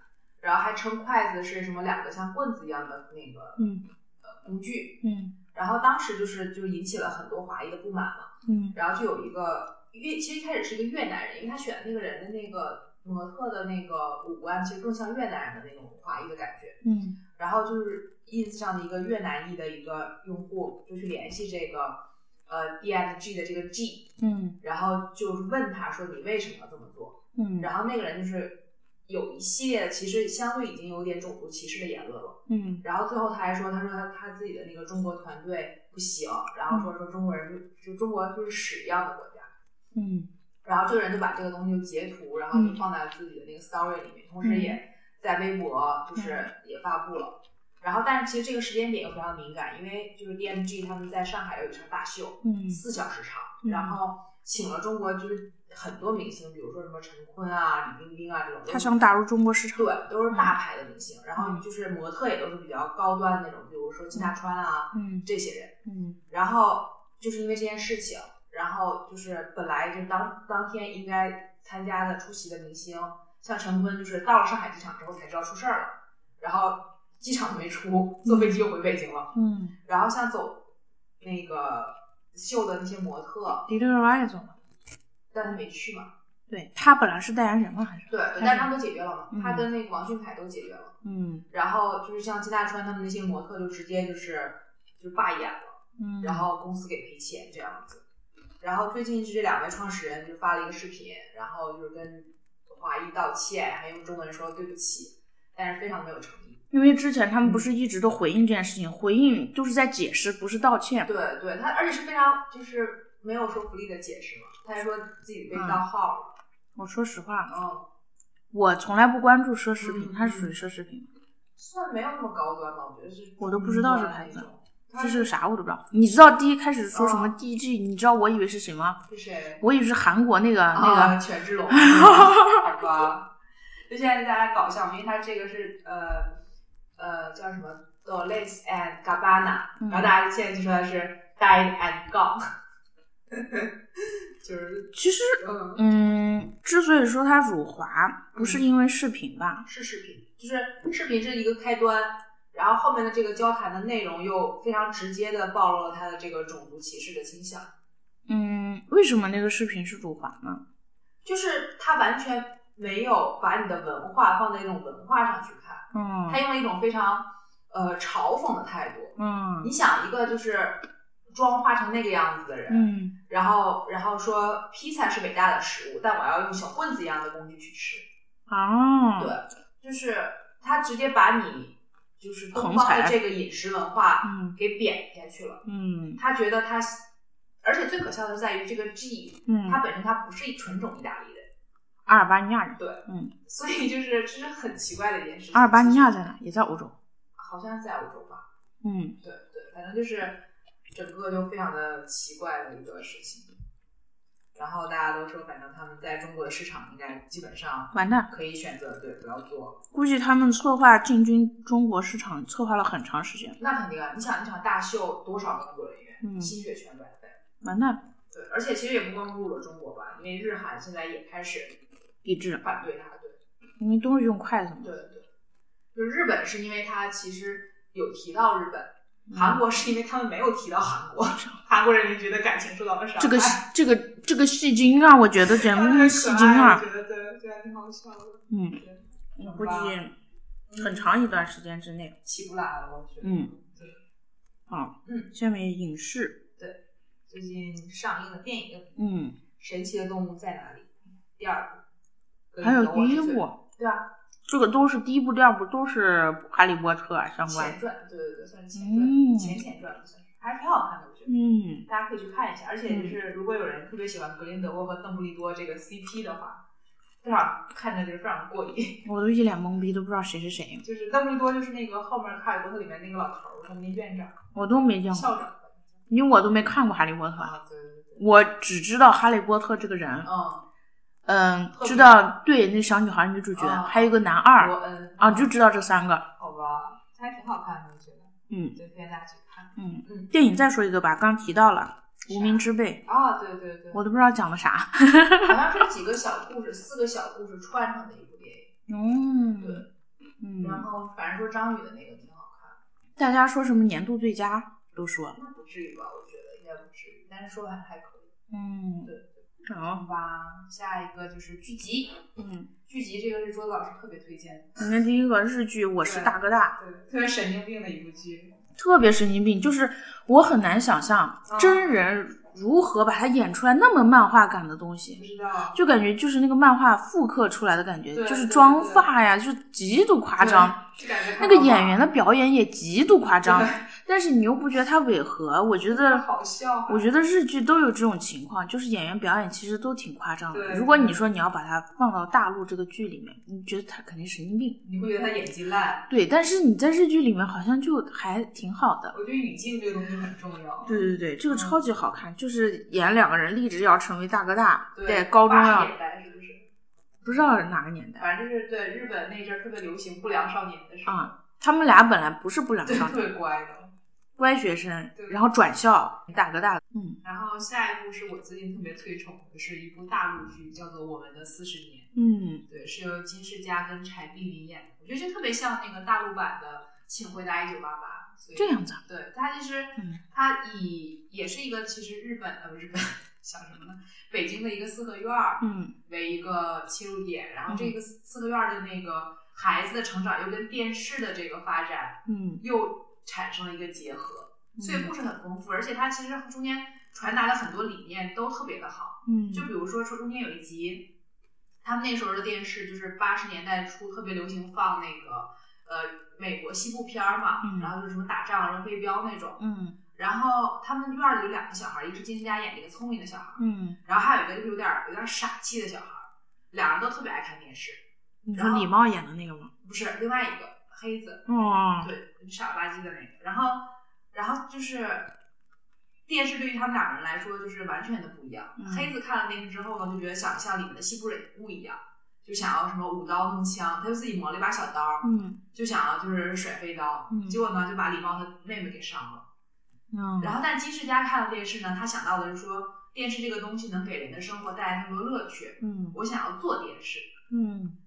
Speaker 3: 然后还称筷子是什么两个像棍子一样的那个
Speaker 1: 嗯
Speaker 3: 呃工具，
Speaker 1: 嗯
Speaker 3: 然后当时就是就引起了很多华裔的不满嘛，
Speaker 1: 嗯
Speaker 3: 然后就有一个越其实一开始是一个越南人，因为他选的那个人的那个模特的那个五官其实更像越南人的那种华裔的感觉，
Speaker 1: 嗯
Speaker 3: 然后就是 ins 上的一个越南裔的一个用户就去联系这个呃 D N G 的这个 G，
Speaker 1: 嗯。
Speaker 3: 然后就是问他说你为什么要这么做？
Speaker 1: 嗯
Speaker 3: 然后那个人就是有一系列的其实相对已经有点种族歧视的言论了。
Speaker 1: 嗯
Speaker 3: 然后最后他还说，他说他他自己的那个中国团队不行，然后说说中国人就就中国就是屎一样的国家。
Speaker 1: 嗯
Speaker 3: 然后这个人就把这个东西就截图，然后就放在自己的那个 story 里面，同
Speaker 1: 嗯
Speaker 3: 时也在微博就是也发布了。然后，但是其实这个时间点又非常敏感，因为就是 DMG 他们在上海有一场大秀，
Speaker 1: 嗯
Speaker 3: 四小时长，
Speaker 1: 嗯
Speaker 3: 然后请了中国就是很多明星，比如说什么陈坤啊、李冰冰啊这种，
Speaker 1: 他想打入中国市场。
Speaker 3: 对都是大
Speaker 1: 嗯
Speaker 3: 牌的明星，然后就是模特也都是比较高端的那种，比如说金大川啊
Speaker 1: 嗯
Speaker 3: 这些人。
Speaker 1: 嗯
Speaker 3: 然后就是因为这件事情，然后就是本来就是当当天应该参加的出席的明星，像陈坤，就是到了上海机场之后才知道出事儿了，然后机场就没出，坐飞机又回北京了。
Speaker 1: 嗯，
Speaker 3: 然后像走那个秀的那些模特，
Speaker 1: 迪丽热巴也走了。
Speaker 3: 但他没去嘛，
Speaker 1: 对他本来是代言人嘛，还是？
Speaker 3: 对，但是他们都解约了嘛，
Speaker 1: 嗯
Speaker 3: 他跟那个王俊凯都解约了。
Speaker 1: 嗯
Speaker 3: 然后就是像金大川他们那些模特，就直接就是就罢演了。
Speaker 1: 嗯，
Speaker 3: 然后公司给赔钱这样子。然后最近是这两位创始人就发了一个视频，然后就是跟华裔道歉，还用中文说对不起，但是非常没有诚意。
Speaker 1: 因为之前他们
Speaker 3: 嗯
Speaker 1: 不是一直都回应这件事情，回应就是在解释，不是道歉。
Speaker 3: 对对，他而且是非常就是没有说服力的解释嘛，他还说自己被
Speaker 1: 嗯
Speaker 3: 盗号了，
Speaker 1: 我说实话，啊
Speaker 3: 嗯
Speaker 1: 我从来不关注奢侈品，
Speaker 3: 嗯
Speaker 1: 它属于奢侈品。
Speaker 3: 算没有那么高端吧，我觉得是。
Speaker 1: 我都不知道是牌子
Speaker 3: 那种。
Speaker 1: 这是
Speaker 3: 它
Speaker 1: 个啥我都不知道。你知道第一开始说什么
Speaker 3: 哦
Speaker 1: DG，、你知道我以为是谁吗？
Speaker 3: 是谁？
Speaker 1: 我以为是韩国那个、
Speaker 3: 啊
Speaker 1: 那个，
Speaker 3: 权志龙，好吧。就现在大家搞笑，因为它这个是呃呃叫什么 Dolce and Gabbana，、
Speaker 1: 嗯
Speaker 3: 然后大家现在就说它是 Died and Gone，就是
Speaker 1: 其实
Speaker 3: 嗯
Speaker 1: 嗯，之所以说它辱华，不是
Speaker 3: 嗯
Speaker 1: 因为视频吧？
Speaker 3: 是视频，就是视频是一个开端。然后后面的这个交谈的内容又非常直接的暴露了他的这个种族歧视的倾向。
Speaker 1: 嗯，为什么那个视频是辱华呢？
Speaker 3: 就是他完全没有把你的文化放在一种文化上去看，
Speaker 1: 嗯
Speaker 3: 他用了一种非常呃嘲讽的态度。
Speaker 1: 嗯
Speaker 3: 你想一个就是妆化成那个样子的人，
Speaker 1: 嗯
Speaker 3: 然后然后说披萨是伟大的食物，但我要用小棍子一样的工具去吃，
Speaker 1: 啊，
Speaker 3: 对就是他直接把你就是东
Speaker 1: 捧
Speaker 3: 方
Speaker 1: 起
Speaker 3: 的
Speaker 1: 来
Speaker 3: 这个饮食文化
Speaker 1: 嗯
Speaker 3: 给贬下去了。
Speaker 1: 嗯
Speaker 3: 他觉得他，而且最可笑的是在于这个 G，
Speaker 1: 嗯
Speaker 3: 他，本身他不是纯种意大利人。
Speaker 1: 阿尔巴尼亚人，
Speaker 3: 对，
Speaker 1: 嗯，
Speaker 3: 所以就是这是很奇怪的一件事情。
Speaker 1: 阿尔巴尼亚
Speaker 3: 其
Speaker 1: 在
Speaker 3: 实
Speaker 1: 哪？也在欧洲。
Speaker 3: 好像在欧洲吧？
Speaker 1: 嗯，
Speaker 3: 对对，反正就是整个就非常的奇怪的一个事情。然后大家都说，反正他们在中国的市场应该基本上
Speaker 1: 完蛋，
Speaker 3: 可以选择对不要做，
Speaker 1: 估计他们策划进军中国市场策划了很长时间。
Speaker 3: 那肯定啊！你想一场大秀，多少工作人员，
Speaker 1: 嗯
Speaker 3: 心血全白费。
Speaker 1: 完蛋，
Speaker 3: 对，而且其实也不光入了中国吧，因为日韩现在也开始
Speaker 1: 抵制，
Speaker 3: 反对它，对。
Speaker 1: 因为都是用筷子嘛。
Speaker 3: 对对，就日本是因为它其实有提到日本，
Speaker 1: 嗯
Speaker 3: 韩国是因为他们没有提到韩国， 韩国人民觉得感情受到了伤害。
Speaker 1: 这个这个这个戏精啊，我觉得 简
Speaker 3: 他
Speaker 1: 直是
Speaker 3: 们
Speaker 1: 戏精啊
Speaker 3: 我！觉得对，觉得挺好笑的。
Speaker 1: 嗯，
Speaker 3: 对，
Speaker 1: 估计很长一段时间之内。
Speaker 3: 起不来了，我觉得。
Speaker 1: 嗯
Speaker 3: 对，
Speaker 1: 好，
Speaker 3: 嗯，
Speaker 1: 下面影视，
Speaker 3: 最近上映的电影《
Speaker 1: 嗯，
Speaker 3: 神奇的动物在哪里》第二部，
Speaker 1: 还有
Speaker 3: 跟你
Speaker 1: 第一
Speaker 3: 懂我是
Speaker 1: 部，
Speaker 3: 最对啊，
Speaker 1: 这个都是第一部、第二部都是《哈利波特》啊相关
Speaker 3: 前。传，对对对，算是前
Speaker 1: 嗯
Speaker 3: 传，前前传算是，还是挺好看的，我觉得。
Speaker 1: 嗯，
Speaker 3: 大家可以去看一下。而且就是如果有人特别喜欢格林德沃和邓布利多这个 CP 的话，非常看着就是非常过瘾。
Speaker 1: 我都一脸懵逼，都不知道谁是谁，
Speaker 3: 就是邓布利多就是那个后面《哈利波特》里面那个老头儿，他们那院长、
Speaker 1: 我都没见过，
Speaker 3: 校长吧
Speaker 1: 因为我都没看过《哈利波特》，
Speaker 3: 啊，对对对，
Speaker 1: 我只知道哈利波特这个人，
Speaker 3: 嗯，
Speaker 1: 嗯，
Speaker 3: 特别
Speaker 1: 知道对那小女孩女主角，
Speaker 3: 啊
Speaker 1: 还有一个男
Speaker 3: 罗
Speaker 1: 二
Speaker 3: 恩
Speaker 1: 啊，就知道这三个。
Speaker 3: 好吧，还挺好看的，我觉得，
Speaker 1: 嗯
Speaker 3: 对，推荐大家去看。
Speaker 1: 嗯
Speaker 3: 嗯
Speaker 1: 电影再说一个吧，刚提到了《无名之辈》，
Speaker 3: 啊，对对对，
Speaker 1: 我都不知道讲的啥。
Speaker 3: 好像是几个小故事，四个小故事串成的一部电影。
Speaker 1: 嗯
Speaker 3: 然
Speaker 1: 嗯，
Speaker 3: 后反正说张宇的那个挺好看，
Speaker 1: 大家说什么年度最佳都说，
Speaker 3: 那不至于吧？我觉得应该不至于，但是说完还可以。
Speaker 1: 嗯，
Speaker 3: 好
Speaker 1: 好，
Speaker 3: 吧，下一个就是剧集。
Speaker 1: 嗯，
Speaker 3: 剧集这个是桌子老师特别推荐
Speaker 1: 你看第一个日剧《我是大哥大》。
Speaker 3: 的，对，特别神经病的一部剧。
Speaker 1: 特别神经病，就是我很难想象
Speaker 3: 嗯
Speaker 1: 真人如何把它演出来那么漫画感的东
Speaker 3: 不
Speaker 1: 西，
Speaker 3: 知道，
Speaker 1: 就感觉就是那个漫画复刻出来的感觉，
Speaker 3: 对
Speaker 1: 就是
Speaker 3: 对
Speaker 1: 妆发呀，就极度夸张。
Speaker 3: 对，就感觉
Speaker 1: 那个演员的表演也极度夸张
Speaker 3: 对，
Speaker 1: 但是你又不觉得他违和？我觉
Speaker 3: 真的
Speaker 1: 得，
Speaker 3: 好笑啊，
Speaker 1: 我觉得日剧都有这种情况，就是演员表演其实都挺夸张的。
Speaker 3: 对
Speaker 1: 如果你说你要把它放到大陆这个剧里面，你觉得他肯定神经病。
Speaker 3: 你会觉得他演技烂。
Speaker 1: 对，但是你在日剧里面好像就还挺好的。
Speaker 3: 我觉得语境这个东西很重要。
Speaker 1: 对对对，
Speaker 3: 嗯
Speaker 1: 这个超级好看，就是演两个人立志要成为大哥大，
Speaker 3: 对，
Speaker 1: 在高中啊
Speaker 3: 八
Speaker 1: 要
Speaker 3: 十年代是不是？
Speaker 1: 不知道哪个年代
Speaker 3: 反正就是对日本那阵儿特别流行不良少年的时候，
Speaker 1: 啊，他们俩本来不是不良
Speaker 3: 对，
Speaker 1: 少
Speaker 3: 特
Speaker 1: 年，
Speaker 3: 别乖的。
Speaker 1: 乖学生
Speaker 3: 对，
Speaker 1: 然后转校大哥大，嗯
Speaker 3: 然后下一部是我最近特别推崇的，是一部大陆剧，叫做《我们的四十年》。
Speaker 1: 嗯
Speaker 3: 对，是由金世佳跟柴碧云演的。我觉得这特别像那个大陆版的《请回答一九八八》，所以
Speaker 1: 这样子啊，
Speaker 3: 对它其实
Speaker 1: 嗯
Speaker 3: 它以也是一个其实日本呃不是日本 想什么呢？北京的一个四合院儿
Speaker 1: 嗯
Speaker 3: 为一个切入点，然后这
Speaker 1: 嗯
Speaker 3: 个四合院儿的那个孩子的成长又跟电视的这个发展
Speaker 1: 嗯
Speaker 3: 又产生了一个结合，所以
Speaker 1: 嗯
Speaker 3: 故事很丰富，而且它其实中间传达的很多理念都特别的好。
Speaker 1: 嗯
Speaker 3: 就比如说，说中间有一集，他们那时候的电视就是八十年代初特别流行放那个呃美国西部片儿嘛，
Speaker 1: 嗯
Speaker 3: 然后就是什么打仗扔飞镖那种。
Speaker 1: 嗯
Speaker 3: 然后他们院儿里有两个小孩儿，一个是金世佳演的一个聪明的小孩儿，
Speaker 1: 嗯，
Speaker 3: 然后还有一个就是有点儿有点儿傻气的小孩儿，两人都特别爱看电视。
Speaker 1: 你
Speaker 3: 然
Speaker 1: 说
Speaker 3: 后
Speaker 1: 李茂演的那个吗？
Speaker 3: 不是另外一个黑子，
Speaker 1: 哦，
Speaker 3: 对，很傻吧唧的那个。然后，然后就是电视对于他们两人来说就是完全的不一样。
Speaker 1: 嗯
Speaker 3: 黑子看了那个之后呢，就觉得想像里面的西部人物一样，就想要什么舞刀弄枪，他就自己磨了一把小刀，
Speaker 1: 嗯
Speaker 3: 就想要就是甩飞刀，
Speaker 1: 嗯
Speaker 3: 结果呢就把李茂他妹妹给伤了。
Speaker 1: 嗯，
Speaker 3: 然后，但金世佳看了电视呢，他想到的是说，电视这个东西能给人的生活带来那么多乐趣，
Speaker 1: 嗯
Speaker 3: 我想要做电视。
Speaker 1: 嗯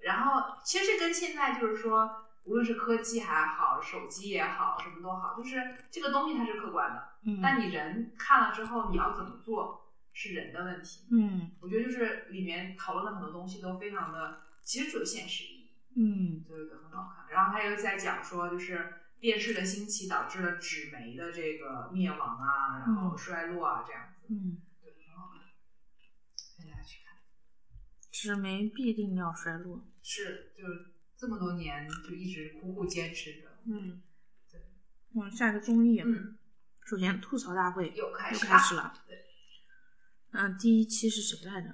Speaker 3: 然后其实这跟现在就是说，无论是科技还好，手机也好，什么都好，就是这个东西它是客观的，
Speaker 1: 嗯
Speaker 3: 但你人看了之后你要怎么做是人的问题。
Speaker 1: 嗯
Speaker 3: 我觉得就是里面讨论的很多东西都非常的，其实就是现实意义，
Speaker 1: 嗯
Speaker 3: 对对对，很好看。然后他又在讲说，就是电视的兴起导致了纸媒的这个灭亡啊，然后衰落啊，这样子。
Speaker 1: 嗯，
Speaker 3: 对，很好看，大家去看。
Speaker 1: 纸媒必定要衰落。
Speaker 3: 是，就是这么多年就一直苦苦坚持着。
Speaker 1: 嗯
Speaker 3: 对，
Speaker 1: 嗯，下一个综艺，
Speaker 3: 嗯。
Speaker 1: 首先吐槽大会
Speaker 3: 又开
Speaker 1: 又
Speaker 3: 始
Speaker 1: 开始了。
Speaker 3: 对，
Speaker 1: 嗯，第一期是谁来着？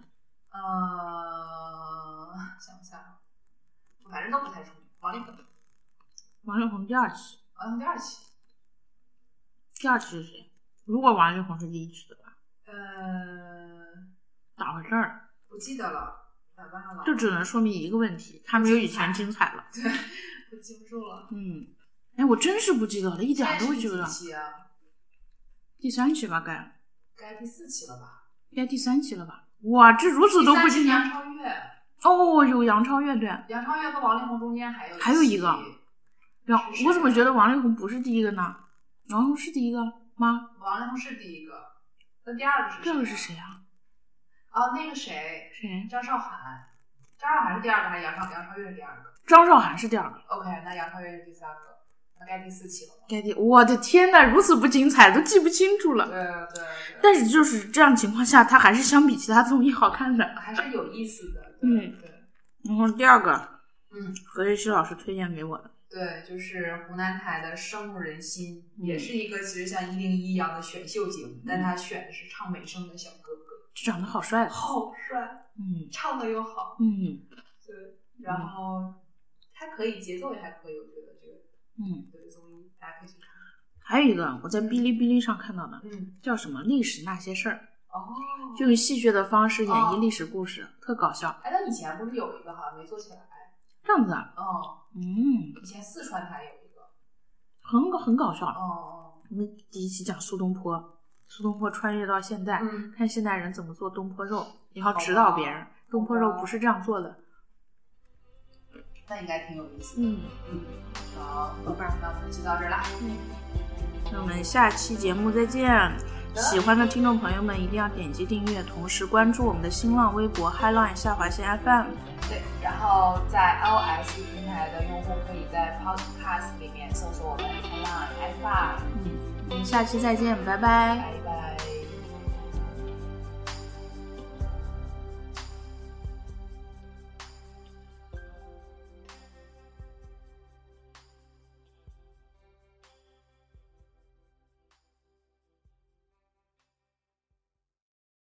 Speaker 3: 呃，想一下，反正都不太出名。王力宏，
Speaker 1: 王力宏第二期，
Speaker 3: 王力宏第二期，
Speaker 1: 第二期是谁？如果王力宏是第一期的话，
Speaker 3: 呃，
Speaker 1: 咋回事儿？
Speaker 3: 不记得了，咋办了？
Speaker 1: 这只能说明一个问题，他没有以前精彩了。
Speaker 3: 对，我记不住了。
Speaker 1: 嗯，哎，我真是不记得了，一点
Speaker 3: 现在
Speaker 1: 儿
Speaker 3: 是
Speaker 1: 都不
Speaker 3: 第
Speaker 1: 记
Speaker 3: 几
Speaker 1: 得。
Speaker 3: 期啊？
Speaker 1: 第三期吧，该
Speaker 3: 该第四期了吧？
Speaker 1: 应该第三期了吧？哇，这如此都不啊
Speaker 3: 第三
Speaker 1: 记
Speaker 3: 期杨
Speaker 1: 得。
Speaker 3: 超越，
Speaker 1: 哦，有杨超越对，
Speaker 3: 杨超越和王力宏中间还有
Speaker 1: 还有一个
Speaker 3: 期
Speaker 1: 杨
Speaker 3: 是，谁
Speaker 1: 啊我怎么觉得王力宏不是第一个呢？王力宏是第一个吗？
Speaker 3: 王力宏是第一个，那第二个是
Speaker 1: 第二个
Speaker 3: 啊
Speaker 1: 是？谁啊？
Speaker 3: 哦，那个谁，
Speaker 1: 谁？
Speaker 3: 张韶涵，张韶涵是第二个还是杨超杨超越是第二个
Speaker 1: 张韶涵是第二个。
Speaker 3: ？OK，那杨超越是第三个，那该第四期了吧。
Speaker 1: 该第，我的天呐，如此不精彩，都记不清楚了。
Speaker 3: 对对对。
Speaker 1: 但是就是这样情况下，它还是相比其他综艺好看的。
Speaker 3: 还是有意思的。对
Speaker 1: 嗯
Speaker 3: 对，
Speaker 1: 然后第二个，
Speaker 3: 嗯，
Speaker 1: 何瑞希老师推荐给我的，
Speaker 3: 对，就是湖南台的《深入人心》，
Speaker 1: 嗯
Speaker 3: 也是一个其实像一零一一样的选秀节目，但他选的是唱美声的小哥哥，
Speaker 1: 就长得好帅。啊
Speaker 3: 好帅，
Speaker 1: 嗯
Speaker 3: 唱的又好，
Speaker 1: 嗯
Speaker 3: 对，然后还可以，节奏也还可以，我觉得这个
Speaker 1: 嗯。
Speaker 3: 这个综艺大家可以去看。
Speaker 1: 还有一个我在哔哩哔哩上看到的，
Speaker 3: 嗯，
Speaker 1: 叫什么《历史那些事儿
Speaker 3: 哦，》，
Speaker 1: 就用戏谑的方式演绎历史故事，特搞笑。
Speaker 3: 哎，那以前不是有一个好像没做起来？
Speaker 1: 这样子啊，
Speaker 3: 哦，
Speaker 1: 嗯，
Speaker 3: 以前四川台有一个，
Speaker 1: 很搞很搞笑。啊
Speaker 3: 哦哦，
Speaker 1: 我们第一期讲苏东坡，苏东坡穿越到现代，
Speaker 3: 嗯，
Speaker 1: 看现代人怎么做东坡肉，也要指导别人，东坡肉不是这样做的。
Speaker 3: 那应该挺有意思的。
Speaker 1: 嗯，
Speaker 3: 嗯，好，伙伴们，那我们就到这儿啦。
Speaker 1: 那我们下期节目再见。喜欢的听众朋友们一定要点击订阅，同时关注我们的新浪微博 “highline 下划线 FM”。
Speaker 3: 对，然后在 iOS 平台的用户可以在 Podcast 里面搜索我们 Headline F
Speaker 1: 嗯，我们下期再见，拜拜。
Speaker 3: 拜拜。